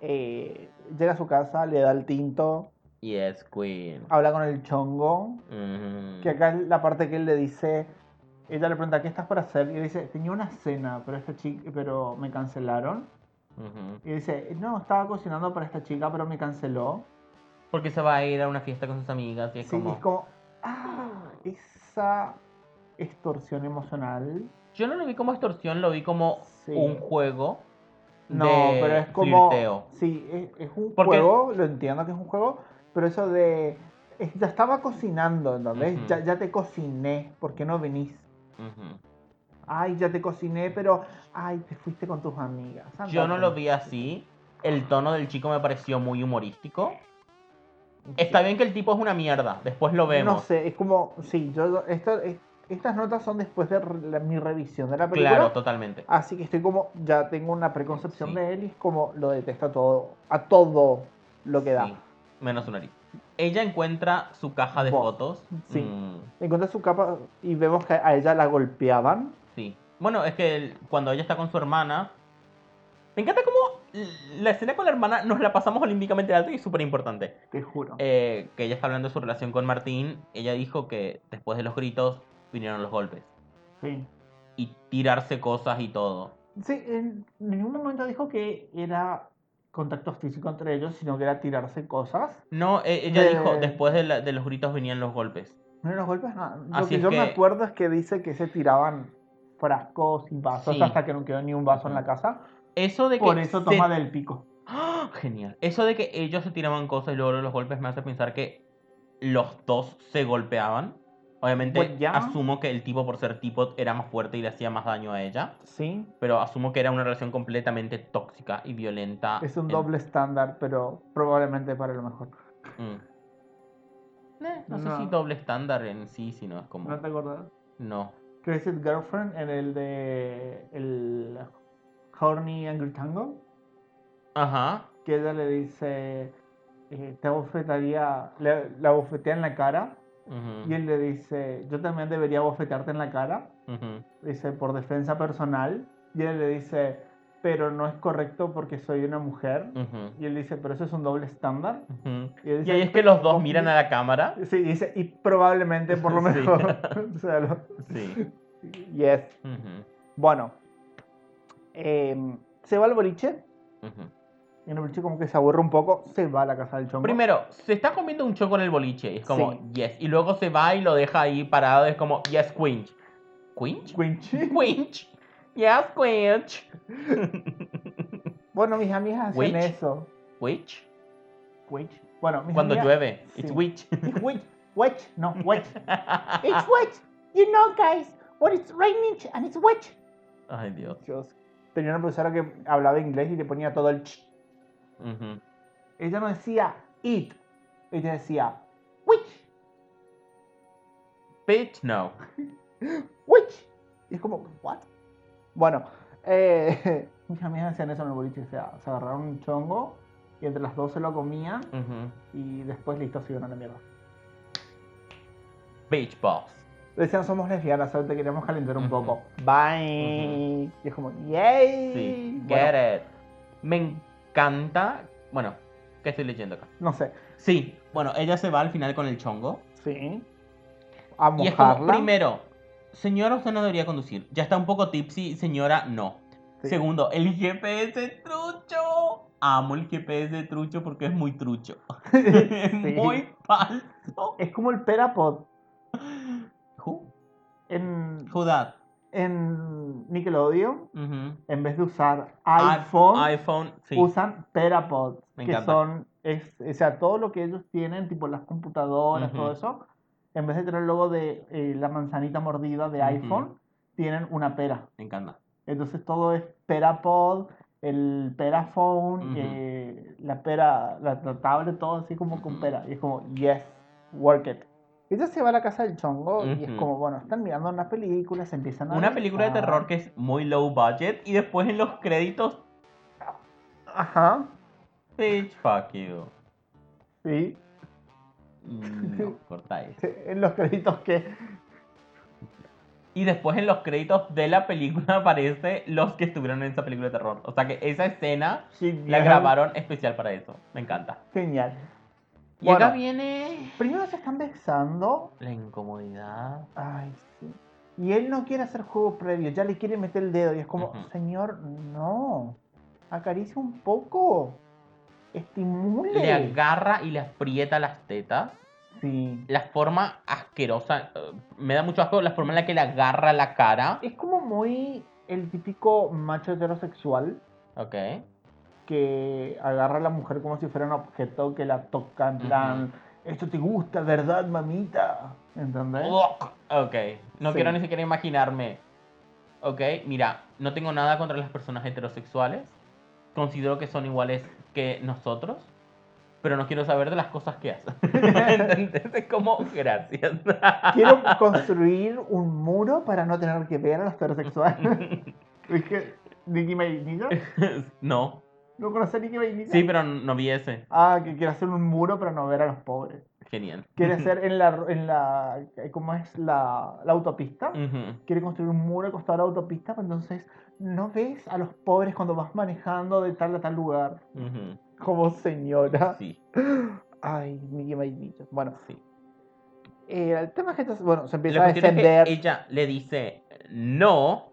[SPEAKER 1] eh, llega a su casa, le da el tinto,
[SPEAKER 2] Yes, Queen.
[SPEAKER 1] habla con el chongo,
[SPEAKER 2] Mhm.
[SPEAKER 1] que acá es la parte que él le dice, ella le pregunta, ¿qué estás para hacer? Y él dice, tenía una cena, pero, esta chica, pero me cancelaron.
[SPEAKER 2] Mhm.
[SPEAKER 1] Y dice, no, estaba cocinando para esta chica, pero me canceló.
[SPEAKER 2] Porque se va a ir a una fiesta con sus amigas y es
[SPEAKER 1] Sí,
[SPEAKER 2] como...
[SPEAKER 1] es como, ah, esa extorsión emocional.
[SPEAKER 2] Yo no lo vi como extorsión, lo vi como
[SPEAKER 1] Sí.
[SPEAKER 2] un juego.
[SPEAKER 1] No,
[SPEAKER 2] de
[SPEAKER 1] pero es como.
[SPEAKER 2] flirteo.
[SPEAKER 1] Sí, es, es un
[SPEAKER 2] Porque-
[SPEAKER 1] juego, lo entiendo que es un juego, pero eso de. es- ya estaba cocinando, ¿entendés?
[SPEAKER 2] Ujú.
[SPEAKER 1] ya, ya te cociné, ¿por qué no venís?
[SPEAKER 2] Ujú.
[SPEAKER 1] Ay, ya te cociné, pero. Ay, te fuiste con tus amigas.
[SPEAKER 2] Yo no lo
[SPEAKER 1] Ándate.
[SPEAKER 2] vi así. El tono del chico me pareció muy humorístico.
[SPEAKER 1] Sí.
[SPEAKER 2] Está bien que el tipo es una mierda, después lo vemos.
[SPEAKER 1] No sé, es como. Sí, yo. esto- es- estas notas son después de re- la- mi revisión de la película.
[SPEAKER 2] claro, totalmente.
[SPEAKER 1] Así que estoy como. Ya tengo una preconcepción
[SPEAKER 2] Sí.
[SPEAKER 1] de él y es como lo detesto a todo. A todo lo que da.
[SPEAKER 2] Sí, menos su nariz. Ella encuentra su caja de
[SPEAKER 1] Bo-
[SPEAKER 2] fotos.
[SPEAKER 1] sí.
[SPEAKER 2] Mm,
[SPEAKER 1] Encuentra su capa y vemos que a ella la golpeaban.
[SPEAKER 2] Sí. Bueno, es que el- cuando ella está con su hermana. Me encanta cómo l- la escena con la hermana nos la pasamos olímpicamente alto y es súper importante.
[SPEAKER 1] Te juro.
[SPEAKER 2] Eh, que ella está hablando de su relación con Martín. Ella dijo que después de los gritos vinieron los golpes.
[SPEAKER 1] sí.
[SPEAKER 2] Y tirarse cosas y todo.
[SPEAKER 1] Sí, en ningún momento dijo que era contacto físico entre ellos, sino que era tirarse cosas.
[SPEAKER 2] No, eh, ella
[SPEAKER 1] De-
[SPEAKER 2] dijo después de, la- de los gritos venían los golpes.
[SPEAKER 1] No eran los golpes, nada. Lo
[SPEAKER 2] Así
[SPEAKER 1] que
[SPEAKER 2] es
[SPEAKER 1] yo me
[SPEAKER 2] que-
[SPEAKER 1] acuerdo es que dice que se tiraban frascos y vasos
[SPEAKER 2] Sí.
[SPEAKER 1] hasta que no quedó ni un vaso en la casa.
[SPEAKER 2] Eso de que.
[SPEAKER 1] Por eso
[SPEAKER 2] se-
[SPEAKER 1] toma del pico.
[SPEAKER 2] ¡Ah! Genial. Eso de que ellos se tiraban cosas y luego los golpes me hace pensar que los dos se golpeaban. Obviamente
[SPEAKER 1] Pues ya.
[SPEAKER 2] asumo que el tipo por ser tipo era más fuerte y le hacía más daño a ella.
[SPEAKER 1] Sí,
[SPEAKER 2] Pero asumo que era una relación completamente tóxica y violenta.
[SPEAKER 1] Ah, es un
[SPEAKER 2] en-
[SPEAKER 1] doble estándar, pero probablemente para lo mejor.
[SPEAKER 2] Mm. Eh, no,
[SPEAKER 1] No.
[SPEAKER 2] sé si doble estándar en sí, sino es como...
[SPEAKER 1] ¿No te acordás?
[SPEAKER 2] No.
[SPEAKER 1] Crazy Girlfriend en el de el Horny Angry Tango,
[SPEAKER 2] Ajá.
[SPEAKER 1] que ella le dice, eh, te bofetaría, le- la bofetea en la cara,
[SPEAKER 2] Ujú,
[SPEAKER 1] y él le dice, yo también debería bofetearte en la cara,
[SPEAKER 2] ujú.
[SPEAKER 1] dice, por defensa personal, y él le dice, pero no es correcto porque soy una mujer,
[SPEAKER 2] Ujú,
[SPEAKER 1] y él dice, pero eso es un doble estándar.
[SPEAKER 2] ujú.
[SPEAKER 1] Y, él
[SPEAKER 2] Y
[SPEAKER 1] dice,
[SPEAKER 2] ahí es que los dos
[SPEAKER 1] "Confía".
[SPEAKER 2] miran a la cámara.
[SPEAKER 1] Sí, dice, y probablemente por lo
[SPEAKER 2] Sí.
[SPEAKER 1] mejor. o sea, lo-
[SPEAKER 2] Sí.
[SPEAKER 1] Yes.
[SPEAKER 2] Ujú,
[SPEAKER 1] Bueno, em, se va al boliche.
[SPEAKER 2] ujú.
[SPEAKER 1] En el boliche como que se aburre un poco, se va a la casa del chombo.
[SPEAKER 2] Primero, se está comiendo un choco en el boliche. Y es como,
[SPEAKER 1] Sí.
[SPEAKER 2] yes. Y luego se va y lo deja ahí parado. Es como, yes, quinch. ¿Quinch?
[SPEAKER 1] Quinchi.
[SPEAKER 2] Quinch. Yes, quinch.
[SPEAKER 1] Bueno, mis amigas hacen
[SPEAKER 2] Witch.
[SPEAKER 1] eso.
[SPEAKER 2] Witch.
[SPEAKER 1] Witch. Bueno, mis
[SPEAKER 2] Cuando
[SPEAKER 1] amigas...
[SPEAKER 2] llueve. It's
[SPEAKER 1] sí.
[SPEAKER 2] witch.
[SPEAKER 1] It's witch. Witch. No, witch. It's witch. You know, guys, when it's raining and it's witch.
[SPEAKER 2] Ay, Dios.
[SPEAKER 1] Dios. Tenía una profesora que hablaba inglés y le ponía todo el ch.
[SPEAKER 2] Ujú.
[SPEAKER 1] Ella no decía it. Ella decía witch.
[SPEAKER 2] Bitch, no.
[SPEAKER 1] Witch. Y es como, ¿what? Bueno, eh, mis amigas hacían eso en el boliche, o sea, se agarraron un chongo y entre las dos se lo comían
[SPEAKER 2] Ujú.
[SPEAKER 1] y después listo, se iban a la mierda.
[SPEAKER 2] Bitch boss.
[SPEAKER 1] Decían, somos lesbianas, solo te queríamos calentar un
[SPEAKER 2] Ujú.
[SPEAKER 1] poco. Bye. Y es como, yay.
[SPEAKER 2] Sí.
[SPEAKER 1] Bueno,
[SPEAKER 2] Get it. Me encanta. Bueno, ¿qué estoy leyendo acá?
[SPEAKER 1] No sé,
[SPEAKER 2] Sí, bueno, ella se va al final con el chongo.
[SPEAKER 1] sí. A mojarla.
[SPEAKER 2] Y es como, primero, señora, usted no debería conducir. Ya está un poco tipsy, señora, no.
[SPEAKER 1] Sí.
[SPEAKER 2] Segundo, el GPS trucho. Amo el GPS trucho porque es muy trucho. Es muy falso.
[SPEAKER 1] Es como el perapod
[SPEAKER 2] Who?
[SPEAKER 1] en,
[SPEAKER 2] Who that?
[SPEAKER 1] en Nickelodeon.
[SPEAKER 2] Ujú.
[SPEAKER 1] En vez de usar
[SPEAKER 2] iPhone, Ah, sí.
[SPEAKER 1] usan perapods,
[SPEAKER 2] Me
[SPEAKER 1] que
[SPEAKER 2] encanta.
[SPEAKER 1] son, es, o sea, todo lo que ellos tienen, tipo las computadoras,
[SPEAKER 2] Ujú.
[SPEAKER 1] todo eso, en vez de tener el logo de eh, la manzanita mordida de
[SPEAKER 2] Ujú.
[SPEAKER 1] iPhone, tienen una pera.
[SPEAKER 2] Me encanta.
[SPEAKER 1] Entonces todo es perapod, el peraphone,
[SPEAKER 2] Ujú.
[SPEAKER 1] eh, la pera, la, la tablet, todo así como con
[SPEAKER 2] Ujú.
[SPEAKER 1] pera. Y es como, yes, work it. Ella se va a la casa del chongo y es
[SPEAKER 2] Ujú.
[SPEAKER 1] como, bueno, están mirando una película, se empiezan a...
[SPEAKER 2] Una película de
[SPEAKER 1] besar.
[SPEAKER 2] terror que es muy low budget y después en los créditos,
[SPEAKER 1] Ajá,
[SPEAKER 2] bitch, fuck you.
[SPEAKER 1] sí.
[SPEAKER 2] No, corta eso.
[SPEAKER 1] En los créditos que...
[SPEAKER 2] Y después en los créditos de la película aparece los que estuvieron en esa película de terror. O sea que esa escena la
[SPEAKER 1] Genial.
[SPEAKER 2] grabaron especial para eso. Me encanta.
[SPEAKER 1] Genial.
[SPEAKER 2] Y
[SPEAKER 1] Bueno.
[SPEAKER 2] acá viene
[SPEAKER 1] Primero se están besando.
[SPEAKER 2] la incomodidad.
[SPEAKER 1] Ay, sí. Y él no quiere hacer juego previo, ya le quiere meter el dedo. Y es como,
[SPEAKER 2] Ujú.
[SPEAKER 1] señor, no. Acaricia un poco. Estimule.
[SPEAKER 2] Le agarra y le aprieta las tetas.
[SPEAKER 1] Sí.
[SPEAKER 2] La forma asquerosa, eh, me da mucho asco la forma en la que le agarra la cara.
[SPEAKER 1] Es como muy el típico macho heterosexual
[SPEAKER 2] Ok.
[SPEAKER 1] que agarra a la mujer como si fuera un objeto que la toca en plan, esto te gusta, ¿verdad, mamita? ¿Entendés?
[SPEAKER 2] Ugh. Ok. No
[SPEAKER 1] Sí.
[SPEAKER 2] quiero ni siquiera imaginarme. Ok, mira, no tengo nada contra las personas heterosexuales. Considero que son iguales que nosotros. Pero no quiero saber de las cosas que hacen. ¿Entendés? Es como, gracias.
[SPEAKER 1] Quiero construir un muro para no tener que ver a los heterosexuales. Dije, Nicki Minaj.
[SPEAKER 2] no.
[SPEAKER 1] ¿No conoces a Nicki Minaj?
[SPEAKER 2] Sí, pero no vi ese.
[SPEAKER 1] Ah, que quiere hacer un muro para no ver a los pobres.
[SPEAKER 2] Genial.
[SPEAKER 1] Quiere hacer en la, en la eh, ¿cómo es? La, la autopista.
[SPEAKER 2] Ujú.
[SPEAKER 1] Quiere construir un muro al costado de la autopista, pero entonces no ves a los pobres cuando vas manejando de tal a tal lugar.
[SPEAKER 2] Ujú.
[SPEAKER 1] Como señora.
[SPEAKER 2] Sí,
[SPEAKER 1] Ay, Nicki Minaj. Bueno,
[SPEAKER 2] sí.
[SPEAKER 1] eh, el tema es que, estás- bueno, se empieza
[SPEAKER 2] La
[SPEAKER 1] a
[SPEAKER 2] cuestión es que
[SPEAKER 1] defender.
[SPEAKER 2] ella le dice no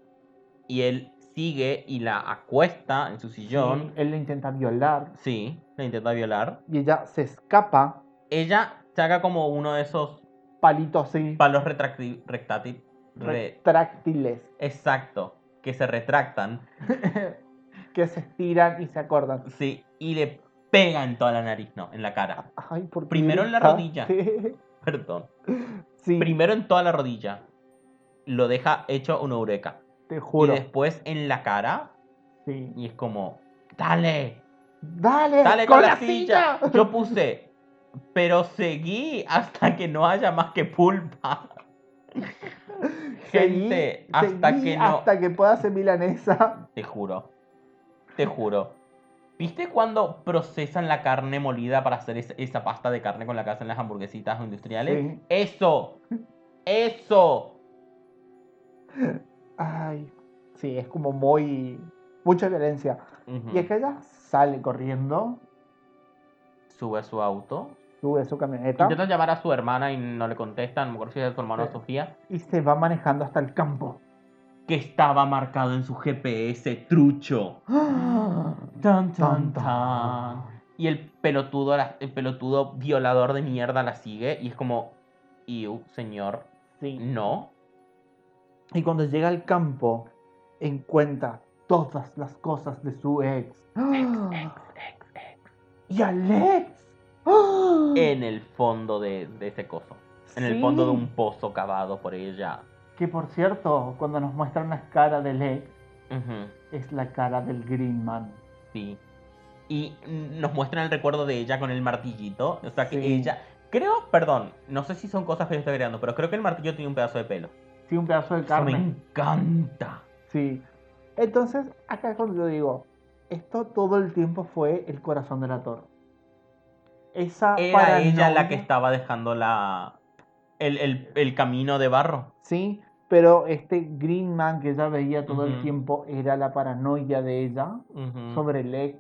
[SPEAKER 2] y él sigue y la acuesta en su
[SPEAKER 1] Sí,
[SPEAKER 2] sillón.
[SPEAKER 1] él le intenta violar
[SPEAKER 2] Sí, la intenta violar.
[SPEAKER 1] y ella se escapa,
[SPEAKER 2] Ella saca como uno de esos
[SPEAKER 1] palito así,
[SPEAKER 2] palos retracti- rectati- re-
[SPEAKER 1] retráctiles.
[SPEAKER 2] exacto, que se retractan.
[SPEAKER 1] que se estiran y se acordan.
[SPEAKER 2] Sí, y le pega en toda la nariz, no, en la cara.
[SPEAKER 1] Ay, ¿por qué
[SPEAKER 2] Primero en la
[SPEAKER 1] gritaste?
[SPEAKER 2] rodilla. Perdón.
[SPEAKER 1] Sí,
[SPEAKER 2] Primero en toda la rodilla. Lo deja hecho una eureka.
[SPEAKER 1] te juro.
[SPEAKER 2] Y después en la cara.
[SPEAKER 1] Sí.
[SPEAKER 2] Y es como, dale,
[SPEAKER 1] Dale,
[SPEAKER 2] dale
[SPEAKER 1] con, la silla.
[SPEAKER 2] Yo puse, pero seguí hasta que no haya más que pulpa.
[SPEAKER 1] Seguí-
[SPEAKER 2] Gente, hasta
[SPEAKER 1] seguí
[SPEAKER 2] que no.
[SPEAKER 1] Hasta que pueda ser milanesa.
[SPEAKER 2] Te juro. Te juro. ¿Viste cuando procesan la carne molida para hacer es- esa pasta de carne con la que hacen las hamburguesitas industriales?
[SPEAKER 1] Sí.
[SPEAKER 2] ¡Eso! ¡Eso!
[SPEAKER 1] Ay, sí, es como muy. Mucha violencia.
[SPEAKER 2] Ujú.
[SPEAKER 1] Y es que ella sale corriendo,
[SPEAKER 2] Sube a su auto.
[SPEAKER 1] sube su camioneta
[SPEAKER 2] Intenta llamar a su hermana y no le contestan. No me acuerdo si es su hermana o
[SPEAKER 1] Sí.
[SPEAKER 2] Sofía.
[SPEAKER 1] y se va manejando hasta el campo.
[SPEAKER 2] Que estaba marcado en su GPS, trucho. Tan, tan,
[SPEAKER 1] Tan, tan.
[SPEAKER 2] tan. Y el pelotudo, la- el pelotudo violador de mierda la sigue y es como, Iu, señor,
[SPEAKER 1] Sí.
[SPEAKER 2] no.
[SPEAKER 1] Y cuando llega al campo, encuentra todas las cosas de su ex. Y Alex.
[SPEAKER 2] En el fondo de, de ese coso. En el
[SPEAKER 1] Sí.
[SPEAKER 2] fondo de un pozo cavado por ella.
[SPEAKER 1] Que por cierto, cuando nos muestran la cara del ex,
[SPEAKER 2] Ujú,
[SPEAKER 1] es la cara del Green Man.
[SPEAKER 2] sí. Y mm, nos muestran el recuerdo de ella con el martillito. O sea que
[SPEAKER 1] Sí.
[SPEAKER 2] ella. Creo, perdón, no sé si son cosas que yo estoy creando, pero creo que el martillo tiene un pedazo de pelo.
[SPEAKER 1] Sí, un pedazo de
[SPEAKER 2] Eso me
[SPEAKER 1] carne.
[SPEAKER 2] encanta.
[SPEAKER 1] Sí. Entonces, acá es cuando yo digo, esto todo el tiempo fue el corazón del actor. Esa
[SPEAKER 2] Era ella la
[SPEAKER 1] paranoia-
[SPEAKER 2] que estaba dejando la. El, el- el camino de barro.
[SPEAKER 1] Sí, pero este Green Man que ella veía todo el
[SPEAKER 2] Ujú.
[SPEAKER 1] tiempo era la paranoia de ella
[SPEAKER 2] Ujú,
[SPEAKER 1] sobre el ex.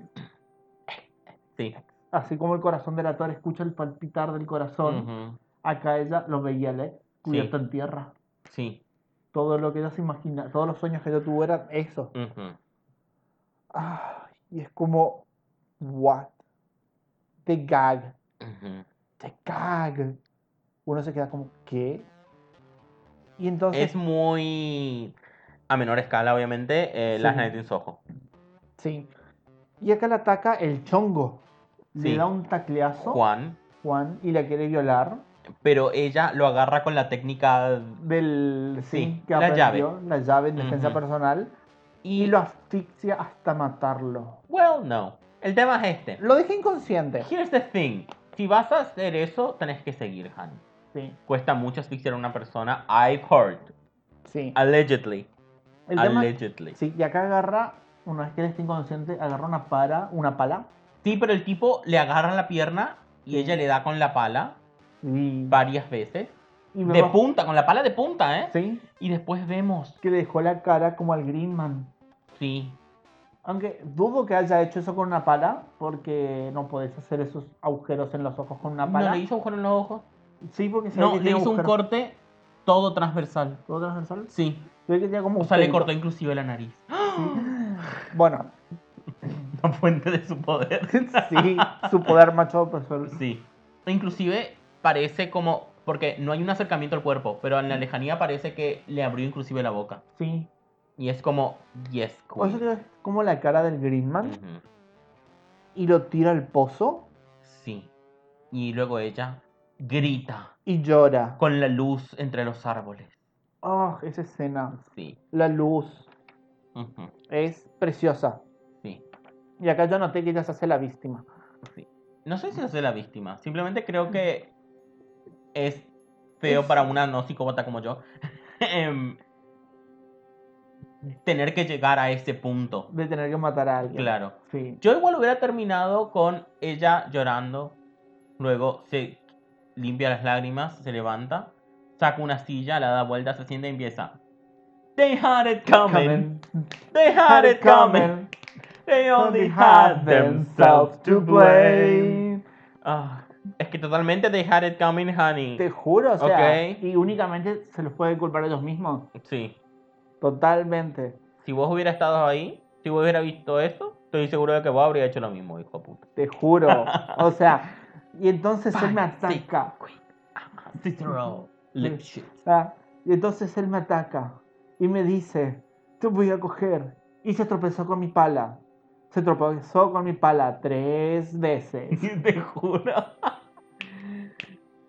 [SPEAKER 2] Sí.
[SPEAKER 1] Así como el corazón del actor escucha el palpitar del corazón,
[SPEAKER 2] ujú,
[SPEAKER 1] acá ella lo veía el ex cubierto en tierra.
[SPEAKER 2] Sí.
[SPEAKER 1] Todo lo que ella se imagina, todos los sueños que ella tuvo eran eso.
[SPEAKER 2] ujú.
[SPEAKER 1] Ah, y es como, what? The gag.
[SPEAKER 2] Ujú.
[SPEAKER 1] te caga. Uno se queda como, ¿qué? Y entonces,
[SPEAKER 2] Es muy. A menor escala, obviamente, eh, Last
[SPEAKER 1] Sí.
[SPEAKER 2] Night in Soho.
[SPEAKER 1] sí. Y acá le ataca el chongo.
[SPEAKER 2] Sí.
[SPEAKER 1] Le da un tacleazo Juan.
[SPEAKER 2] Juan.
[SPEAKER 1] y la quiere violar.
[SPEAKER 2] Pero ella lo agarra con la técnica.
[SPEAKER 1] Del, sí,
[SPEAKER 2] Sí,
[SPEAKER 1] que
[SPEAKER 2] la
[SPEAKER 1] aprendió, la llave en defensa
[SPEAKER 2] Ujú.
[SPEAKER 1] personal.
[SPEAKER 2] Y,
[SPEAKER 1] Y lo asfixia hasta matarlo.
[SPEAKER 2] Well, no. El tema es este.
[SPEAKER 1] Lo deja inconsciente.
[SPEAKER 2] Here's the thing. Si vas a hacer eso, tenés que seguir, Han.
[SPEAKER 1] Sí,
[SPEAKER 2] Cuesta mucho asfixiar a una persona. I've heard.
[SPEAKER 1] sí.
[SPEAKER 2] Allegedly.
[SPEAKER 1] El tema-
[SPEAKER 2] Allegedly.
[SPEAKER 1] sí, y acá agarra, una vez que él está inconsciente, agarra una para, una pala.
[SPEAKER 2] Sí, pero el tipo le agarra la pierna y
[SPEAKER 1] Sí.
[SPEAKER 2] ella le da con la pala
[SPEAKER 1] Y,
[SPEAKER 2] varias veces.
[SPEAKER 1] y
[SPEAKER 2] De
[SPEAKER 1] vemos-
[SPEAKER 2] punta, con la pala de punta, ¿eh?
[SPEAKER 1] Sí,
[SPEAKER 2] Y después vemos.
[SPEAKER 1] que le dejó la cara como al Greenman.
[SPEAKER 2] Sí.
[SPEAKER 1] Aunque dudo que haya hecho eso con una pala, porque no podés hacer esos agujeros en los ojos con una pala.
[SPEAKER 2] ¿No le hizo agujero en los ojos?
[SPEAKER 1] Sí, porque se ve
[SPEAKER 2] No,
[SPEAKER 1] que
[SPEAKER 2] le
[SPEAKER 1] tiene
[SPEAKER 2] hizo un
[SPEAKER 1] agujeros.
[SPEAKER 2] corte todo transversal.
[SPEAKER 1] ¿Todo transversal?
[SPEAKER 2] Sí.
[SPEAKER 1] Se ve que tiene como
[SPEAKER 2] O
[SPEAKER 1] un
[SPEAKER 2] sea, le
[SPEAKER 1] pelito.
[SPEAKER 2] cortó inclusive la nariz.
[SPEAKER 1] Bueno,
[SPEAKER 2] La fuente de su poder.
[SPEAKER 1] sí, su poder macho pues, profesor.
[SPEAKER 2] Sí. Inclusive parece como... Porque no hay un acercamiento al cuerpo, pero en la lejanía parece que le abrió inclusive la boca.
[SPEAKER 1] Sí.
[SPEAKER 2] Y es como... Yes,
[SPEAKER 1] O eso
[SPEAKER 2] queen.
[SPEAKER 1] es como la cara del Greenman
[SPEAKER 2] Ujú.
[SPEAKER 1] y lo tira al pozo
[SPEAKER 2] Sí. Y luego ella grita
[SPEAKER 1] y llora.
[SPEAKER 2] con la luz entre los árboles.
[SPEAKER 1] Ah, esa escena.
[SPEAKER 2] Sí.
[SPEAKER 1] La luz
[SPEAKER 2] Ujú.
[SPEAKER 1] es preciosa.
[SPEAKER 2] Sí.
[SPEAKER 1] Y acá yo noté que ella se hace la víctima.
[SPEAKER 2] No sé si es de la víctima. Simplemente creo que es feo para una no psicópata como yo. em, tener que llegar a ese punto.
[SPEAKER 1] De tener que matar a alguien.
[SPEAKER 2] Claro.
[SPEAKER 1] Sí.
[SPEAKER 2] Yo igual hubiera terminado con ella llorando. Luego se limpia las lágrimas, se levanta, saca una silla, la da vuelta, se sienta y empieza. They had it coming.
[SPEAKER 1] Coming.
[SPEAKER 2] They had it coming. They only had themselves to blame. Ah, es que totalmente they had it coming, honey.
[SPEAKER 1] Te juro, o sea,
[SPEAKER 2] Ok.
[SPEAKER 1] y únicamente se los puede culpar a ellos mismos.
[SPEAKER 2] Sí.
[SPEAKER 1] Totalmente.
[SPEAKER 2] Si vos hubieras estado ahí, si vos hubieras visto eso, estoy seguro de que vos habrías hecho lo mismo, hijo de puta.
[SPEAKER 1] Te juro. O sea, y entonces él me
[SPEAKER 2] Five, six,
[SPEAKER 1] ataca.
[SPEAKER 2] quick, ah, Cicero, lip shit.
[SPEAKER 1] ah, Y entonces él me ataca. Y me dice, te voy a coger. Y se tropezó con mi pala. Se tropezó con mi pala tres veces.
[SPEAKER 2] Te juro.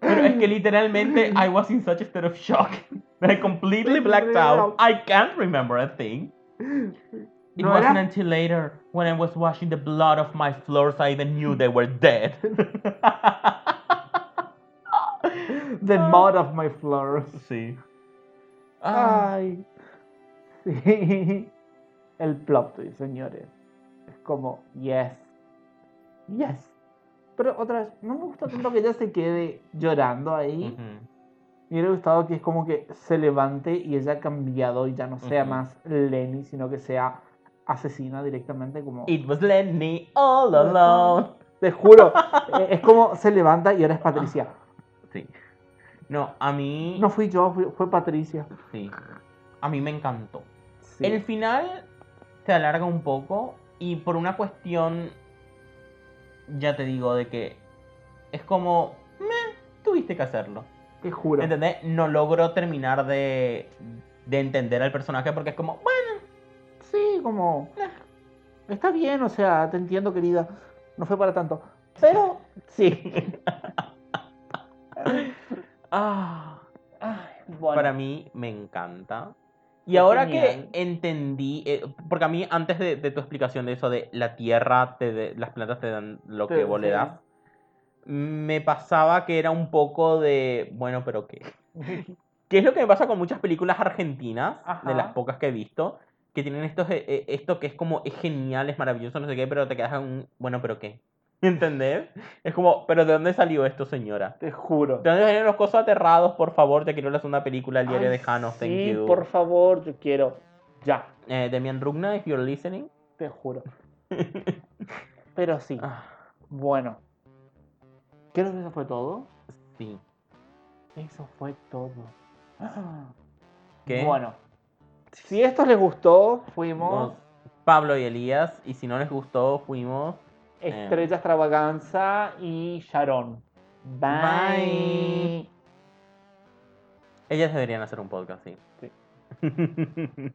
[SPEAKER 2] Pero es que literalmente I was in such a state of shock that I completely blacked out. I can't remember a thing. It
[SPEAKER 1] No
[SPEAKER 2] wasn't
[SPEAKER 1] era-
[SPEAKER 2] until later when I was washing the blood off my floors I even knew they were dead.
[SPEAKER 1] The mud of my floors.
[SPEAKER 2] sí. Ah,
[SPEAKER 1] Ay. Sí. El plot twist, señores. Es como, yes. Yes. Pero otra vez, no me gusta tanto que ella se quede llorando ahí.
[SPEAKER 2] ujú.
[SPEAKER 1] Me hubiera gustado que es como que se levante y ella ha cambiado y ya no sea
[SPEAKER 2] Ujú.
[SPEAKER 1] más Lenny, sino que sea asesina directamente como...
[SPEAKER 2] It was Lenny all alone.
[SPEAKER 1] Te juro, eh, es como se levanta y ahora es Patricia.
[SPEAKER 2] Ah. Sí. No, a mí.
[SPEAKER 1] No fui yo, fui- fue Patricia.
[SPEAKER 2] Sí. A mí me encantó.
[SPEAKER 1] Sí.
[SPEAKER 2] El final se alarga un poco y por una cuestión, ya te digo, de que es como, meh, tuviste que hacerlo.
[SPEAKER 1] Te juro.
[SPEAKER 2] ¿Entendés? No logro terminar de, de entender al personaje porque es como, bueno,
[SPEAKER 1] Sí, como...
[SPEAKER 2] Ah.
[SPEAKER 1] Está bien, o sea, te entiendo, querida. No fue para tanto. Pero, sí.
[SPEAKER 2] ah,
[SPEAKER 1] Ay, bueno.
[SPEAKER 2] para mí me encanta. Y
[SPEAKER 1] Es
[SPEAKER 2] ahora
[SPEAKER 1] genial.
[SPEAKER 2] que entendí, eh, porque a mí antes de, de tu explicación de eso de la tierra, te de- las plantas te dan lo
[SPEAKER 1] Te-
[SPEAKER 2] que vos le
[SPEAKER 1] sí.
[SPEAKER 2] das, me pasaba que era un poco de, bueno, pero qué. Que es lo que me pasa con muchas películas argentinas,
[SPEAKER 1] Ajá.
[SPEAKER 2] de las pocas que he visto, que tienen estos, eh, eh, esto que es como, es genial, es maravilloso, no sé qué, pero te quedas en un, bueno, pero qué. ¿Entendés? Es como, pero ¿de dónde salió esto, señora?
[SPEAKER 1] Te juro.
[SPEAKER 2] ¿De dónde salieron los cosas aterrados? Por favor, te quiero la segunda película, El diario
[SPEAKER 1] Ay,
[SPEAKER 2] de Janos, thank
[SPEAKER 1] sí,
[SPEAKER 2] you.
[SPEAKER 1] por favor, yo quiero. Ya,
[SPEAKER 2] Eh, Demian Rugna, if you're listening.
[SPEAKER 1] te juro. Pero sí,
[SPEAKER 2] Ah,
[SPEAKER 1] bueno. Creo que eso fue todo.
[SPEAKER 2] sí.
[SPEAKER 1] Eso fue todo.
[SPEAKER 2] ¿Qué?
[SPEAKER 1] Bueno. Si esto les gustó, fuimos
[SPEAKER 2] Vos, Pablo y Elías, y si no les gustó, fuimos.
[SPEAKER 1] Estrella Extravaganza y Sharon. Bye.
[SPEAKER 2] Ellas deberían hacer un podcast, sí.
[SPEAKER 1] Sí.
[SPEAKER 2] Sí.